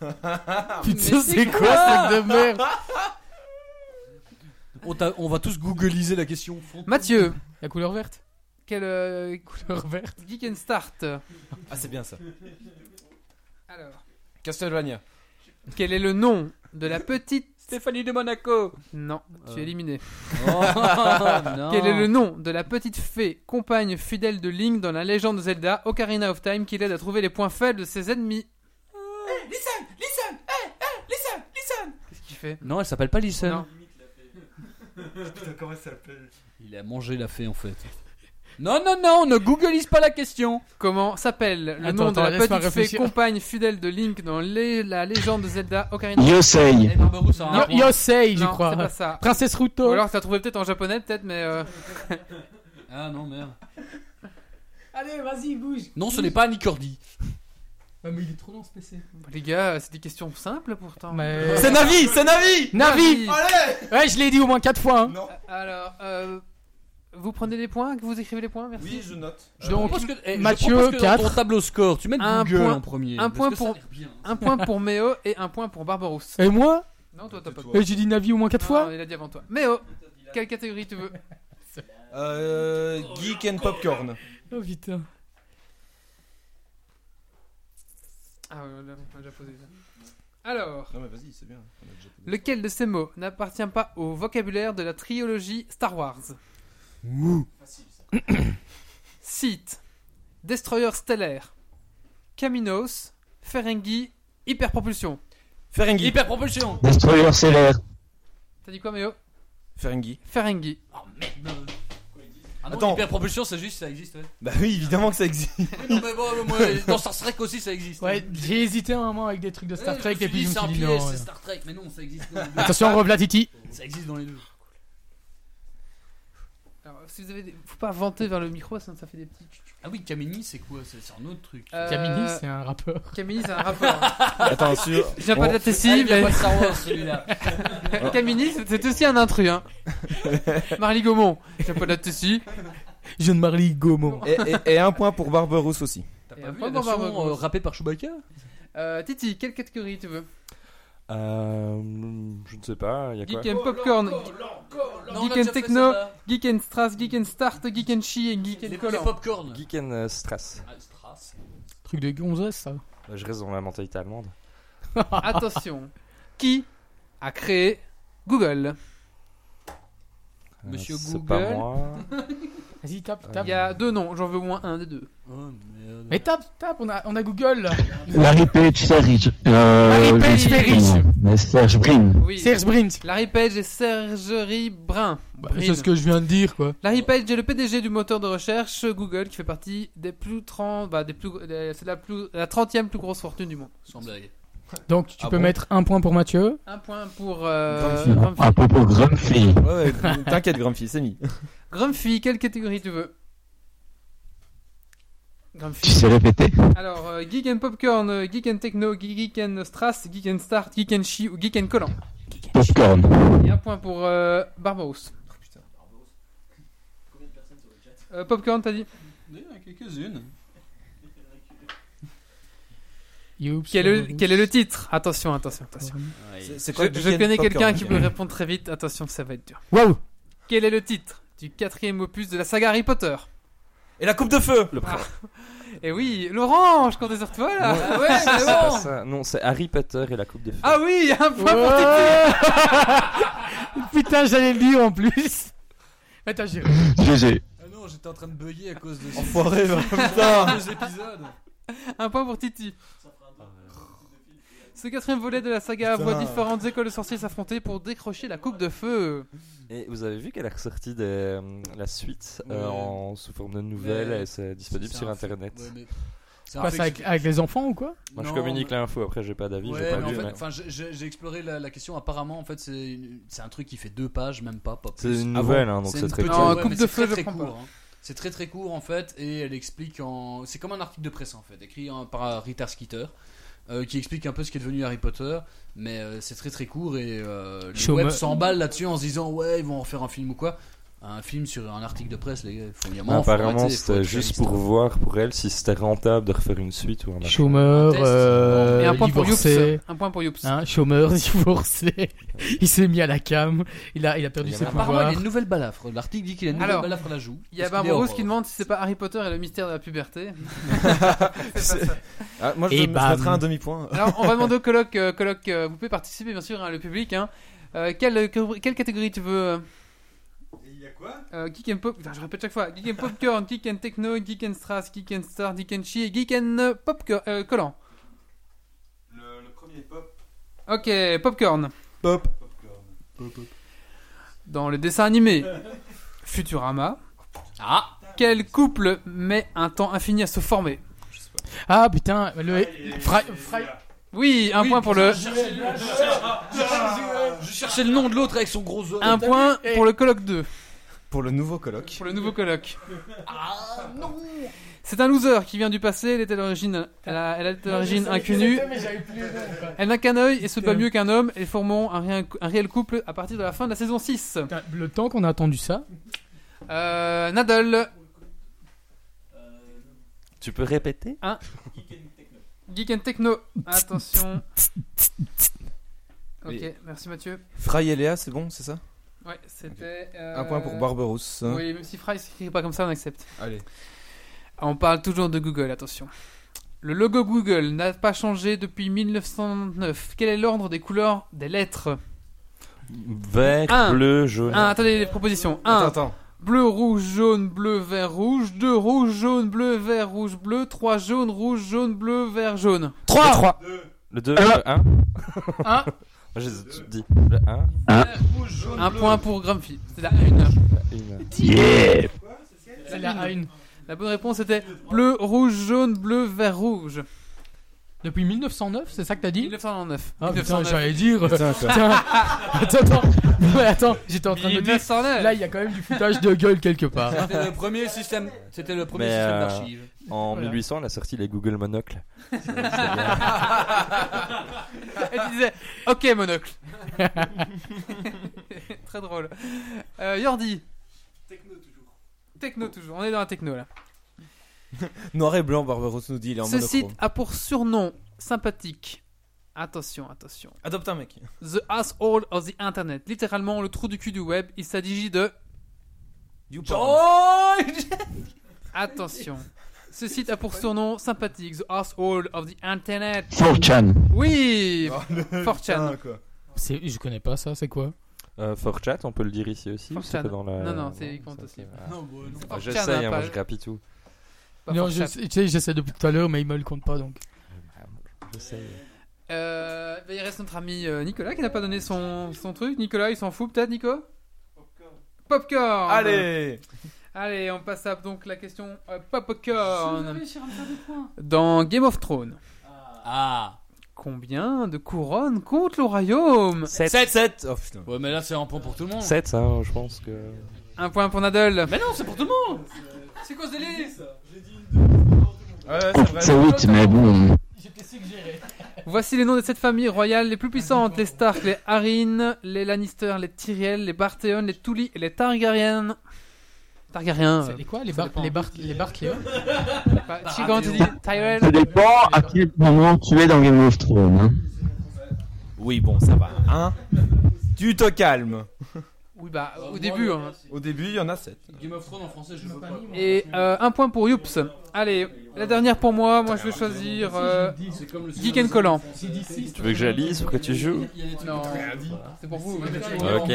Putain,
Mais
c'est quoi ce truc de
<laughs>
merde On, t'a- on va tous googliser la question.
Mathieu
La couleur verte
Quelle euh,
<laughs>
couleur verte
Geek and Start
Ah, c'est bien ça.
Alors,
Castlevania.
quel est le nom de la petite
Stéphanie de Monaco
Non, tu es
Euh.
éliminé. <laughs>
Oh, non.
Quel est le nom de la petite fée, compagne fidèle de Link dans la légende de Zelda, Ocarina of Time, qui l'aide à trouver les points faibles de ses ennemis
Eh, Listen, listen, hey, hey, listen, listen.
Qui fait
Non, elle s'appelle pas Lison.
Non.
Putain, comment ça s'appelle
Il a mangé la fée en fait. Non, non, non, ne googleise pas la question.
Comment s'appelle le
Attends,
nom
attends,
de la
laisse-moi
petite fée
réfléchir.
compagne fidèle de Link dans les- la légende de Zelda Ocarina
Yosei.
Eh, Barbarou, ça a un
Yo-
point.
Yosei, je
Non,
crois.
C'est pas ça.
Princesse Ruto.
Ou alors t'as trouvé peut-être en japonais, peut-être, mais. euh, <laughs>
Ah non, merde.
Allez, vas-y, bouge.
Non, ce n'est pas Nicordi.
mais il est trop long ce PC.
Les gars, c'est des questions simples pourtant.
Mais-
C'est
Navi, c'est Navi
Navi.
Allez
Ouais, je l'ai dit au moins 4 fois. hein.
Alors, euh, vous prenez les points, que vous écrivez les points, merci. Oui,
je note.
Je propose que, eh, je
Mathieu,
propose que dans
quatre.
ton tableau score, tu mets
Un
Google
point-
en premier.
Un
parce
point,
que ça a
pour,
l'air bien. hein.
un point pour Méo et un point pour Barbarousse.
Et moi
Non, toi, t'as pas.
Eh,
Euh, J'ai dit Navi au moins 4
Non,
fois.
non, Il a dit avant toi. Méo, quelle catégorie tu
<laughs>
veux
Euh, geek and Popcorn.
Oh putain.
Ah, ouais, là, on a déjà posé ça. Alors,
Non, mais vas-y, c'est bien. On a déjà posé.
lequel de ces mots n'appartient pas au vocabulaire de la trilogie Star Wars Sith, Destroyer stellaire, Kaminos, Ferengi, Hyperpropulsion.
Ferengi.
Hyperpropulsion.
Destroyer stellaire.
T'as dit quoi, Méo
Ferengi.
Ferengi.
Oh, Ah non,
Attends.
Hyperpropulsion, c'est juste, ça existe. Ouais.
Bah oui, évidemment que ça existe.
non, mais bon, moi, dans Star Trek aussi, ça existe.
Ouais, j'ai hésité un moment avec des trucs de Star
Eh,
Trek
je me
et
suis dit,
puis je me
c'est un
suis dit
piège,
non.
c'est
ouais.
Star Trek,
<laughs>
mais non, ça existe. dans les deux.
Attention, Revla Titi.
Ça existe dans les deux.
Alors, si vous avez des- Faut pas vanter vers le micro, sinon ça fait des petits.
Ah oui, Kamini, c'est quoi C'est c'est un autre truc.
Euh,
Kamini, c'est un rappeur.
Kamini, c'est un rappeur.
Ah, Attends,
je
sur-
viens pas de la
on-
Tessie,
Ah, il vient
mais-
pas de Star Wars, celui-là. <laughs>
<laughs> Kamini, c'est- c'est aussi un intrus, hein. Marly Gaumont, je viens pas de la Tessie.
Jeune Marley Gaumont.
Et, et- et un point pour Barberousse aussi.
T'as
Et
pas vu
pas
la
pour
version,
Barbarousse.
euh, rappée par Chewbacca
Euh, Titi, quelle catégorie tu veux
Euh, je ne sais pas, il y a quoi
Geek and Popcorn,
Non, on a
Geek
déjà
and
fait
Techno,
celle-là.
Geek and Strass, Geek and Start, Geek and Chi et Geek
Les-
and
les
Collant.
Popcorn. Ah,
Geek and euh, Strass.
Truc de gonzesse, ça.
Bah, Je reste dans la mentalité allemande.
<laughs> Attention, qui a créé Google
Euh,
Monsieur
c'est
Google.
pas moi.
<laughs>
Euh,
Vas-y, tape,
Il y a deux noms, j'en veux au moins un des deux.
Oh,
Mais tape, tape, on a, on a Google.
Larry Page Ferris. Euh,
Larry Page
je sais
Ferris.
plus le nom, Mais Serge Brin.
Oui.
Serge Brint.
Larry Page et Sergerie Brun.
Bah, C'est ce que je viens de dire, quoi.
Larry Page est le PDG du moteur de recherche Google qui fait partie des plus 30, bah, des plus, des- c'est la plus, la 30e plus grosse fortune du monde.
Sans blague.
Donc,
Ah
tu peux mettre un point pour Mathieu.
Un point pour euh,
Grumpy.
Grumpy.
À propos,
Grumpy.
Ouais, ouais, t'inquiète, Grumpy, c'est mis.
Grumpy, quelle catégorie tu veux Grumpy.
Tu sais répéter
Alors, euh, Geek and Popcorn, euh, Geek and Techno, Ge- Geek and Strass, Geek and Start, Geek and Chi ou Geek and Collant.
Popcorn.
Et un point pour euh, Barbaros.
Oh,
Euh, Popcorn, t'as dit
Il y en a quelques-unes.
quel est, quel est le titre Attention, attention, attention.
Ouais.
Je-
C'est quoi
je,
le Geek and
connais
Popcorn
quelqu'un qui peut répondre très vite. Attention, ça va être dur.
Waouh
Quel est le titre du quatrième opus de la saga Harry Potter
Et la coupe de feu
Le
ah. <laughs> Et oui, Laurent, je comptais sur toi là. Ah
<laughs>
ouais,
c'est
c'est
pas
bon.
ça. Non, c'est Harry Potter et la Coupe des Feux.
Ah oui, un point pour
Titi. <laughs> Putain, j'allais le dire en
<laughs>
plus. Attends, j'ai.
GG.
Ah non, j'étais en train de bugger à cause de
Enfoiré,
ces-
va,
ces
putain.
<laughs>
deux épisodes.
Un point pour Titi. Ce quatrième volet de la saga
Putain.
voit différentes écoles de sorciers s'affronter pour décrocher la coupe de feu.
Et vous avez vu qu'elle est ressortie des, euh, la suite euh,
Ouais.
en, sous forme de nouvelle
Ouais.
et c'est disponible
C'est
sur
un fait-
internet.
ouais, mais- c'est
Tu
un
passes
fait
avec,
que-
avec les enfants ou quoi
Moi je
Non,
communique
mais-
l'info, après j'ai pas d'avis, j'ai
Ouais,
pas
mais en
vu.
fait,
mais-
enfin, j'ai- j'ai j'ai exploré la, la question. Apparemment, en fait, c'est une- c'est un truc qui fait deux pages, même pas. pas
C'est
plus.
une
Ah bon
nouvelle, hein, donc c'est
une
très
petite-
court.
ouais,
En
mais
coupe de
c'est
feu,
très,
je
très
prends
court. hein. C'est très très court en fait, et elle explique en. C'est comme un article de presse en fait, écrit en- par Rita Skeeter, euh, qui explique un peu ce qui est devenu Harry Potter, mais euh, c'est très très court et euh, le
Chôme-
web s'emballe là-dessus en se disant ouais, ils vont en faire un film ou quoi. Un film sur un article de presse, les gars, il faut y avoir- faut
Apparemment
arrêter, faut
c'était
être
juste pour
réaliste.
hein.
voir pour elle si c'était rentable de refaire une suite ou un machin.
Chômeur, euh,
Et un point pour
divorcé.
Youps. Un point pour Youps.
Hein, chômeur, <laughs> divorcé. Il s'est mis à la cam. Il a, il a perdu ses
Apparemment, il
pouvoirs.
a une nouvelle balafre. L'article dit qu'il a une nouvelle
Alors,
balafre à la joue.
Il y a
Parce qu'il est
Barbaros
hors-
qui demande si c'est pas Harry Potter et le mystère de la
<laughs>
puberté.
C'est- Ah, moi, je,
Et
me-
Eh
je
bam.
ben.
mettrais un demi-point.
Alors, on va
<laughs>
demander au colloque. euh, colloque, euh, vous pouvez participer, bien sûr, hein, le public. hein. Euh, quelle, quelle catégorie tu veux euh
Il y a quoi
Euh, Geek and Pop, putain, je répète chaque fois. Geek and Popcorn, Geek and Techno, Geek and Strass, Geek and Star, Geek and Chi et Geek and euh, Popcorn. euh, collant.
le, le premier pop.
Ok, Popcorn.
Pop.
Dans le dessin animé Futurama,
ah.
quel couple met un temps infini à se former
Ah putain, le. Fry- Fry-
Oui, un
Oui,
point pour
putain,
le.
je cherchais le- je cherchais- Je cherchais le nom Ah, de l'autre avec son gros oeil.
Un point pour le colloque 2.
Pour le nouveau colloque.
Pour le nouveau colloque.
Eh. Ah,
C'est un loser qui vient du passé, elle était d'origine elle a- elle était d'origine inconnue. Elle n'a qu'un œil et se bat
Putain.
mieux qu'un homme et formeront un, réel- un réel couple à partir de la fin de la saison 6.
Le temps qu'on a attendu ça.
Euh, Nadal,
Tu peux répéter
hein Geek and Techno. Attention. Ok, merci Mathieu.
Fry et Léa, c'est bon, c'est ça
Ouais, c'était. euh,
Un point pour Barberousse.
Oui, même si Fry s'écrit pas comme ça, on accepte.
Allez.
On parle toujours de Google, attention. Le logo Google n'a pas changé depuis 1909. Quel est l'ordre des couleurs des lettres
Vert,
Un.
bleu, jaune.
Un, attendez les propositions. 1.
Attends, attends.
Bleu, rouge, jaune, bleu, vert, rouge. 2. Rouge, jaune, bleu, vert, rouge, bleu. 3. Jaune, rouge, jaune, bleu, vert, jaune. 3
3 Le 2,
Un.
le 1.
Un.
<laughs>
Euh,
Moi j'ai tout dit. Le 1.
Un point pour Grumpy. C'est la 1.
Yeah.
C'est la 1. La bonne réponse était bleu, rouge, jaune, bleu, vert, rouge.
Depuis 1909, c'est ça que t'as dit
1909.
Ah, putain,
1909.
j'allais dire.
Putain, quoi.
Putain. attends, attends. Ouais, attends, j'étais en train de me
1909.
dire. Là, il y a quand même du foutage de gueule quelque part.
C'était le premier système, c'était le premier
Bah. Mais
système
euh,
d'archives.
en
Voilà.
1800, elle a sorti les Google Monocle.
<laughs> Elle disait Ok, monocle. <laughs> Très drôle. Euh, Yordi. Techno toujours. Techno toujours. On est dans la techno là.
Noir et blanc, Barbaros nous dit, il est en
Ce
monochrome.
site a pour surnom sympathique. Attention, attention.
Adopte un mec.
The asshole of the internet. Littéralement, le trou du cul du web. Il s'agit de. George <laughs> Attention. Ce site a pour surnom sympathique The asshole of the internet.
4chan.
Oui
Oh, le
4chan.
C'est- Je connais pas ça, c'est quoi
Euh, 4chat, on peut le dire ici aussi. ou c'est
4chan.
que dans la...
Non, non, c'est compte aussi. Non, bon, non.
Ah,
4chan,
J'essaye,
hein,
hein, moi
pas-
je grappille tout.
Pas
Non, je,
forcément.
tu sais, j'essaie depuis tout à l'heure, mais il me le compte pas donc.
Euh, bah, il reste notre ami euh, Nicolas qui n'a pas donné son, son truc. Nicolas, il s'en fout peut-être, Nico Popcorn. Popcorn
Allez
bah. Allez, on passe à donc la question euh, Popcorn.
points.
Dans Game of Thrones.
Ah
Combien de couronnes compte le royaume
7
7
7
Oh,
Ouais, mais là c'est un point pour tout le monde.
7, hein, je pense que.
Un point pour Nadal.
Mais non, c'est pour tout le monde
C'est quoi ce délire
C'est 8, mais bon. euh,
Voici les noms des sept familles royales les plus puissantes les Stark, les Haryn, les Lannister, les Tyriel, les Baratheon, les Tully et les Targaryen. Targaryen.
C'est
euh,
les quoi Les
ça
Bar-
dépend.
les Bar- les Barcléon
Bah, tu sais quand tu dis Tyrell
Ça dépend à quel moment tu es dans Game of Thrones. hein.
Oui, bon, ça va. Hein
Tu te calmes.
Oui, bah, au
moi,
début.
le-
hein.
Au début, il y en a 7.
Game of Thrones en français, je veux pas.
Et euh, un point pour Youps. Allez, la dernière pour moi. Moi, je vais choisir euh, Geek and Collant.
Tu veux que je lise ou que tu joues
Non, c'est pour vous.
Ok.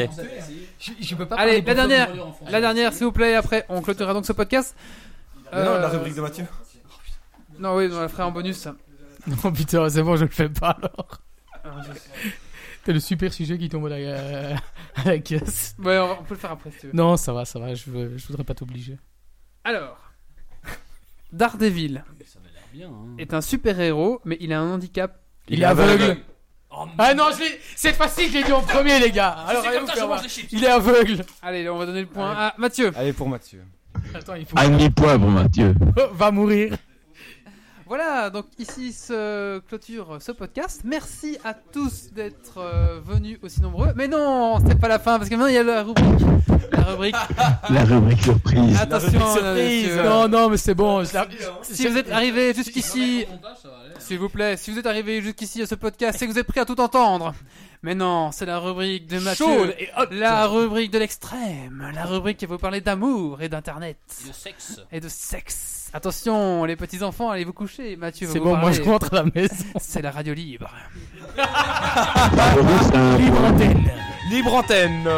Je, je peux pas
Allez,
parler
la
pour
dernière,
toi, mais en français.
la dernière, s'il vous plaît. Après, on clôturera donc ce podcast. Euh,
Mais non, la
rubrique de Mathieu.
Non, oui, on la fera en bonus.
Non, <laughs> putain, c'est bon, je le fais pas alors.
Ah,
T'as le super sujet qui tombe à la, euh, à la caisse.
Ouais, on va- on peut le faire après si tu veux.
Non, ça va, ça va, je, veux- je voudrais pas t'obliger.
Alors, Daredevil est un super héros, mais il a un handicap.
Il est aveugle. Ah non, je l'ai- cette fois-ci, je l'ai dit en premier, les gars.
Oh, Je
Alors,
sais
allez
comme
vous
ça,
faire
je mange
voir.
les chips.
Il est aveugle.
Allez, on va donner le point à Mathieu.
Allez pour Mathieu.
Attends, il faut.
À mi-poids pour Mathieu.
<laughs>
Oh, va mourir.
Voilà, donc ici se clôture ce podcast. Merci à tous d'être euh, venus aussi nombreux. Mais non, c'est pas la fin parce que maintenant il y a la rubrique. La rubrique.
La rubrique surprise.
Attention, euh, mesdames et messieurs.
Non, non, mais c'est bon. je la-
hein.
Si vous êtes arrivé jusqu'ici, s'il vous plaît, si vous êtes arrivé jusqu'ici à ce podcast, c'est que vous êtes prêt à tout entendre. Mais non, c'est la rubrique de Mathieu,
Chaude et hot.
la rubrique de l'extrême, la rubrique qui va vous parler d'amour et d'internet
Le sexe.
et de sexe. Attention, les petits enfants, allez vous coucher. Mathieu, va
C'est
vous
bon, moi,
parler.
je rentre à la maison.
<laughs> C'est la radio libre.
Libre antenne.
Libre antenne.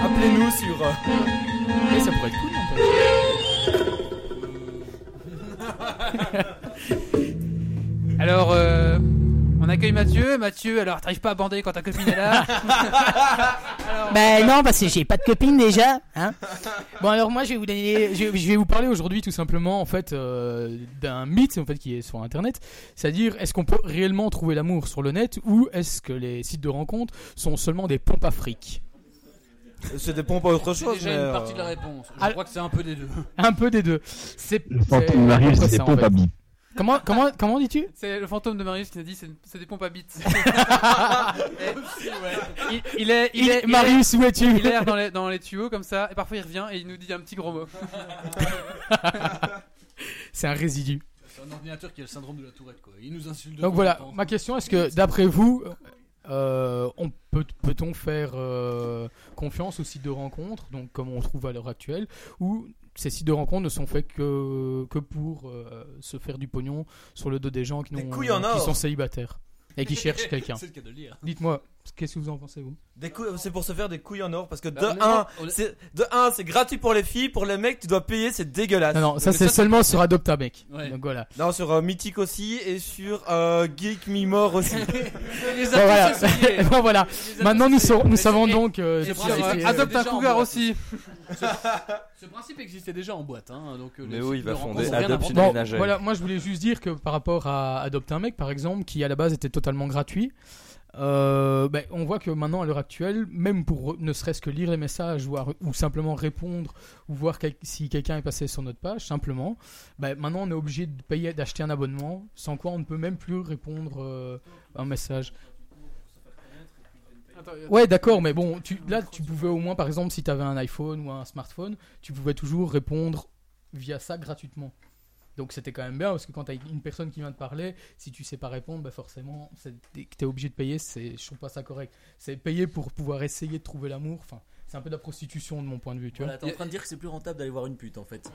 Appelez-nous sur.
euh, Et ça pourrait être cool, non
Alors, euh, on accueille Mathieu. Mathieu, alors t'arrives pas à bander quand ta copine
<laughs>
est là.
Ben non, parce que j'ai pas de copine déjà.
<laughs>
Hein
Bon alors moi je vais vous donner, je, je vais vous parler aujourd'hui tout simplement en fait euh, d'un mythe en fait qui est sur internet, c'est-à-dire est-ce qu'on peut réellement trouver l'amour sur le net ou est-ce que les sites de rencontres sont seulement des pompes à fric
C'est des pompes à autre
C'est
chose,
déjà
mais,
une
euh,
partie de la réponse. Je
Ah.
crois que c'est un peu des deux. <laughs>
Un peu des deux. C'est
Le fantôme de Marius, c'est des pompes à bip.
Comment comment comment dis-tu
C'est le fantôme de Marius qui nous dit c'est c'est des pompes
<laughs>
à bites. il, il est, il,
Il-
est, il
Marius,
est-
où es-tu
Il erre dans les, dans les tuyaux comme ça, et parfois il revient et il nous dit un petit gros mot.
<laughs> C'est un résidu.
C'est un ordinateur qui a le syndrome de la tourette, quoi. Il nous insulte. de temps
Donc
en
voilà,
temps.
ma question est-ce que d'après vous euh, on peut peut-on faire euh, confiance aux sites de rencontres donc comme on trouve à l'heure actuelle ou ces sites de rencontres ne sont faits que que pour euh, se faire du pognon sur le dos des gens qui, n'ont-
couilles en
qui
or.
sont célibataires et qui cherchent quelqu'un.
C'est le cas de le dire.
Dites-moi, Qu'est-ce que vous en pensez, vous
Des couilles- euh, c'est pour se faire des couilles en or parce que
Bah,
de
honnêtement,
1 c'est de un, c'est gratuit pour les filles, pour les mecs tu dois payer, c'est dégueulasse.
Non, non, ça c'est seulement sur Adopt un mec. Donc voilà.
Non, sur euh, Mythic aussi et sur euh, Geek Me More
<laughs>
aussi.
Bon, voilà. <laughs> Bon, voilà. Maintenant nous, saurons- nous savons donc. euh,
Et
si
sur, euh,
c'est-
Adopte
euh,
un
déjà en
cougar
boîte.
<laughs> aussi. ce, ce principe existait déjà en boîte, hein, donc. euh,
Mais
les
oui,
sites
il va
de
fonder
rencontres ont rien
Adoption
inventé.
Bon, voilà, moi je voulais juste dire que par rapport à Adopter un mec, par exemple, qui à la base était totalement gratuit, euh, ben, on voit que maintenant à l'heure actuelle, même pour ne serait-ce que lire les messages ou, à- ou simplement répondre ou voir quel- si quelqu'un est passé sur notre page, simplement, ben, maintenant on est obligé de payer, d'acheter un abonnement, sans quoi on ne peut même plus répondre euh, à un message. Ouais, d'accord, mais bon, tu, là, tu pouvais au moins, par exemple, si tu avais un iPhone ou un smartphone, tu pouvais toujours répondre via ça gratuitement. Donc c'était quand même bien, parce que quand tu as une personne qui vient te parler, si tu sais pas répondre, bah forcément, c'est- dès que tu es obligé de payer, c'est, je trouve pas ça correct. C'est payer pour pouvoir essayer de trouver l'amour, enfin, c'est un peu de la prostitution de mon point de vue, tu
Voilà, t'es en
vois.
train de dire que c'est plus rentable d'aller voir une pute
<laughs>
en fait.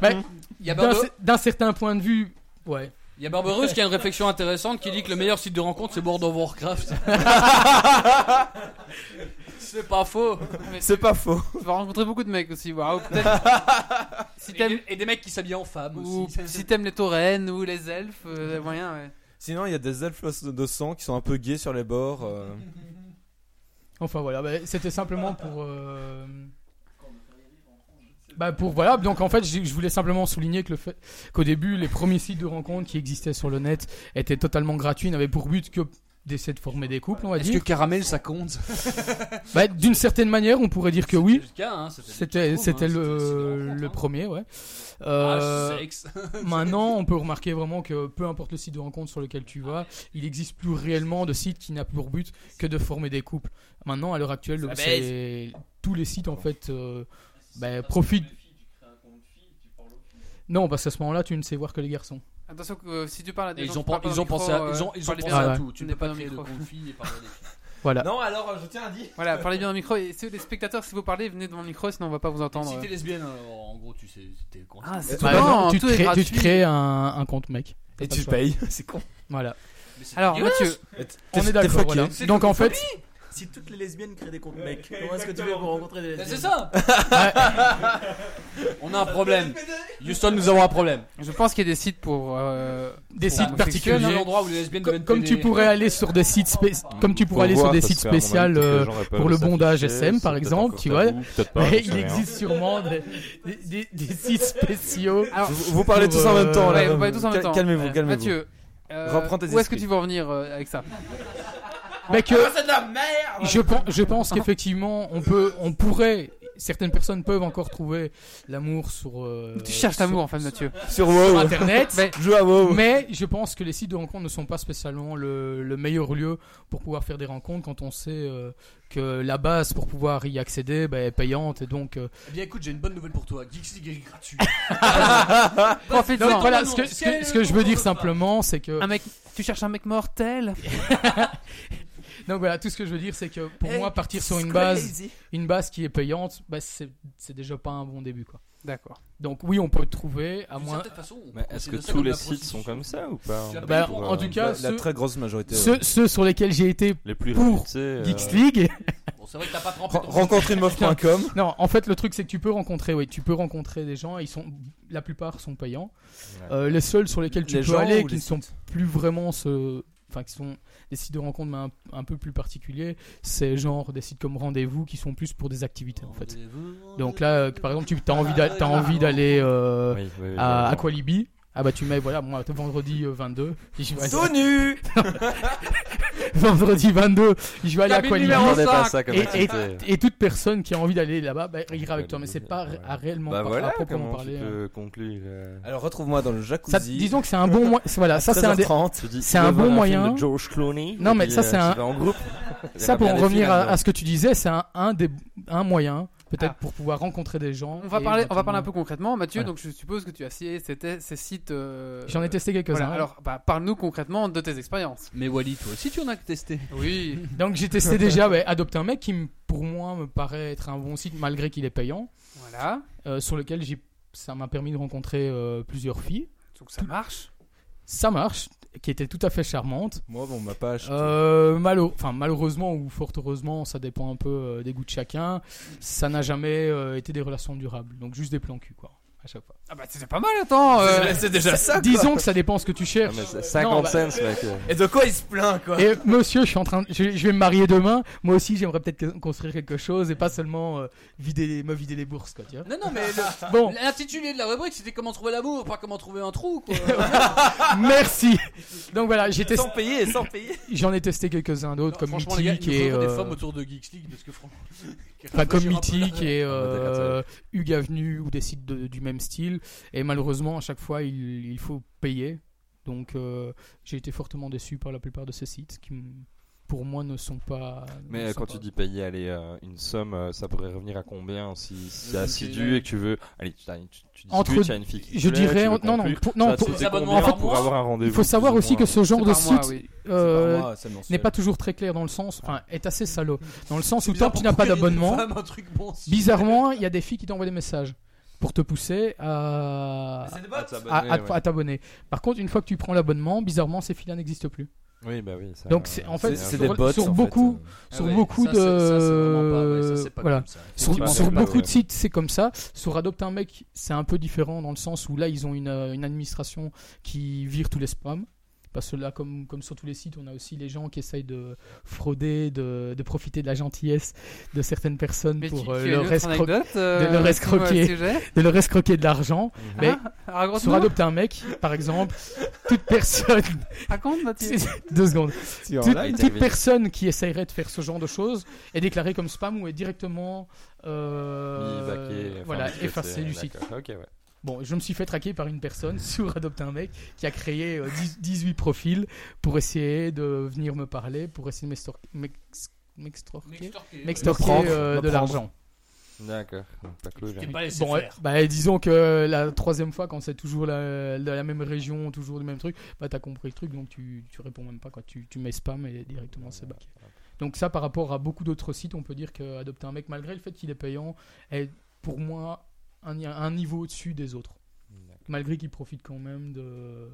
Bah,
Il y a
d'un,
Barbe-
cer- d'un certain point de vue, ouais.
Il y a Barberousse qui a une réflexion intéressante qui dit que le meilleur site de rencontre c'est World of
<laughs>
Warcraft.
euh,
c'est pas faux.
C'est pas faux.
Tu vas rencontrer beaucoup de mecs
<laughs>
aussi, waouh, peut-être.
Si t'aimes- et, des mecs qui s'habillent en femmes
Ou
aussi.
si t'aimes les taurennes ou les elfes, euh, moyen, ouais.
Sinon, il y a des elfes de sang qui sont un peu gays sur les bords. euh.
Enfin voilà, bah, c'était simplement pour. euh, Bah pour voilà, donc en fait, je je voulais simplement souligner que le fait qu'au début, les premiers sites de rencontres qui existaient sur le net étaient totalement gratuits, n'avaient pour but que d'essayer de former des couples, on va
Est-ce
dire.
que caramel ça compte
Bah, d'une certaine manière, on pourrait dire que oui.
C'était le cas, hein, c'était le
C'était
chatroom, hein,
c'était le, le premier, ouais. Euh,
Ah, sexe. <laughs>
maintenant, on peut remarquer vraiment que peu importe le site de rencontre sur lequel tu vas, il existe plus réellement de sites qui n'a pour but que de former des couples. Maintenant, à l'heure actuelle,
Ça
c'est-
baise.
tous les sites en fait euh, bah, profitent. Non, parce qu'à ce moment-là, tu ne sais voir que les garçons.
Attention que euh, si tu parles à des
Et
gens
ils ont
qui parlent
pen-
pas
ils
dans
ont
le micro,
pensé à-
euh,
ils ont- ils ont
parlez
pensé
bien
à
dans le
tout.
micro.
Tu
On
n'es
n'est
pas
dans le
créé de
micro.
conflit
<laughs>
et parler des filles.
Voilà.
Non, alors je tiens à dire.
Voilà, parlez bien dans le micro. Et si vous, les spectateurs, si vous parlez, venez devant le micro, sinon on va pas vous entendre.
Si t'es lesbienne, alors, en gros, tu sais, t'es con.
Ah, c'est
Bah,
tout
non,
blanc,
tu, te
tout est
crées, tu te
gratuit.
crées un, un compte mec. T'as
Et
pas
tu
le choix.
payes, <laughs> c'est con.
Voilà.
Alors, Mathieu,
on est d'accord. voilà. Donc en fait,
Si toutes les lesbiennes créent des comptes mecs, comment est-ce que tu veux pour rencontrer des
Mais
lesbiennes
c'est ça On a un problème. Houston, nous avons un problème.
Je pense qu'il y a des sites pour. euh,
des
pour
sites particuliers,
homosexuels.
comme, comme tu pourrais aller sur des sites spé- comme tu pourrais aller
voir,
sur des
parce
sites
qu'à mon avis,
spéciaux
peut-être que les
euh,
gens auraient pas
pour
voulu
le bondage
s'afficher,
SM
c'est
par
peut-être
exemple,
encore
tu vois.
tabou, peut-être pas, j'en
mais
sais
il
rien.
existe sûrement des, des- des- des sites spéciaux.
vous, vous parlez tous en même temps. là.
euh, Ouais, vous parlez tous en même
Cal-
temps.
Calmez-vous,
Ouais.
calmez-vous.
Mathieu, euh,
Reprends tes
où est-ce
esprits.
que
Bah,
tu veux en venir euh, avec ça Ah,
Mais que- Je pense, je pense qu'effectivement, on peut, on pourrait, certaines personnes peuvent encore trouver l'amour sur. euh,
Tu cherches
sur-
l'amour, en fait, Mathieu.
Sur, sur
Sur WoW.
Internet.
Mais-
mais,
Joue à WoW.
mais je pense que les sites de rencontres ne sont pas spécialement le, le meilleur lieu pour pouvoir faire des rencontres quand on sait euh, que la base pour pouvoir y accéder bah, est payante et donc. euh,
Eh bien, écoute, j'ai une bonne nouvelle pour toi. Geeks League
<laughs>
est gratuit.
Profite-en.
Donc, voilà, ce que, ce que- ce que je veux dire simplement, c'est que.
Un mec, tu cherches un mec
<laughs>
mortel
Donc voilà, tout ce que je veux dire, c'est que pour
Hey,
moi, partir sur
it's
une base,
crazy.
une base qui est payante, bah, c'est c'est déjà pas un bon début, quoi.
D'accord.
Donc oui, on peut trouver, à
D'une
moins.
certaine façon, on
Mais est-ce que tous les sites sont comme ça ou pas
Bah, en, en tout cas,
la
ceux-
très grosse majorité,
Ceux,
ouais.
ceux sur lesquels j'ai été
Les plus
pour
réputés, euh, <laughs>
Geeks League.
Bon, c'est vrai que t'as pas trempé ton-
Rencontremeuf.com.
<laughs> Non, en fait, le truc c'est que tu peux rencontrer, oui, tu peux rencontrer des gens. Ils sont, la plupart sont payants.
Ouais.
Euh, les seuls sur lesquels tu
Les
peux
gens
aller,
ou
qui
les
ne sont plus vraiment ce, enfin, qui sont des sites de rencontres mais un, un peu plus particuliers, c'est genre des sites comme Rendez-vous qui sont plus pour des activités en fait. Donc là, euh, par exemple, tu as envie d'a- t'as envie d'aller euh,
Oui, oui, oui,
à
oui.
Aqualibi. Ah bah tu mets voilà moi vendredi euh, 22 je vais aller-
Tout nu
<laughs> Vendredi 22 je vais aller à
Cabine
Qualibi
numéro Attendez pas cinq. ça comme
et,
activité.
et- et toute personne qui a envie d'aller là-bas bah, ira avec toi mais c'est pas à réellement
Bah
par- à
voilà,
proprement
comment
parler
tu
hein.
peux conclure euh,
Alors retrouve-moi dans le
Ça,
jacuzzi.
disons que c'est un bon moyen voilà ça c'est un des-
13h30.
Tu dis,
c'est
tu
un
veux voir
bon
film
moyen
de George Clooney
non
et
mais
puis,
ça
euh,
c'est
tu
un
vas en groupe. Il y
<laughs> ça
aura
pour
bien
en
des
revenir
films, hein.
à,
donc.
à ce que tu disais c'est un, un des un moyen peut-être pour pouvoir rencontrer des gens
Ah. On va
et
parler, on va
éventuellement-
parler un peu concrètement, Mathieu.
Voilà.
Donc je suppose que tu as essayé c'était ces sites. euh,
J'en ai testé quelques-uns.
voilà, Alors bah, parle-nous concrètement de tes expériences.
Mais Wally, toi aussi tu en as testé.
Oui.
<laughs> Donc j'ai testé déjà ouais, Adopter un mec qui me- pour moi me paraît être un bon site malgré qu'il est payant.
Voilà.
Euh, sur lequel j'ai ça m'a permis de rencontrer euh, plusieurs filles.
Donc ça marche.
ça marche, qui était tout à fait charmante.
Moi, bon, on m'a pas acheté.
Euh, malo- enfin, malheureusement ou fort heureusement, ça dépend un peu euh, des goûts de chacun. Ça n'a jamais euh, été des relations durables, donc juste des plans cul, quoi. À chaque fois.
Ah bah c'était pas mal, attends. euh, bah,
Disons que ça dépend ce que tu cherches.
Euh,
Ah, mais c'est 50
bah,
cents,
<laughs>
mec.
Et de quoi il se plaint, quoi
Et monsieur, je suis en train, de- je, je vais me marier demain. Moi aussi, j'aimerais peut-être que- construire quelque chose et pas seulement euh, vider, les- me vider les bourses, quoi. Tu vois
Non, non, mais
<laughs>
le-
Bon.
l'intitulé de la rubrique c'était comment trouver l'amour, pas comment trouver un trou quoi.
<laughs> Merci. Donc voilà, j'ai testé.
Sans payer, sans payer.
J'en ai testé quelques-uns d'autres comme
Franchement, les gars,
Mythique
il nous
et.
faudrait des
euh,
femmes autour de Geeks League parce que franchement. <laughs>
Enfin, comme
réfléchir un peu, Ah, là.
Mythique et euh, Hugues Avenue ou des sites de- du même style. Et malheureusement, à chaque fois, il, il faut payer. Donc, euh, j'ai été fortement déçu par la plupart de ces sites qui, m- pour moi, ne sont pas.
Mais
ne
euh,
sont
quand
pas-
tu dis payer, allez, euh, une somme, euh, ça pourrait revenir à combien si, si
Euh,
t'es assidu
c'est-
et que tu veux. Allez, tu, t'as- tu, tu discutes,
Entre-
il y a une fille qui te
je
plaît,
dirais
tu veux
en- non, non,
conclure,
pour- non,
ça,
pour-
c'était
des abonnements
combien
par
pour
mois
avoir un rendez-vous
Il faut savoir
plus ou
aussi que
moins
ce genre
C'est
de
par mois,
site
oui.
euh,
C'est par mois, c'est mensuel.
n'est pas toujours très clair dans le sens, enfin, est assez salaud. Dans le sens où
bizarre
tant qu'il n'a pas
pourquoi il y a des
d'abonnement,
femmes, un truc bon, si-
bizarrement, il y a des filles qui t'envoient des messages pour te pousser à
Mais c'est des bots.
à-
t'abonner,
à-
ouais.
à t'abonner. Par contre, une fois que tu prends l'abonnement, bizarrement, ces filles-là n'existent plus.
Oui, bah oui, ça-
Donc c'est en fait
C'est- c'est
sur,
des bots,
sur
en fait.
beaucoup
Ah
sur
ouais,
beaucoup
ça,
de
c'est- ça, c'est vraiment pas- ouais, ça, c'est pas
voilà
cool, ça.
sur,
Effectivement,
sur
c'est pas
beaucoup
vrai.
de sites c'est comme ça sur Adopt un mec c'est un peu différent dans le sens où là ils ont une, euh, une administration qui vire tous les spams parce que là, comme, comme sur tous les sites, on a aussi les gens qui essayent de frauder, de, de profiter de la gentillesse de certaines personnes pour
tu-
euh,
tu as une
leur,
autre
escro-
anecdote, euh,
de leur
<laughs> sur, euh, le
escroquer,
sujet
de leur escroquer de l'argent. Mais
Ah, raconte-nous.
sur Adopt un mec, par exemple, toute personne
<laughs> Raconte, Mathieu.
deux secondes.
Tu es en
Toute,
live,
toute
David.
personne qui essayerait de faire ce genre de choses est déclarée comme spam ou est directement euh,
Mis, baqué, enfin,
voilà,
parce que
effacée
c'est-
du site.
d'accord, ok, ouais.
Bon, je me suis fait traquer par une personne <laughs> sur Adopte un mec qui a créé euh, 10 18 profils pour essayer de venir me parler, pour essayer de m'extor- m'ex- m'extorquer m'extorquer,
M'apprendre,
euh, de
m'apprendre.
l'argent.
D'accord, pas cool. hein.
Bon, euh, bah, disons que la troisième fois, quand c'est toujours la, la, la même région, toujours le même truc, bah t'as compris le truc, donc tu, tu réponds même pas. Quoi. Tu, tu mets spam et directement c'est baqué. Donc ça, par rapport à beaucoup d'autres sites, on peut dire qu'adopter un mec, malgré le fait qu'il est payant, est pour moi un, ni- un niveau au-dessus des autres. Malgré qu'il profite quand même de...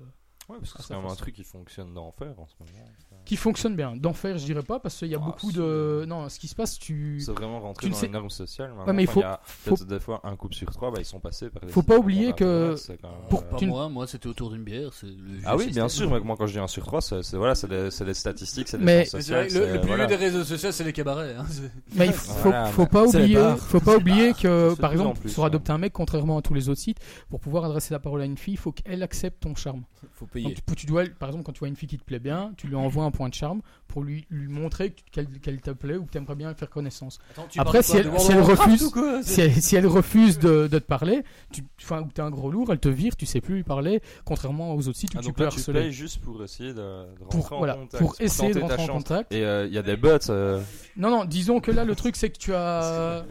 Ouais, parce que
à
Ah, c'est
sa
quand même un
façon.
truc qui fonctionne d'enfer en ce moment.
Qui fonctionne bien. D'enfer, je dirais pas, parce qu'il y a beaucoup de... Non, ce qui se passe, tu...
Ah, C'est vraiment
tu
rentré
ne
dans
sais-
les normes sociales.
Ouais,
maintenant.
mais il
Enfin,
faut...
y a
faut-
peut-être Des fois, un couple sur trois, bah, ils sont passés par les
Faut
sites
pas
de
oublier
vente internet,
que-
c'est quand même,
pour-
euh,
tu-
Bah, Moi, moi c'était autour d'une bière. c'est le
Ah
vieux
oui, bien
système.
sûr, moi, moi, quand je dis 1 sur 3, c'est c'est- voilà, c'est des, c'est des statistiques, c'est des
Mais-
sciences
Mais
sociales,
c'est vrai que le,
c'est-
le plus
voilà.
vieux des réseaux sociaux, c'est les cabarets. hein, c'est-
<laughs> Mais il faut, faut- faut pas
C'est les
oublier,
bars.
faut pas oublier que
de
par
plus en
exemple
plus,
sur adopter un mec, contrairement à tous les autres sites, pour pouvoir adresser la parole à une fille, il faut qu'elle accepte ton charme.
Faut payer.
Donc, tu, tu dois, par exemple, quand tu vois une fille qui te plaît bien, tu lui envoies un point de charme pour lui, lui montrer que tu- qu'elle qu'elle te plaît ou que tu aimerais bien faire connaissance.
Attends, tu
Après,
parles
si
quoi,
elle,
de World
si elle
of Warcraft
refuse,
ou quoi
si elle, si elle refuse de, de te parler, tu, enfin, ou que t'es un gros lourd, elle te vire, tu sais plus lui parler, contrairement aux autres sites où
Ah,
tu
donc
peux
là, tu
harceler.
payes juste pour essayer de, de rentrer
Pour-
en
voilà,
contact.
pour essayer
tenter
de
ta
rentrer en
chance.
contact.
Et euh, il y a des bots. euh,
Non, non, disons que là, le truc, c'est que tu as.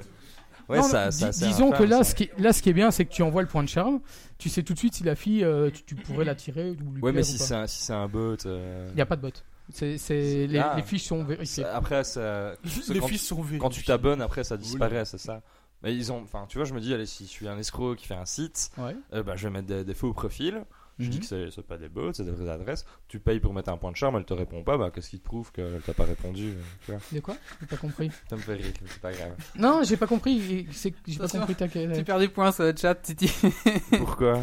Ouais, ça- ça sert à
disons
faire,
que là
ça.
ce, qui est, là, ce qui est bien, c'est que tu envoies le point de charme. Tu sais tout de suite si la fille, euh, tu, tu pourrais la tirer ou lui
Ouais, mais
plaire
si
ou pas.
c'est un, si c'est un bot. euh,
Il n'y a pas de bot. C'est, c'est- les,
Ah.
les fiches sont vérifiées.
Ça- Après, ça. parce que
Les
quand
fiches
tu-
sont vérifiées.
Quand tu t'abonnes, après, ça disparaît, c'est ça. Mais ils ont. Enfin, tu vois, je me dis, allez, si je suis un escroc qui fait un site,
Ouais.
euh, bah, je vais mettre des, des faux profils. Je
Mhm.
dis que c'est c'est pas des bots, c'est des vraies adresses. Tu payes pour mettre un point de charme, elle te répond pas, bah qu'est-ce qui te prouve qu'elle t'a pas répondu euh, tu vois.
De quoi J'ai pas compris.
Ça me fait rire, mais c'est pas grave.
Non, j'ai pas compris. C'est, j'ai pas
Attention,
compris ta quelle-
Tu perds des points sur le chat, Titi. <laughs>
Pourquoi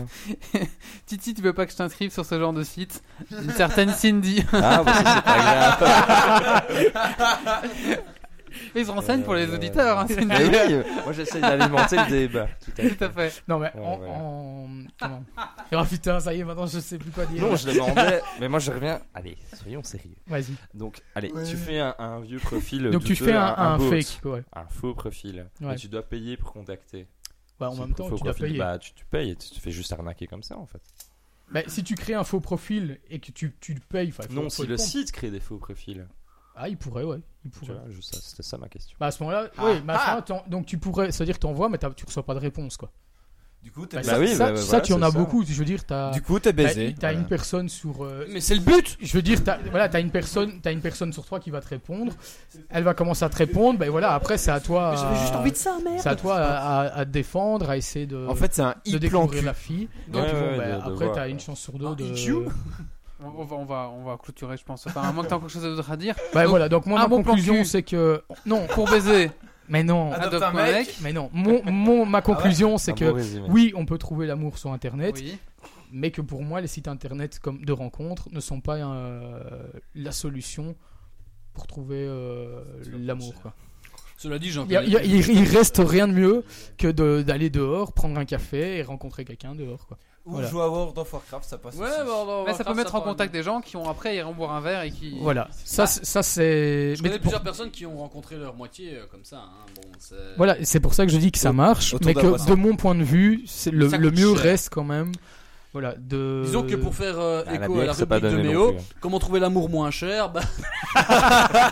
Titi, tu veux pas que je t'inscrive sur ce genre de site Une certaine Cindy.
Ah, bah, ça, c'est
bah,
pas
grave.
<laughs> Ils se renseignent pour les
<laughs>
auditeurs. Hein, Cindy.
Euh, Mais oui, moi, j'essaie d'alimenter le débat, tout à fait.
<laughs> Tout à fait.
Non, mais
Ouais,
en.
voilà.
en- comment Et oh, putain, ça y est, maintenant je sais plus quoi dire.
Non, je demandais, mais moi je reviens. Allez, soyons sérieux.
Vas-y.
Donc, allez,
Ouais.
tu fais un, un vieux profil.
Donc, tu
douteux,
fais un- un
bot,
fake, ouais.
Un faux profil.
Ouais.
Et tu dois payer pour contacter.
Ouais, en
Ce
même temps,
faux
tu dois
profil,
payer.
Bah, tu, tu payes et tu te fais juste arnaquer comme ça en fait.
Bah, si tu crées un faux profil et que tu, tu le payes. enfin, Bah, faut-
non,
faut
si
être
le
con.
site crée des faux profils.
Ah, il pourrait, ouais. Il
Tu
pourrait.
vois, je- ça- c'était ça ma question.
Bah à ce moment-là,
Ah,
oui, mais à ce moment-là, t'en- donc tu pourrais, c'est-à-dire t'envoies, mais t'as- tu reçois pas de réponse, quoi.
Du coup, t'es
Bah,
baisé.
ça,
Bah oui,
ça,
bah,
ça,
voilà,
tu en
c'est
as
ça.
beaucoup. Je veux dire, t'as.
Du coup, t'es baisé,
T'as, t'as une
voilà.
personne sur. euh,
Mais c'est le but.
Je veux dire, t'as, voilà, t'as une personne, t'as une personne sur toi qui va te répondre. Elle va commencer à te répondre. Ben voilà, après c'est à toi.
Mais j'avais
à-
juste envie de ça, merde.
C'est à toi à, à- à te défendre, à essayer de.
En fait, c'est un
de
hit plan
découvrir
cul.
la fille.
Ouais,
Donc,
ouais,
bon,
ouais,
ben,
de- de
après,
voir,
t'as
ouais.
une chance sur
Ah,
deux de.
on, on va, on, va, on va clôturer, je pense. Enfin, à moins que t'as encore chose d'autre à dire.
Bah voilà, donc moi
un
ma
bon plan
conclusion
cul.
c'est que non
pour baiser.
<laughs> Mais non,
Adopte Adopte un un mec. mec.
Mais non, mon, mon-
Ah
ma conclusion c'est
Un
que
beau résumé.
oui, on peut trouver l'amour sur internet.
Oui.
Mais que pour moi les sites internet comme de rencontres ne sont pas euh, la solution pour trouver euh, l'amour quoi.
Cela dit, j'en
Il, y a-
connais-
il y a- il- il reste rien de mieux que de- d'aller dehors, prendre un café et rencontrer quelqu'un dehors quoi.
Ou
Voilà.
jouer à World of Warcraft, ça passe.
Ouais,
bah,
aussi.
mais ça peut mettre en contact des gens qui ont après iront boire un verre et qui. Bah.
Voilà. Ça c'est- ça c'est
Je
mais
connais
pour-
plusieurs personnes qui ont rencontré leur moitié euh, comme ça. hein. Bon, c'est-
Voilà, et c'est pour ça que je dis que ça marche,
autour
mais
d'un
que
bassin.
de mon point de vue, c'est le,
Ça
le
coûte
mieux
cher.
reste quand même. Voilà, de...
Disons que pour faire euh,
Ah, la
écho à
bière,
la
c'est pas
rubrique de
donné non
Méo,
plus, hein.
comment trouver l'amour moins cher bah... <laughs>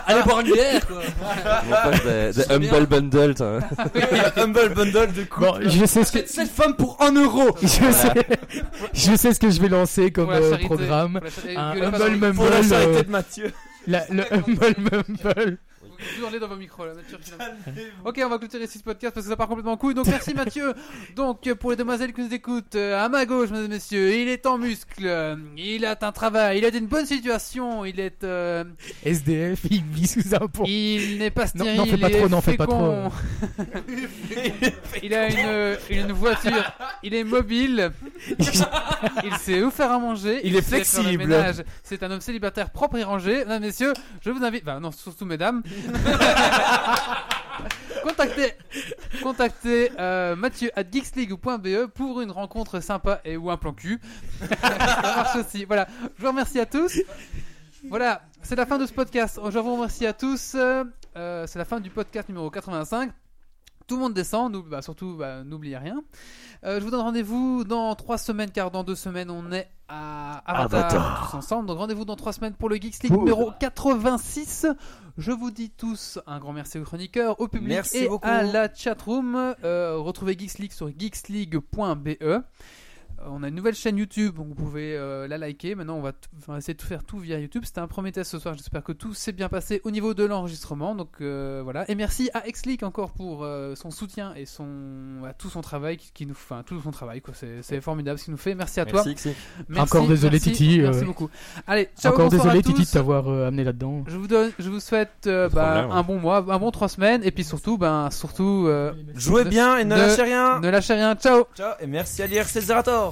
Allez boire une bière quoi
On passe des- des Humble hein. Bundle. t'as-
<laughs>
<laughs>
Humble Bundle de couple.
Bon, je sais ce que-
Cette femme pour 1 euro
<laughs> Je sais, je sais ce que je vais lancer comme
Pour la
euh,
charité,
programme.
pour la charité,
Un
gueulez pas
humble
dans
mumble.
le- Pour la charité
euh,
de Mathieu.
la- le humble mumble.
Vous hurlez dans vos micros là, Mathieu. ok, on va clôturer ici ce podcast parce que ça part complètement en couille. Donc merci
<laughs>
Mathieu. Donc euh, pour les demoiselles qui nous écoutent, euh, à ma gauche, mesdames et messieurs, il est en muscle, euh, il a un travail, il a une bonne situation, il est. euh,
SDF, il vit sous un pont.
Il n'est pas
Non,
stérile.
non, fais pas
il est
trop, non, fais pas
fécond.
trop.
<laughs> il a une, une voiture, il est mobile, il sait où faire à manger,
Il est
sait faire le
flexible.
ménage. C'est un homme célibataire propre et rangé. Mesdames, messieurs, je vous invite, enfin, non,
<laughs>
surtout mesdames, contactez, contactez euh, Mathieu at geeksleague.be pour une rencontre sympa et ou un plan cul. <laughs> Ça marche aussi. Voilà, je vous remercie à tous. Voilà, c'est la fin de ce podcast. Je vous remercie à tous. Euh, euh, c'est la fin du podcast numéro 85. Tout le monde descend, nous, bah, surtout bah, n'oubliez rien. Euh, je vous donne rendez-vous dans 3 semaines, car dans 2 semaines on est à Avatar,
Avatar.
tous ensemble. Donc rendez-vous dans 3 semaines pour le Geeks League numéro 86. Je vous dis tous un grand merci aux chroniqueurs, au public
Merci
et
beaucoup.
à la chatroom. Euh, retrouvez Geeks League sur geeksleague.be. Euh, On a une nouvelle chaîne YouTube, donc vous pouvez euh, la liker. Maintenant, on va, t- on va essayer de tout faire tout via YouTube. C'était un premier test ce soir. J'espère que tout s'est bien passé au niveau de l'enregistrement. Donc euh, voilà. Et merci à Xleak encore pour euh, son soutien et son à tout son travail qui, qui nous, enfin tout son travail quoi. C'est c'est formidable ce qu'il nous fait. Merci à
Merci,
toi.
Xleak. Encore désolé,
merci,
Titi,
Merci
euh,
beaucoup. Allez, ciao.
Encore
bonsoir à
désolé Titi
tous.
de t'avoir euh, amené là-dedans.
Je vous donne, je vous souhaite euh, bah,
problème.
un bon mois, un bon trois semaines, et puis surtout, ben surtout. euh,
Jouez bien et ne lâchez rien.
Ne lâchez rien. Ciao.
Ciao et merci à l'IRC Zerator.